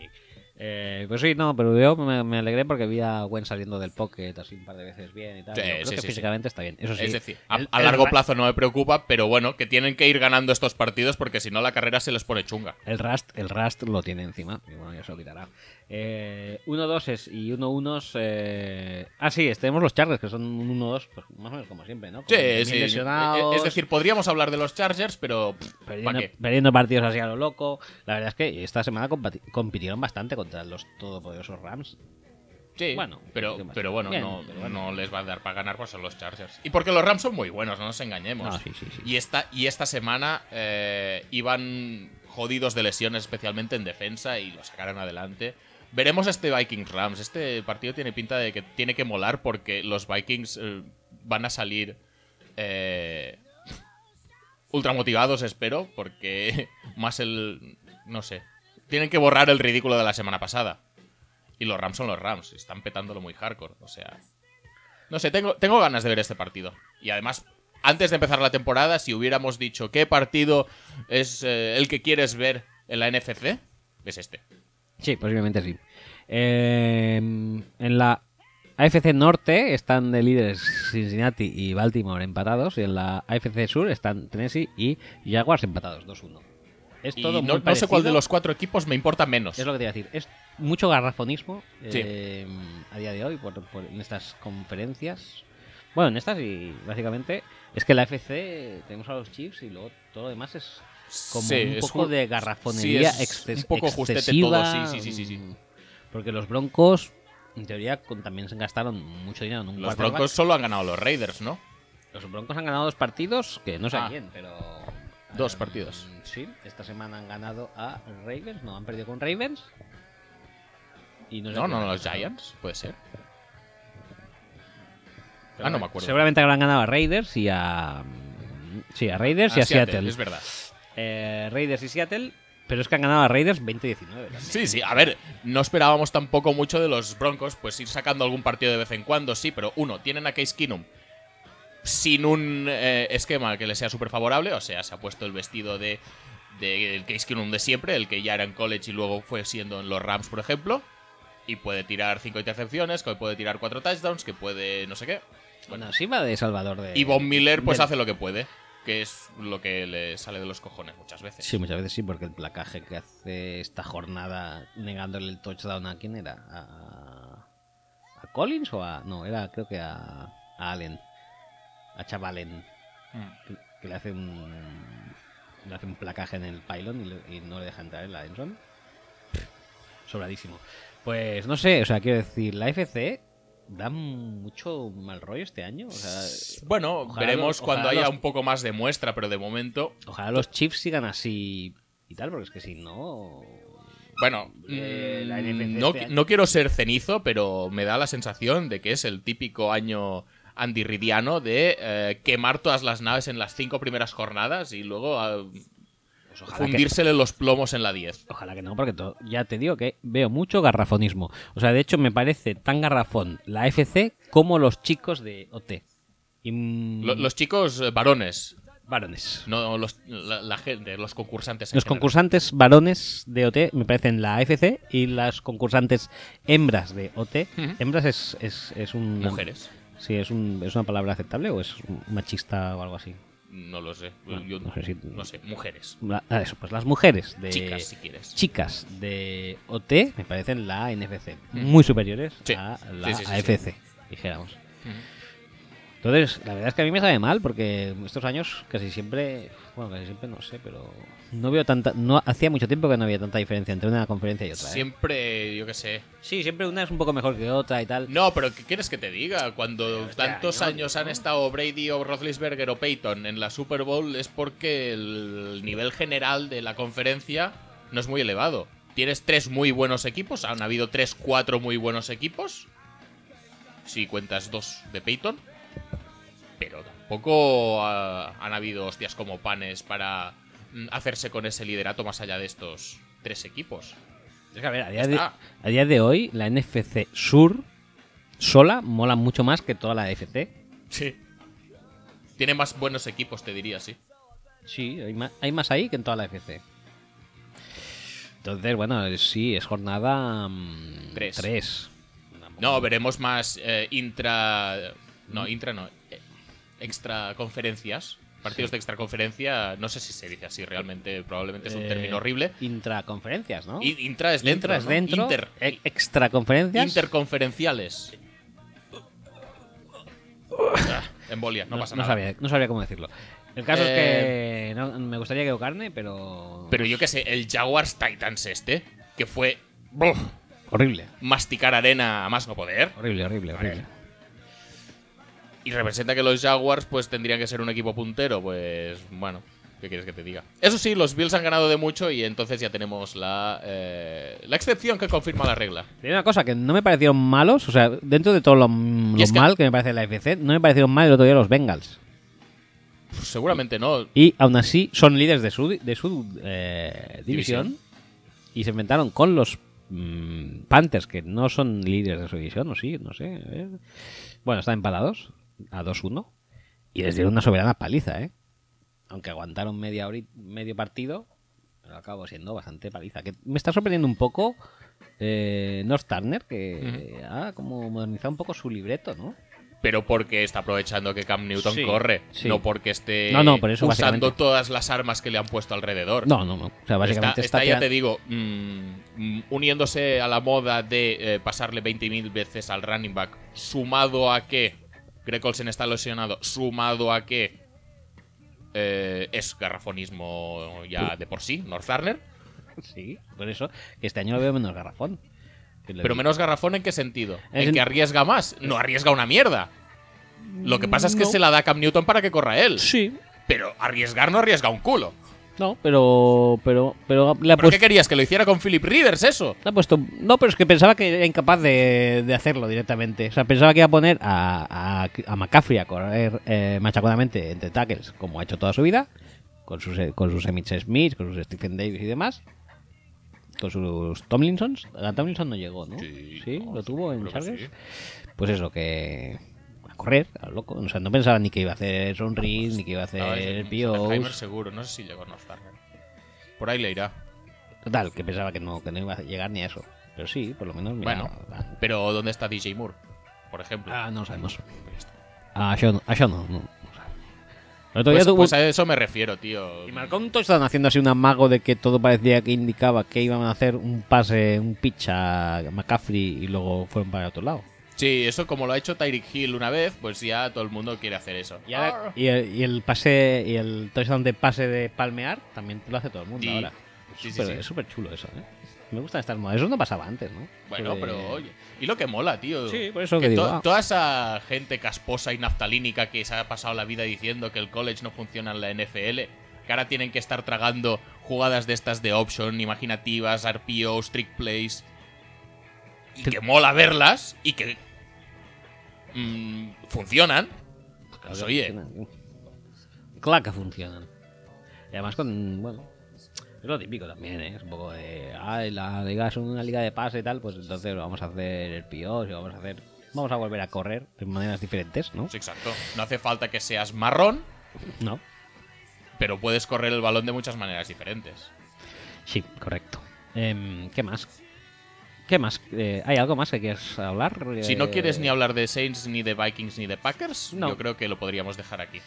S1: Eh, pues sí, no, pero yo me, me alegré porque vi a Gwen saliendo del pocket así un par de veces bien y tal.
S2: Sí,
S1: Yo creo
S2: sí,
S1: que
S2: sí,
S1: físicamente está bien. Eso sí,
S2: es decir, a,
S1: el-
S2: a
S1: el
S2: largo
S1: ra-
S2: plazo no me preocupa, pero bueno, que tienen que ir ganando estos partidos porque si no la carrera se les pone chunga.
S1: El Rust, el Rust lo tiene encima. Y bueno, ya se lo quitará. Eh, 1-2 y 1-1. Eh... Ah, sí, tenemos los Chargers, que son un 1-2, pues más o menos como siempre, ¿no? Con
S2: Sí,
S1: mil
S2: sí.
S1: lesionados,
S2: Es decir, podríamos hablar de los Chargers, pero pff, ¿pa'
S1: perdiendo,
S2: qué?
S1: perdiendo partidos así a lo loco. La verdad es que esta semana compati- compitieron bastante contra los todopoderosos Rams.
S2: Sí,
S1: Bueno,
S2: pero,
S1: ¿qué más?
S2: pero bueno,
S1: Bien,
S2: no,
S1: pero bueno.
S2: no les va a dar para ganar pues a los Chargers. Y porque los Rams son muy buenos, no nos engañemos.
S1: No, Ah, sí, sí, sí.
S2: Y, esta, y esta semana eh, iban jodidos de lesiones, especialmente en defensa, y lo sacaron adelante. Veremos este Vikings Rams. Este partido tiene pinta de que tiene que molar porque los Vikings eh, van a salir eh, ultra motivados, espero, porque [LAUGHS] más el... no sé. Tienen que borrar el ridículo de la semana pasada. Y los Rams son los Rams, están petándolo muy hardcore. O sea. No sé, tengo, tengo ganas de ver este partido. Y además, antes de empezar la temporada, si hubiéramos dicho qué partido es eh, el que quieres ver en la NFC, es este.
S1: Sí, posiblemente sí. Eh, en la AFC Norte están de líderes Cincinnati y Baltimore empatados. Y en la AFC Sur están Tennessee y Jaguars empatados, 2-1. Es
S2: Y
S1: todo
S2: no,
S1: muy
S2: no sé cuál de
S1: parecido.
S2: los cuatro equipos me importa menos.
S1: Es lo que te iba a decir. Es mucho garrafonismo
S2: Sí.
S1: eh, a día de hoy por- por- en estas conferencias. Bueno, en estas y básicamente es que la FC tenemos a los Chiefs y luego todo lo demás es como
S2: Sí,
S1: un
S2: es
S1: poco
S2: ju-
S1: de garrafonería
S2: sí, es
S1: exces-
S2: un poco justete
S1: excesiva,
S2: todo, sí, sí, sí, sí, sí.
S1: mm, Porque los Broncos, en teoría, con- también se gastaron mucho dinero en un
S2: Los
S1: quarterback.
S2: Broncos solo han ganado los Raiders, ¿no?
S1: Los Broncos han ganado dos partidos que no sé
S2: Ah.
S1: a quién, pero.
S2: Dos
S1: eh,
S2: partidos.
S1: Sí, esta semana han ganado a Ravens, no, han perdido con Ravens. Y sé
S2: No,
S1: quién
S2: no,
S1: ha
S2: los
S1: ganado.
S2: Giants, puede ser. Ah, no me acuerdo.
S1: Seguramente habrán ganado a Raiders y a. Sí, a Raiders y
S2: Ah,
S1: a Seattle.
S2: Es verdad.
S1: Eh, Raiders y Seattle, pero es que han ganado a Raiders 20-19. casi.
S2: Sí, sí, a ver, no esperábamos tampoco mucho de los Broncos, pues ir sacando algún partido de vez en cuando, sí, pero uno, tienen a Case Keenum sin un eh, esquema que le sea súper favorable, o sea, se ha puesto el vestido de, de el Case Keenum de siempre, el que ya era en college y luego fue siendo en los Rams, por ejemplo, y puede tirar cinco intercepciones, que puede tirar cuatro touchdowns, que puede no sé qué.
S1: Bueno, encima de Salvador de.
S2: Y Von Miller pues
S1: del-
S2: hace lo que puede, que es lo que le sale de los cojones muchas veces.
S1: Sí, muchas veces sí, porque el placaje que hace esta jornada negándole el touchdown a quién era? ¿A, a Collins o a.? No, era creo que a, a Allen. A Chavalen.
S2: Mm.
S1: Que, que le hace un. Le hace un placaje en el pylon y, le- y no le deja entrar en la endzone. Sobradísimo. Pues no sé, o sea, quiero decir, la FC da mucho mal rollo este año. O sea,
S2: Bueno,
S1: Ojalá
S2: veremos
S1: los-
S2: cuando
S1: ojalá
S2: haya
S1: los-
S2: un poco más de muestra, pero de momento
S1: ojalá los chips sigan así y tal, porque es que si no.
S2: Bueno,
S1: Eh,
S2: mm,
S1: la NFC
S2: no,
S1: este año.
S2: no quiero ser cenizo, pero me da la sensación de que es el típico año andirridiano de eh, quemar todas las naves en las cinco primeras jornadas y luego ah,
S1: Pues ojalá que-
S2: fundírsele los plomos en la 10.
S1: Ojalá que no, porque to- ya te digo que veo mucho garrafonismo. O sea, de hecho, me parece tan garrafón la FC como los chicos de OT. Y, mm,
S2: Lo- los chicos eh, varones,
S1: varones.
S2: no los- la, la gente, los concursantes. en
S1: Los
S2: general.
S1: concursantes varones de OT me parecen la AFC y las concursantes hembras de OT.
S2: Ujú.
S1: Hembras es, es, es un.
S2: Mujeres.
S1: Sí, es, un- es una palabra aceptable o es un machista o algo así.
S2: No lo sé.
S1: No,
S2: Yo-
S1: no sé si-
S2: no sé, mujeres.
S1: La- ah, eso, pues las mujeres de.
S2: Chicas, si quieres.
S1: chicas de OT me parecen la NFC muy superiores
S2: Mm. Sí.
S1: a la
S2: Sí, sí, sí, sí.
S1: AFC, dijéramos.
S2: Ujú.
S1: Entonces, la verdad es que a mí me sabe mal porque estos años casi siempre, bueno, casi siempre no sé, pero no veo tanta, no hacía mucho tiempo que no había tanta diferencia entre una conferencia y otra. ¿eh?
S2: Siempre, yo qué sé,
S1: Sí, siempre una es un poco mejor que otra y tal.
S2: No, pero ¿qué quieres que te diga? Cuando
S1: este
S2: tantos
S1: año,
S2: años
S1: ¿no?
S2: han estado Brady o Roethlisberger o Peyton en la Super Bowl es porque el nivel general de la conferencia no es muy elevado. Tienes tres muy buenos equipos, han habido tres, cuatro muy buenos equipos. Si cuentas dos de Peyton. Pero tampoco ah, han habido hostias como panes para mm, hacerse con ese liderato más allá de estos tres equipos.
S1: Es que, a ver, a día, de,
S2: está.
S1: a día de hoy la NFC Sur sola mola mucho más que toda la AFC.
S2: Sí. Tiene más buenos equipos, te diría, sí.
S1: Sí, hay más, hay más ahí que en toda la FC. Entonces, bueno, es- sí, es jornada mm, 3.
S2: Tres. No, veremos más eh, intra. No, intra no. eh, Extra conferencias. Partidos de extraconferencia. No sé si se dice así realmente. Probablemente es un término horrible.
S1: Eh, Intraconferencias, ¿no?
S2: I- Intra es dentro.
S1: Intra es
S2: ¿no?
S1: dentro.
S2: Inter.
S1: e- Extraconferencias.
S2: Interconferenciales. Ah, Embolia, no, pasa nada.
S1: Sabía, no sabía cómo decirlo. El caso
S2: Eh,
S1: es que no- me gustaría equivocarme, pero.
S2: Pero yo qué sé, el Jaguars Titans este, que fue ¡buf!
S1: Horrible,
S2: masticar arena a más no poder,
S1: horrible, horrible, horrible.
S2: y representa que los Jaguars pues tendrían que ser un equipo puntero, pues bueno, ¿qué quieres que te diga? Eso sí, los Bills han ganado de mucho y entonces ya tenemos la, eh, la excepción que confirma la regla.
S1: Hay una cosa que no me parecieron malos, o sea, dentro de todo lo, m-
S2: Y
S1: lo
S2: es que-
S1: mal que me parece la FC, no me parecieron mal el otro día los Bengals.
S2: Pues, seguramente no.
S1: Y aún así son líderes de su, di- de su eh, división,
S2: División.
S1: y se enfrentaron con los mm, Panthers, que no son líderes de su división, o sí, no sé. a ver. Bueno, están empatados a 2-1 y les dieron una soberana paliza, ¿eh? Aunque aguantaron media hori- medio partido, pero acabó siendo bastante paliza. Que me está sorprendiendo un poco eh, North Turner, que ha como modernizado un poco su libreto, ¿no?
S2: Pero porque está aprovechando que Cam Newton
S1: Sí,
S2: corre,
S1: sí.
S2: no porque esté
S1: No, no, por eso,
S2: usando
S1: básicamente.
S2: todas las armas que le han puesto alrededor.
S1: No, no, no. O sea, básicamente
S2: está,
S1: está,
S2: está, ya
S1: tiran-
S2: te digo, mm, mm, uniéndose a la moda de eh, pasarle 20.000 veces al running back, sumado a que Greg Olsen está lesionado, sumado a que eh, es garrafonismo ya de por sí, North Turner.
S1: Sí, por eso que este año lo veo menos garrafón. Que lo-
S2: Pero menos garrafón en qué sentido?
S1: Es
S2: en que
S1: en-
S2: arriesga más, no arriesga una mierda. Lo que pasa es que se la da a Cam Newton para que corra él.
S1: Sí,
S2: Pero arriesgar no arriesga un culo.
S1: no, pero pero pero le ha,
S2: ¿Por
S1: puesto,
S2: qué querías que lo hiciera con Philip Rivers eso?
S1: le ha puesto- no, pero es que pensaba que era incapaz de, de hacerlo directamente. O sea, pensaba que iba a poner a, a, a McCaffrey a correr eh, machacadamente entre tackles, como ha hecho toda su vida, con sus con sus Emmitt Smith, con sus Stephen Davis y demás. Con sus Tomlinsons. La Tomlinson no llegó, ¿no? lo tuvo en
S2: creo que
S1: Chargers.
S2: sí.
S1: Pues eso, que a correr, a lo loco. O sea, no pensaba ni que iba a hacer
S2: pues,
S1: Sonris, ni que iba a
S2: No, es
S1: hacer
S2: un Oppenheimer
S1: POs.
S2: seguro, no sé si llegó North Turner. Por ahí le irá.
S1: Total, que pensaba que no, que no iba a llegar ni a eso. Pero sí, por lo menos. mira,
S2: Bueno,
S1: ah,
S2: pero ¿dónde está DJ Moore? Por ejemplo.
S1: ah, no lo sabemos.
S2: Pues ya está.
S1: A Sean, a Sean no. no, no sabe. El otro día
S2: Pues,
S1: tuvo-
S2: pues a eso me refiero, tío.
S1: Y marcó un touchdown haciendo así un amago de que todo parecía que indicaba que iban a hacer un pase, un pitch a McCaffrey y luego fueron para el otro lado.
S2: Sí, eso como lo ha hecho Tyreek Hill una vez, pues ya todo el mundo quiere hacer eso.
S1: Y, ahora-
S2: Ah.
S1: y el, y el pase y el touchdown de pase de palmear también lo hace todo el mundo
S2: Sí.
S1: ahora.
S2: Sí, sí,
S1: Súper-
S2: sí.
S1: Es súper chulo eso, ¿eh? Me gustan estas modas. Eso no pasaba antes, ¿no?
S2: Bueno,
S1: Sobre-
S2: pero oye. Y lo que mola, tío.
S1: Sí, por eso que digo, ah.
S2: Toda esa gente casposa y naftalínica que se ha pasado la vida diciendo que el college no funciona en la NFL, que ahora tienen que estar tragando jugadas de estas de option, imaginativas, RPOs, trick plays. Y que mola verlas y que. mm, funcionan.
S1: Claro
S2: Pues
S1: que
S2: oye,
S1: funcionan. Claro que funcionan. Y además con. Bueno. Es lo típico también, ¿eh? Es un poco de. Ay, la liga es una liga de pase y tal. Pues entonces vamos a hacer el pío y vamos a hacer. Vamos a volver a correr de maneras diferentes, ¿no?
S2: sí, pues, exacto. No hace falta que seas marrón,
S1: No.
S2: pero puedes correr el balón de muchas maneras diferentes.
S1: Sí, correcto. Em, ¿Qué más? ¿Qué más? Eh, ¿Hay algo más que quieras hablar?
S2: Si no
S1: Eh,
S2: quieres ni hablar de Saints, ni de Vikings, ni de Packers,
S1: No.
S2: yo creo que lo podríamos dejar aquí.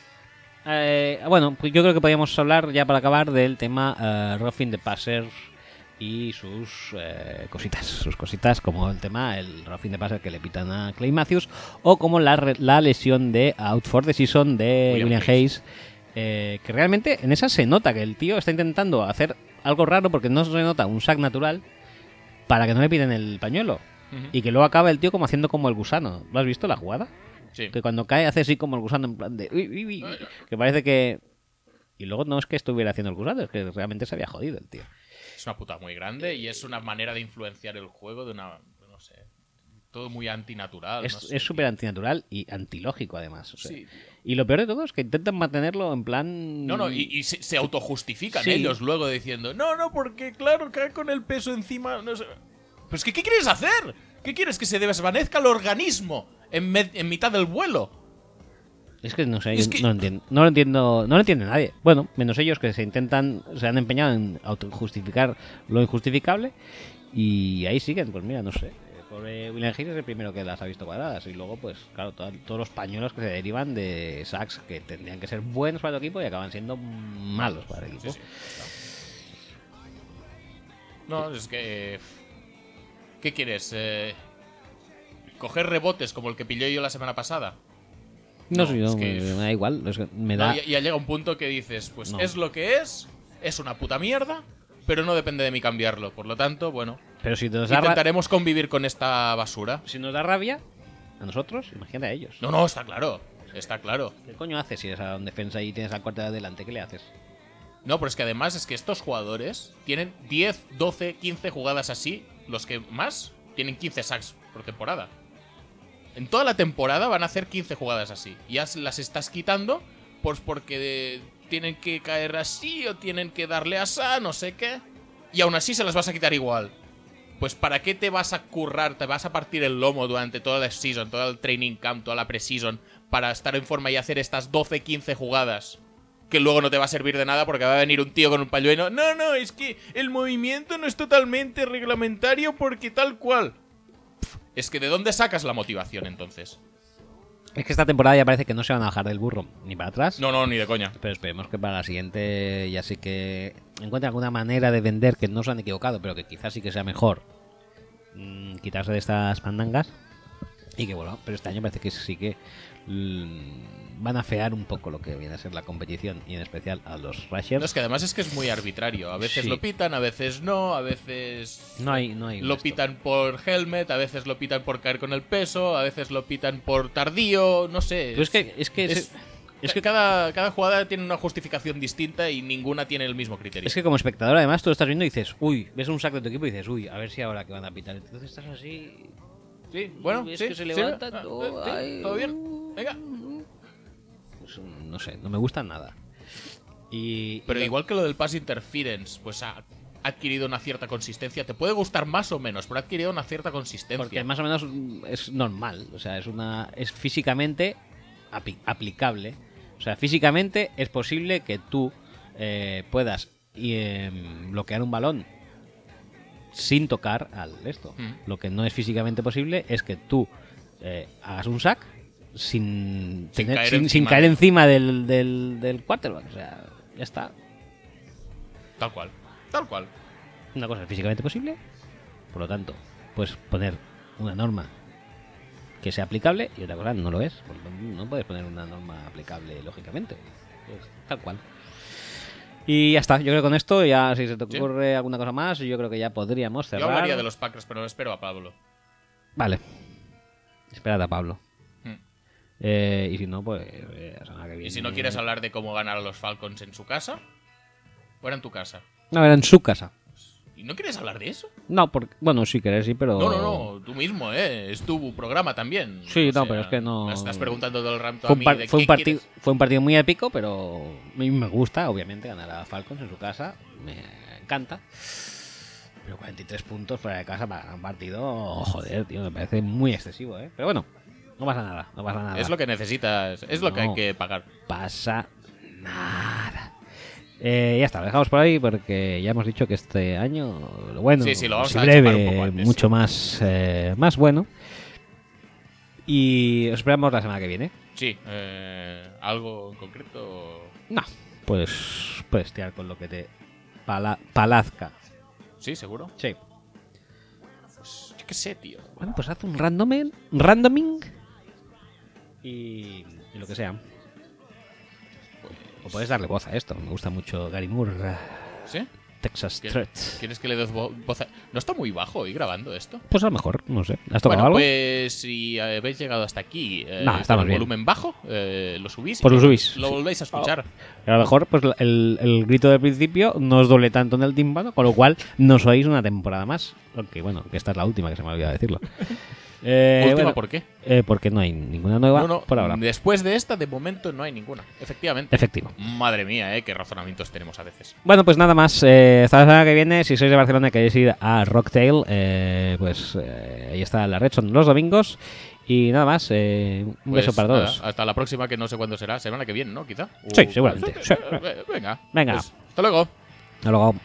S1: Eh, bueno, pues yo creo que podríamos hablar ya para acabar del tema eh, roughing the passer y sus eh, cositas, sus cositas como el tema el roughing the passer que le pitan a Clay Matthews o como la, re- la lesión de out for the season de
S2: William
S1: William, Hayes, eh, que realmente en esa se nota que el tío está intentando hacer algo raro porque no se nota un sack natural para que no le piden el pañuelo
S2: Ujú.
S1: y que luego acaba el tío como haciendo como el gusano. ¿Lo has visto la jugada?
S2: Sí.
S1: Que cuando cae hace así como el gusano en plan de... "Uy, uy, uy", que parece que... Y luego no es que estuviera haciendo el gusano, es que realmente se había jodido el tío.
S2: Es una puta muy grande y es una manera de influenciar el juego de una. No sé. Todo muy antinatural. Ah, no
S1: Es
S2: sé,
S1: es súper antinatural y antilógico además. o sea.
S2: Sí, tío.
S1: y lo peor de todo es que intentan mantenerlo en plan...
S2: No, no, y, y se, se autojustifican
S1: Sí.
S2: ellos luego diciendo, no, no, porque claro, cae con el peso encima, no sé. Pero es que, ¿qué quieres hacer? ¿Qué quieres? Que se desvanezca el organismo en, med- en mitad del vuelo.
S1: Es que no sé,
S2: Es
S1: yo
S2: que-
S1: no, lo entiendo, no lo entiendo, no lo entiende nadie. Bueno, menos ellos que se intentan, se han empeñado en autojustificar lo injustificable y ahí siguen, pues mira, no sé. El Pobre William Hill es el primero que las ha visto cuadradas y luego, pues claro, to- todos los pañuelos que se derivan de Sacks que tendrían que ser buenos para el equipo y acaban siendo malos para el
S2: Sí,
S1: equipo.
S2: sí, está. No, es que. eh, ¿Qué quieres? Eh, ¿Coger rebotes como el que pillé yo la semana pasada?
S1: No,
S2: No,
S1: sé,
S2: es
S1: yo-
S2: que-
S1: me da igual, es que me
S2: No,
S1: da...
S2: y, y ha llegado un punto que dices, pues
S1: No.
S2: es lo que es, es una puta mierda, pero no depende de mí cambiarlo. Por lo tanto, bueno,
S1: Pero si nos, da ra-
S2: intentaremos convivir con esta basura.
S1: si nos da rabia, a nosotros, imagínate a ellos.
S2: No, no, está claro, está claro.
S1: ¿Qué coño haces si eres a un defensa y tienes al cuarto de adelante? ¿Qué le haces?
S2: No, pero es que además es que estos jugadores tienen 10, 12, 15 jugadas así. Los que más tienen 15 sacks por temporada. En toda la temporada van a hacer 15 jugadas así. Y ya las estás quitando pues porque tienen que caer así o tienen que darle a esa, no sé qué. Y aún así se las vas a quitar igual. Pues ¿para qué te vas a currar? ¿Te vas a partir el lomo durante toda la season, todo el training camp, toda la preseason para estar en forma y hacer estas 12, 15 jugadas? que luego no te va a servir de nada porque va a venir un tío con un pañuelo. No, no, es que el movimiento no es totalmente reglamentario porque tal cual. Pf, Es que de dónde sacas la motivación entonces.
S1: Es que esta temporada ya parece que no se van a bajar del burro ni para atrás.
S2: No, no, ni de coña.
S1: Pero esperemos que para la siguiente ya sí que encuentren alguna manera de vender que no se han equivocado, pero que quizás sí que sea mejor mm, quitarse de estas pandangas. Y que bueno, pero este año parece que sí que mm, van a fear un poco lo que viene a ser la competición y en especial a los
S2: No, es
S1: Rushers.
S2: que además es que es muy arbitrario. A veces
S1: Sí.
S2: lo pitan, a veces no, a veces
S1: No hay, no hay.
S2: lo
S1: esto.
S2: pitan por helmet, a veces lo pitan por caer con el peso, a veces lo pitan por tardío, no sé.
S1: Pero es que, es que,
S2: es-
S1: se- es
S2: que
S1: que
S2: cada, cada jugada tiene una justificación distinta y ninguna tiene el mismo criterio.
S1: Es que como espectador, además, tú lo estás viendo y dices, uy, ves un saco de tu equipo y dices, uy, a ver si ahora que van a pitar. Entonces estás así.
S2: Sí, bueno,
S1: ves
S2: sí,
S1: que se
S2: sí,
S1: levanta.
S2: ah,
S1: todo,
S2: sí,
S1: ay,
S2: todo bien. Venga.
S1: uh. pues, no sé, no me gusta nada. Y.
S2: Pero
S1: y-
S2: igual que lo del pass interference, pues ha adquirido una cierta consistencia. Te puede gustar más o menos, pero ha adquirido una cierta
S1: Porque
S2: consistencia.
S1: más o menos mm, es normal. O sea, es una. Es físicamente api- aplicable. O sea, físicamente es posible que tú eh, puedas y, em, bloquear un balón sin tocar al esto.
S2: Mm.
S1: Lo que no es físicamente posible es que tú eh, hagas un sack sin, tener-
S2: caer
S1: sin- sin
S2: encima
S1: caer
S2: de-
S1: encima del, del, del quarterback. O sea, ya está.
S2: Tal cual. Tal cual.
S1: Una cosa es físicamente posible, por lo tanto, puedes poner una norma que sea aplicable y otra cosa no lo es. Por lo tanto, no puedes poner una norma aplicable, lógicamente. Es tal cual. Y ya está, yo creo que con esto ya, si se te
S2: Sí.
S1: ocurre alguna cosa más, yo creo que ya podríamos cerrar.
S2: Yo hablaría de los Packers, pero espero a Pablo.
S1: Vale. Esperad a Pablo.
S2: Mm.
S1: Eh, y si no, pues... eh, la semana que
S2: Y
S1: viene-
S2: si no quieres hablar de cómo ganar a los Falcons en su casa, o era en tu casa.
S1: No, era en su casa.
S2: ¿Y no quieres hablar de eso?
S1: No, porque... Bueno, si querés, sí, pero...
S2: No, no, no, tú mismo, ¿eh? Es tu programa también.
S1: Sí, no, pero es que no-
S2: Me estás preguntando todo el rato
S1: Fue
S2: a
S1: un,
S2: mí
S1: par-
S2: de
S1: fue
S2: qué
S1: un partido,
S2: quieres.
S1: fue un partido muy épico, pero a mí me gusta, obviamente, ganar a Falcons en su casa. Me encanta. Pero 43 puntos fuera de casa para ganar un partido, joder, tío, me parece muy excesivo, ¿eh? Pero bueno, no pasa nada, no pasa nada.
S2: Es lo que necesitas, es lo que hay
S1: No.
S2: que pagar.
S1: Pasa nada. Eh, ya está, lo dejamos por ahí porque ya hemos dicho que este año, lo bueno,
S2: Sí, sí, lo vamos
S1: si
S2: a chapar un
S1: breve,
S2: poco antes.
S1: mucho más, eh, más bueno. Y os esperamos la semana que viene.
S2: Sí, eh, algo en concreto.
S1: No, pues puedes tirar con lo que te pala- palazca.
S2: Sí, seguro.
S1: Sí.
S2: Pues, yo qué sé, tío.
S1: Bueno, pues haz un randomen, randoming y, y lo que sea. Pues, O puedes darle voz a esto. Me gusta mucho Gary Moore, ah,
S2: ¿Sí?
S1: Texas
S2: ¿Qué-
S1: Threat.
S2: ¿Quieres que le des vo- voz a- ¿No está muy bajo hoy grabando esto?
S1: Pues a lo mejor, no sé. ¿Has tocado
S2: bueno,
S1: algo?
S2: pues si habéis llegado hasta aquí eh,
S1: No,
S2: con
S1: estamos
S2: el
S1: bien.
S2: volumen bajo, eh, lo subís.
S1: Pues
S2: y
S1: lo subís,
S2: Lo
S1: sí.
S2: volvéis a escuchar.
S1: A lo mejor pues el, el grito del principio no os duele tanto en el [LAUGHS] tímpano, con lo cual no sois una temporada más. Aunque bueno, que esta es la última que se me ha olvidado decirlo. Eh,
S2: Última,
S1: bueno,
S2: ¿por qué?
S1: eh, porque no hay ninguna nueva
S2: No, no,
S1: por ahora.
S2: Después de esta, de momento no hay ninguna. Efectivamente.
S1: Efectivo.
S2: Madre mía, eh, qué razonamientos tenemos a veces.
S1: Bueno, pues nada más. eh, hasta la semana que viene, si sois de Barcelona y queréis ir a Rocktail, eh, pues eh, ahí está la red, son los domingos. Y nada más, eh, un
S2: Pues,
S1: beso para
S2: nada,
S1: todos.
S2: hasta la próxima, que no sé cuándo será. Semana que viene, ¿no? Quizá.
S1: Sí,
S2: O-
S1: seguramente.
S2: [LAUGHS] eh,
S1: Sí.
S2: eh, Venga.
S1: Venga.
S2: Pues, hasta luego.
S1: Hasta luego.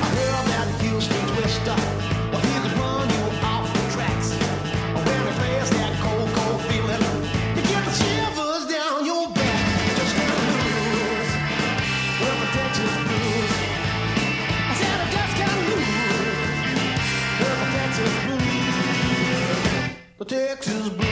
S3: I heard all about the Houston Twister. Well, he could run you off the tracks. When he plays that cold, cold feeling, you get the shivers down your back. You just can't lose with the Texas blues. I said I just can't lose with the Texas blues. The Texas blues.